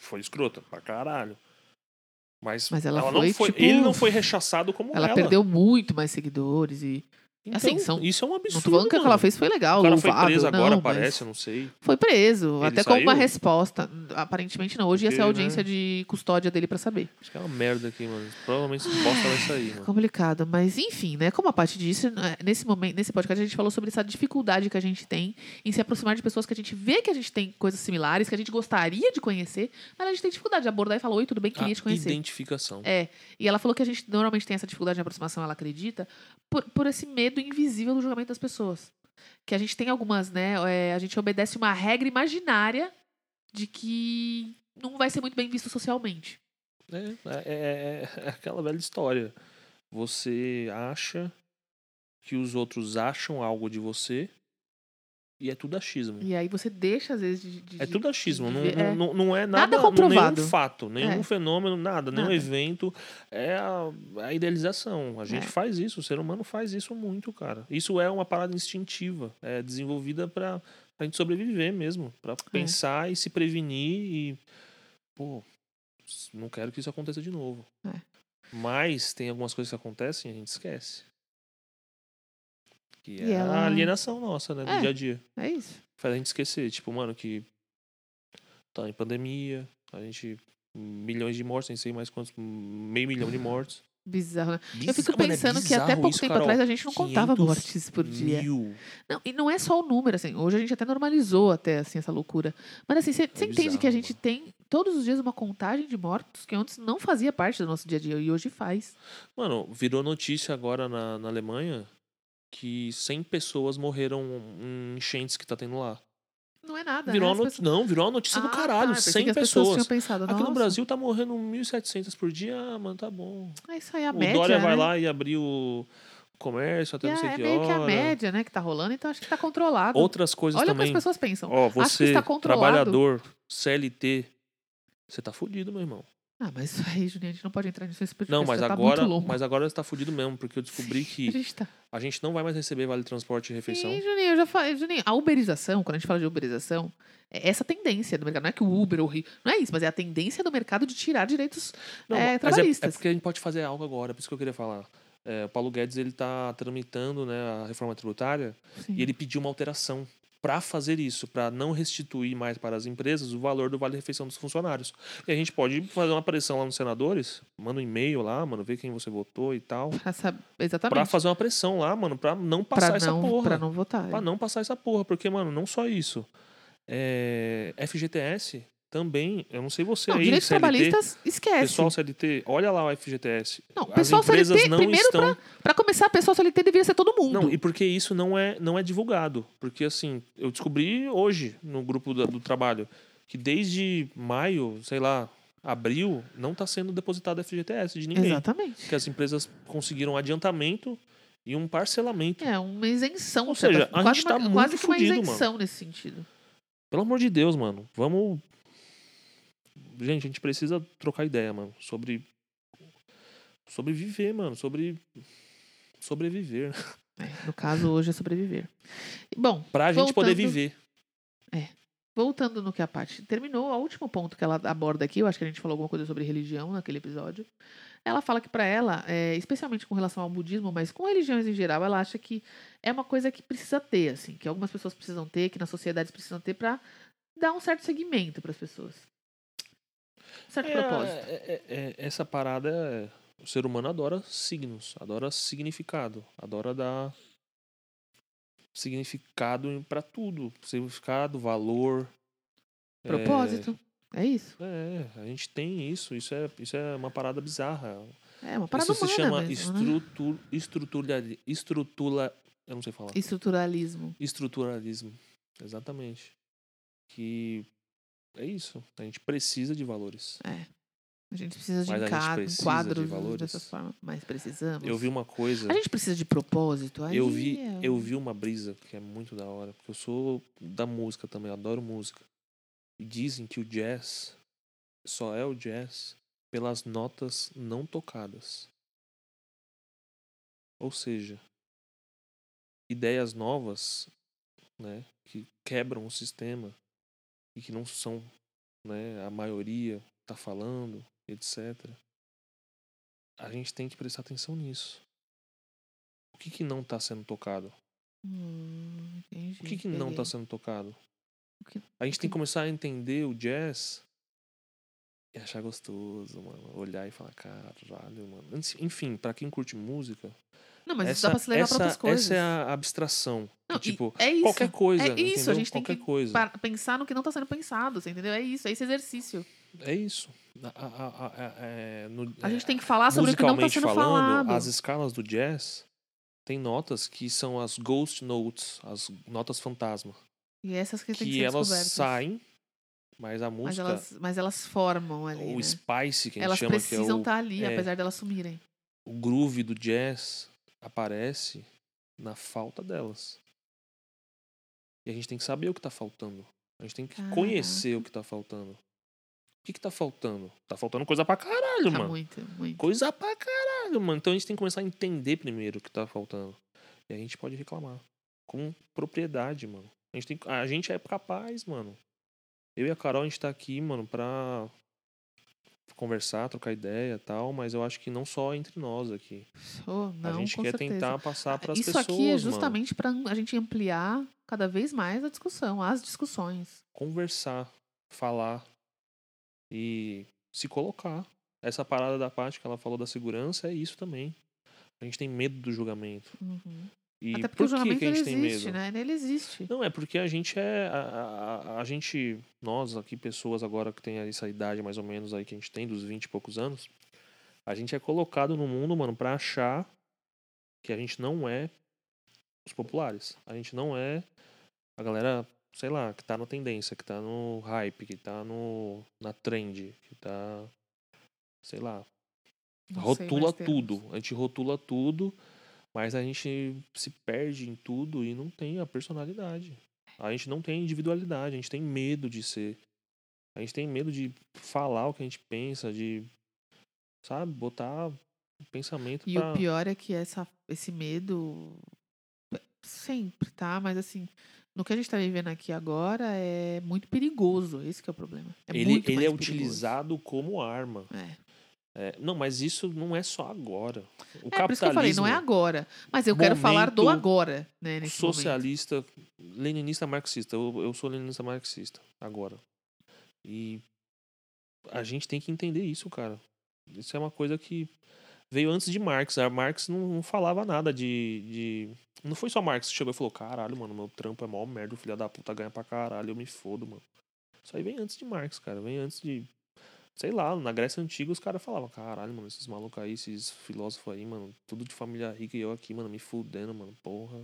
foi escrota pra caralho. Mas,
Mas ela
não
foi,
foi.
tipo,
Ele não foi rechaçado como ela.
Ela perdeu muito mais seguidores e...
Então,
assim, são-
Isso é um
Não
absurdo.
tô falando que o que ela
mano.
fez foi legal,
O cara foi
louvável,
preso agora,
não, mas
parece, eu não sei.
Foi preso,
Ele
até com uma
saiu? né?
resposta. Aparentemente não. Hoje ia ser a
Porque,
audiência de custódia dele pra saber.
Acho que é uma merda aqui, mano. Provavelmente esse bosta vai sair, mano.
Complicado, mas enfim, né? Como a parte disso, né, nesse momento, nesse podcast a gente falou sobre essa dificuldade que a gente tem em se aproximar de pessoas que a gente vê que a gente tem coisas similares, que a gente gostaria de conhecer, mas a gente tem dificuldade de abordar e falar, oi, tudo bem, queria te
A
conhecer.
identificação.
É, e ela falou que a gente normalmente tem essa dificuldade de aproximação, ela acredita, por, por esse medo invisível do julgamento das pessoas. Que a gente tem algumas, né? é, a gente obedece uma regra imaginária de que não vai ser muito bem visto socialmente.
É, é- é- é aquela velha história. Você acha que os outros acham algo de você e é tudo achismo.
E aí você deixa, às vezes, de. de-
É tudo achismo,
de
não,
ver-
não,
é.
não, não é nada,
Nada comprovado.
nenhum fato, nenhum
É.
fenômeno, nada, nenhum
Nada.
evento. É a, a idealização. A gente
É.
faz isso, o ser humano faz isso muito, cara. Isso é uma parada instintiva, é desenvolvida pra, pra gente sobreviver mesmo, pra
É.
pensar e se prevenir e. Pô, s- não quero que isso aconteça de novo.
É.
Mas tem algumas coisas que acontecem e a gente esquece. Que
E
é a
ela-
alienação nossa, né? Do
É.
dia a dia
É isso.
faz a gente esquecer, tipo, mano, que tá em pandemia, a gente milhões de mortes, nem sei mais quantos, meio milhão de mortes.
Bizarro, né?
Bizarro,
Eu fico
mano, é
pensando que até
bizarro
pouco
isso,
tempo
Carol.
atrás a gente não contava
500
mortes por dia.
Mil.
Não, e não é só o número, assim. Hoje a gente até normalizou até, assim, essa loucura. Mas, assim, você entende
É bizarro,
que a gente tem todos os dias uma contagem de mortos que antes não fazia parte do nosso dia a dia e hoje faz.
Mano, virou notícia agora na, na Alemanha que 100 pessoas morreram em enchentes que tá tendo lá.
Não é nada.
Virou
né?
uma
As
notícia, não, virou uma notícia do
Ah,
caralho,
tá, eu pensei
100
que as
pessoas.
tinham pensado,
Aqui no
"Nossa,
Brasil tá morrendo 1.700 por dia, ah, mano, tá bom.
É isso aí, a
o
média.
Dória vai
né?
lá e abrir o comércio até
E
não sei
é
que
meio que a
hora.
média, né, que tá rolando, então acho que tá controlado.
Outras coisas
Olha o que as
também.
pessoas pensam.
Ó,
Acho que tá
você,
está controlado.
trabalhador, CLT, você tá fudido, meu irmão.
Ah, mas isso aí, Juninho, a gente não pode entrar nisso. Esse podcast
Não, mas
já tá
agora,
Muito longo.
mas agora está fudido mesmo, porque eu descobri
A
que um
gente tá.
a gente não vai mais receber vale transporte e refeição.
Sim, Juninho, eu já falei. Juninho, a uberização, quando a gente fala de uberização, é essa tendência do mercado. Não é que o Uber ou o Rio. Não é isso, mas é a tendência do mercado de tirar direitos
Não,
é,
mas É,
trabalhistas.
porque a gente pode fazer algo agora, por isso que eu queria falar. É, o Paulo Guedes ele está tramitando né, a reforma tributária
Sim.
e ele pediu uma alteração para fazer isso, para não restituir mais para as empresas o valor do vale-refeição dos funcionários. E a gente pode fazer uma pressão lá nos senadores, manda um e-mail lá, mano, vê quem você votou e tal,
Pra saber-
para
Exatamente.
fazer uma pressão lá, mano, para não passar
Pra
essa
não,
porra.
pra não votar.
Pra não passar essa porra, porque, mano, não só isso. É, FGTS também, eu não sei você
Não,
aí,
direitos
CLT,
trabalhistas, é esquece.
pessoal CLT, olha lá o FGTS.
não,
As
pessoal
empresas
CLT,
não
primeiro,
estão.
pra começar, pessoal CLT deveria ser todo mundo.
Não, e porque isso não é, não é divulgado. Porque, assim, eu descobri hoje no grupo da- do, trabalho que desde maio, sei lá, abril, não está sendo depositado FGTS de ninguém.
Exatamente.
Porque as empresas conseguiram um adiantamento e um parcelamento.
É uma isenção.
Ou
de certa-
seja, a
quase
gente
uma,
tá muito
quase que uma
fudido, mano.
isenção nesse sentido.
Pelo amor de Deus, mano. Vamos. Gente, a gente precisa trocar ideia, mano. Sobre. Sobre viver, mano. Sobre. Sobreviver. né?
No caso, hoje é sobreviver. Bom,
Pra gente poder
Voltando.
viver.
voltando no que a Paty terminou, o último ponto que ela aborda aqui, eu acho que a gente falou alguma coisa sobre religião naquele episódio. Ela fala que para ela, é, especialmente com relação ao budismo, mas com religiões em geral, ela acha que é uma coisa que precisa ter, assim, que algumas pessoas precisam ter, que nas sociedades precisam ter para dar um certo segmento para as pessoas. Um certo propósito.
é- é- é- essa parada é. O ser humano adora signos, adora significado, adora dar significado em- pra tudo. Significado, valor. é,
Propósito. É isso.
É, a gente tem isso. Isso é, isso é uma parada bizarra.
É uma parada
Isso se
humana
chama
mesmo, né?
estrutura, estrutura, estrutura, eu não sei falar.
Estruturalismo.
Estruturalismo, exatamente. Que é isso. A gente precisa de valores.
A gente precisa de
Mas a gente
enca-
precisa de
enquadros
valores.
dessa forma, mas precisamos.
Eu vi uma coisa,
A gente precisa de propósito. Aí
eu vi,
é
eu vi uma brisa que é muito da hora, porque eu sou da música também, eu adoro música. E dizem que o jazz só é o jazz pelas notas não tocadas. Ou seja, ideias novas, né, que quebram o sistema e que não são, né, a maioria tá falando, etc. A gente tem que prestar atenção nisso. O que que não tá sendo tocado?
Hum, entendi,
O que que não tá
peguei.
sendo tocado?
O que-
A gente tem que
que-
começar a entender o jazz e achar gostoso, mano. Olhar e falar, caralho, mano. Ens- Enfim, pra quem curte música,
Não, mas
essa,
isso dá pra se levar pra
essa,
outras coisas.
essa é a abstração.
Não,
É tipo,
e é isso.
qualquer coisa.
É isso, a
entendeu?
gente tem
qualquer
que
coisa.
Pa- pensar no que não tá sendo pensado, você entendeu? É isso, é esse exercício.
É isso. A, a- a- a- é, no-
A gente
é,
tem que falar sobre o que não tá
musicalmente
sendo
falando,
falado.
as escalas do jazz tem notas que são as ghost notes, as notas fantasma.
E essas que, tem que
que
ser
elas
descobertas.
saem, mas a
mas
música,
elas, mas elas formam ali.
o
né?
spice que a gente
Elas
chama, que é
precisam tá
o,
estar ali,
é.
apesar delas sumirem.
o groove do jazz, aparece na falta delas. E a gente tem que saber o que tá faltando. A gente tem que
Caraca.
conhecer o que tá faltando. O que que tá faltando? Tá faltando coisa pra caralho,
Tá
mano.
muito, muito.
Coisa pra caralho, mano. Então a gente tem que começar a entender primeiro o que tá faltando. E a gente pode reclamar. Com propriedade, mano. A gente, tem, a gente é capaz, mano. Eu e a Carol, a gente tá aqui, mano, pra conversar, trocar ideia e tal, mas eu acho que não só entre nós aqui.
Oh, não,
a gente
com
quer
certeza.
tentar passar pras
Isso
pessoas,
aqui é
mano.
justamente para a gente ampliar cada vez mais a discussão, as discussões.
Conversar, falar e se colocar. Essa parada da parte que ela falou da segurança é isso também. A gente tem medo do julgamento.
Uhum.
E
Até porque
por
o julgamento
que, que a gente
ele
tem
existe,
medo?
né? Ele existe.
Não, é porque a gente é. A, a- a, a gente. Nós aqui, pessoas agora que tem essa idade mais ou menos aí que a gente tem, dos 20 e poucos anos, a gente é colocado no mundo, mano, pra achar que a gente não é os populares. A gente não é a galera, sei lá, que tá na tendência, que tá no hype, que tá no, na trend, que tá. Sei lá,
Não sei
rotula
mais termos.
tudo. A gente rotula tudo, mas a gente se perde em tudo e não tem a personalidade. A gente não tem individualidade, a gente tem medo de ser A gente tem medo de falar o que a gente pensa, de, sabe, botar o pensamento
E
pra...
o pior é que essa, esse medo sempre, tá? Mas assim, no que a gente tá vivendo aqui agora é muito perigoso. Esse que é o problema. É
ele
muito
ele
mais
é
perigoso.
utilizado como arma.
É.
É, não, mas isso não é só agora. O
É, por isso que eu falei, não é
capitalismo-
agora. Mas eu quero falar do
Momento
agora, né? Nesse momento.
socialista, leninista marxista. Eu, eu sou leninista marxista agora. E a gente tem que entender isso, cara. Isso é uma coisa que veio antes de Marx. A Marx não, não falava nada de, de. Não foi só Marx que chegou e falou: caralho, mano, meu trampo é mó merda, o filho da puta ganha pra caralho, eu me fodo, mano. Isso aí vem antes de Marx, cara. Vem antes de. Sei lá, na Grécia Antiga os caras falavam, caralho, mano, esses malucos aí, esses filósofos aí, mano, tudo de família rica e eu aqui, mano, me fudendo, mano, porra.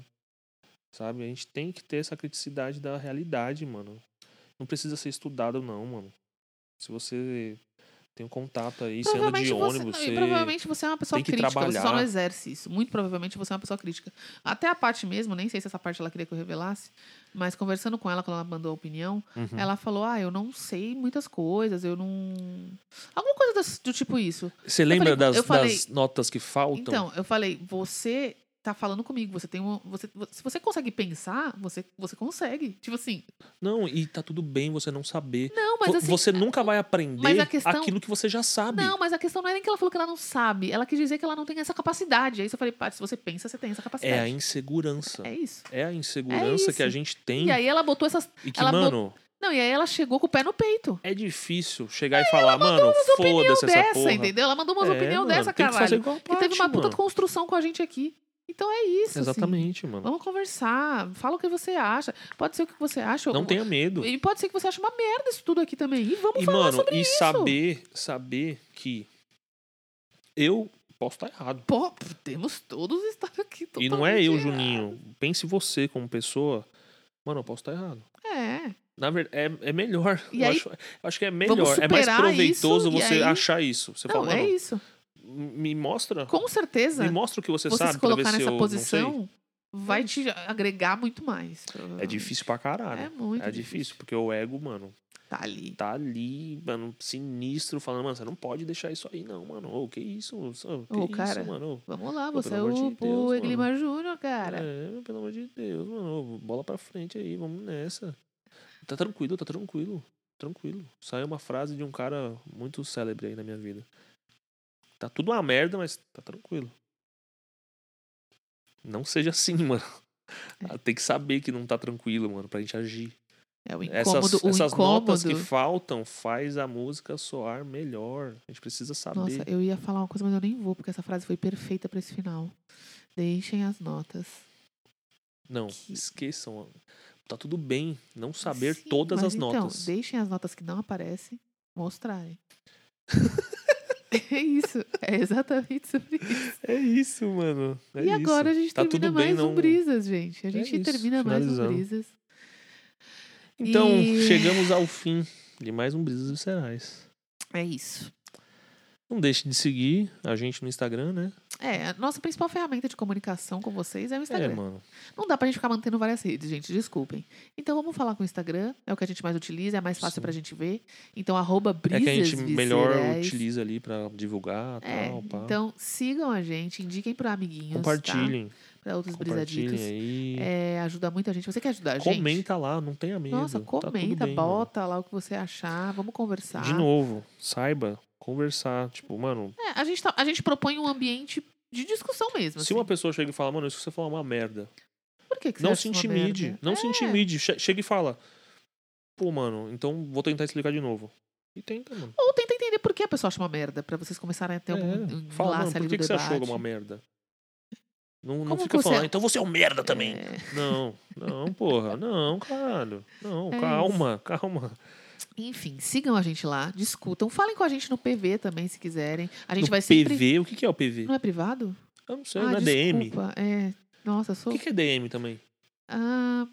Sabe? A gente tem que ter essa criticidade da realidade, mano. Não precisa ser estudado, não, mano. Se você tem um contato aí, você anda de ônibus,
você,
você.
E provavelmente você é uma pessoa
tem que
crítica, você só não
trabalhar.
exerce isso. Muito provavelmente você é uma pessoa crítica. Até a parte mesmo, nem sei se essa parte ela queria que eu revelasse, mas conversando com ela, quando ela mandou a opinião,
Uhum.
ela falou: Ah, eu não sei muitas coisas, eu não. Alguma coisa das- do tipo isso.
Você lembra
falei- eu
das,
falei-
das notas que faltam?
Então, eu falei, você tá falando comigo, você tem uma. Você, se você consegue pensar, você, você consegue. Tipo assim.
Não, e tá tudo bem você não saber.
Não, mas
Vo-
assim.
você nunca vai
mas
aprender
a questão-
aquilo que você já sabe.
Não, mas a questão não é nem que ela falou que ela não sabe. Ela quis dizer que ela não tem essa capacidade. Aí eu falei, Paty, se você pensa, você tem essa
é a
capacidade.
insegurança.
É isso.
É a insegurança
É
que a
isso.
gente tem.
E
E,
aí ela botou essas.
que,
ela bot-
mano,
Não, e aí ela chegou com o pé no peito.
é difícil chegar e falar, mano,
Opinião
foda-se essa
dessa,
porra.
entendeu? Ela mandou umas
É,
opinião
mano,
dessa,
tem que fazer
caralho.
igual a
Que teve
Paty,
uma puta
mano.
construção com a gente aqui. Então é isso. assim.
Exatamente, mano.
Vamos conversar. Fala o que você acha. Pode ser o que você acha.
Não
ou-
tenha medo.
E pode ser que você ache uma merda isso tudo aqui também. E vamos
E,
falar
mano,
sobre
e
isso.
saber, saber que eu posso estar errado.
Pô, pff, temos todos estar aqui.
E não é
totalmente
eu,
errado.
Juninho. Pense você como pessoa. Mano, eu posso estar errado.
É.
Na verdade, é, é melhor.
E
eu,
aí-
acho, eu acho que é melhor. É mais
superar
proveitoso
isso, e
você
aí-
achar isso. Você
Não,
fala,
é
mano,
isso.
me mostra.
Com certeza,
Me mostra o que você,
você
sabe
se
pra ver
colocar
se eu
nessa
não sei.
posição vai te agregar muito mais.
É
provavelmente.
difícil pra
É
caralho.
muito
É, difícil, porque o ego, mano,
Tá ali.
tá ali, mano, sinistro, falando, mano, você não pode deixar isso aí, não, mano. Ô, que isso? Ô, que
Ô,
isso,
cara.
mano? Ô,
Vamos lá,
Pô,
você
pelo
é
amor de
o
Deus,
Pô
mano.
Eglimar Júnior, cara.
É, pelo amor de Deus, mano. Bola pra frente aí, vamos nessa. Tá tranquilo, tá tranquilo. Tranquilo. Saiu uma frase de um cara muito célebre aí na minha vida. Tá tudo uma merda, mas tá tranquilo. Não seja assim, mano. Ah,
É.
Tem que saber que não tá tranquilo, mano, pra gente agir.
É o incômodo.
Essas,
o
essas
incômodo.
notas que faltam faz a música soar melhor. A gente precisa saber.
Nossa, eu ia falar uma coisa, mas eu nem vou, porque essa frase foi perfeita pra esse final. Deixem as notas.
não,
que-
esqueçam. Tá tudo bem não saber
Sim,
todas
mas
as notas.
Então, deixem as notas que não aparecem mostrarem. é isso. É exatamente sobre isso.
É isso, mano. É
e
isso.
agora a gente
Tá
termina
tudo bem,
mais um
não-
Brisas, gente. A
É
gente
isso,
termina mais um
finalizando.
Brisas.
Então,
E-
chegamos ao fim de mais um Brisas Viscerais.
É isso.
Não deixe de seguir a gente no Instagram, né?
É, a nossa principal ferramenta de comunicação com vocês é o Instagram.
É, mano.
Não dá pra gente ficar mantendo várias redes, gente, desculpem. Então vamos falar com o Instagram, é o que a gente mais utiliza, é mais fácil
Sim.
pra gente ver. Então, arroba
É
brisas
que a gente melhor
viscerais.
utiliza Ah, ali pra divulgar e
É,
tal, pá.
então sigam a gente, indiquem pra amiguinhos.
compartilhem.
Tá? Pra outros
Compartilhem
brisadicas.
aí.
É, ajuda muita gente. Você quer ajudar a gente?
comenta lá, não tenha medo.
Nossa,
Tá tudo
comenta,
bem, mano.
bota lá o que você achar, vamos conversar.
De novo, saiba conversar. Tipo, mano,
É, a, gente tá- a gente propõe um ambiente de discussão mesmo.
se
assim.
uma pessoa chega e fala, mano, isso que você falou é uma merda.
Por que, que você
Não
acha
se
uma
intimide.
merda?
Não se
É,
intimide. Che- Chega e fala. Pô, mano, então vou tentar explicar de novo. E tenta, mano.
É, Ou tenta entender por que a pessoa acha uma merda, pra vocês começarem a ter algum
É.
um
Fala, mano,
enlace
por
ali
que,
do
que você
debate.
achou uma merda? Não, não
Como
fica
você-
falando, então você é um merda também.
É,
Não, não, porra, não, claro. Não,
É
calma, calma.
enfim, sigam a gente lá, discutam, falem com a gente no PV também, se quiserem. A gente
No
vai
PV,
sempre.
o que que é o PV?
Não é privado?
Eu não sei,
ah,
não é DM.
desculpa. É. Nossa, Ah.
O
sou.
que, que é DM também?
Ah.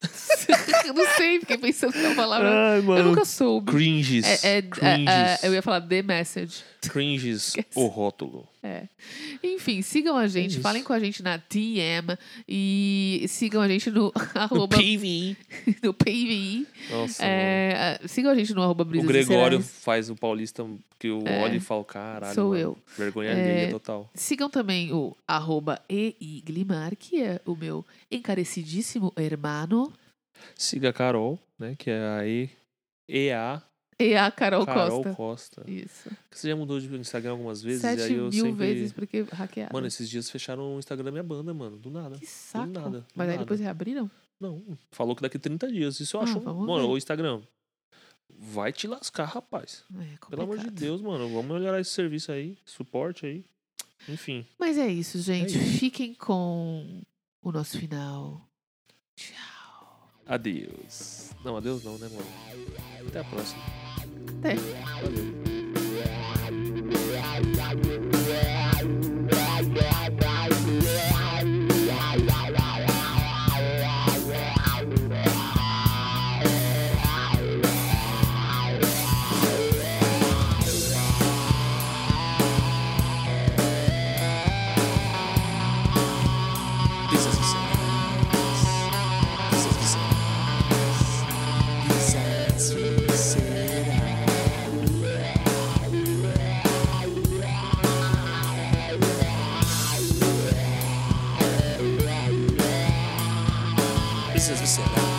Eu não sei, fiquei pensando na palavra.
Ai,
Eu
mano.
nunca soube.
Cringes.
É, é- é-
Ah, cringes.
é, eu ia falar The Message.
Cringes,
Esquece.
o rótulo.
Enfim, sigam a gente,
É isso.
falem com a gente na TM e sigam a gente no arroba
PVI.
no PVI.
Nossa, mano.
É, a- sigam a gente no arroba
O
brisas e
Gregório
Cerais.
faz o paulista que eu
É.
olho e falo, caralho.
Sou
mano,
eu.
Vergonha
É.
alheia total.
Sigam também o arroba EI Glimar, que é o meu encarecidíssimo hermano.
Siga a Carol, né? Que é a E. EA
E a Carol,
Carol
Costa.
Costa.
Isso.
Você já mudou de Instagram algumas vezes? e
Sete
aí eu
mil
sempre...
vezes, porque hackearam.
Mano, esses dias fecharam o Instagram da minha banda, mano. Do nada.
que saco.
nada, do
Mas aí
nada.
depois reabriram?
Não, falou que daqui 30 dias. Isso eu
Ah,
acho. um
vamos
Mano,
ver.
o Instagram. Vai te lascar, rapaz.
É
Pelo amor de
complicado.
Deus, mano. Vamos melhorar esse serviço aí. Suporte aí. Enfim.
Mas é isso, gente.
isso.
Fiquem com o nosso final. Tchau.
Adeus. Não, adeus não, né, mano? Até a próxima.
Até.
Valeu.
Brisas e cerais. Brisas e cerais. Brisas e cerais. Brisas e cerais.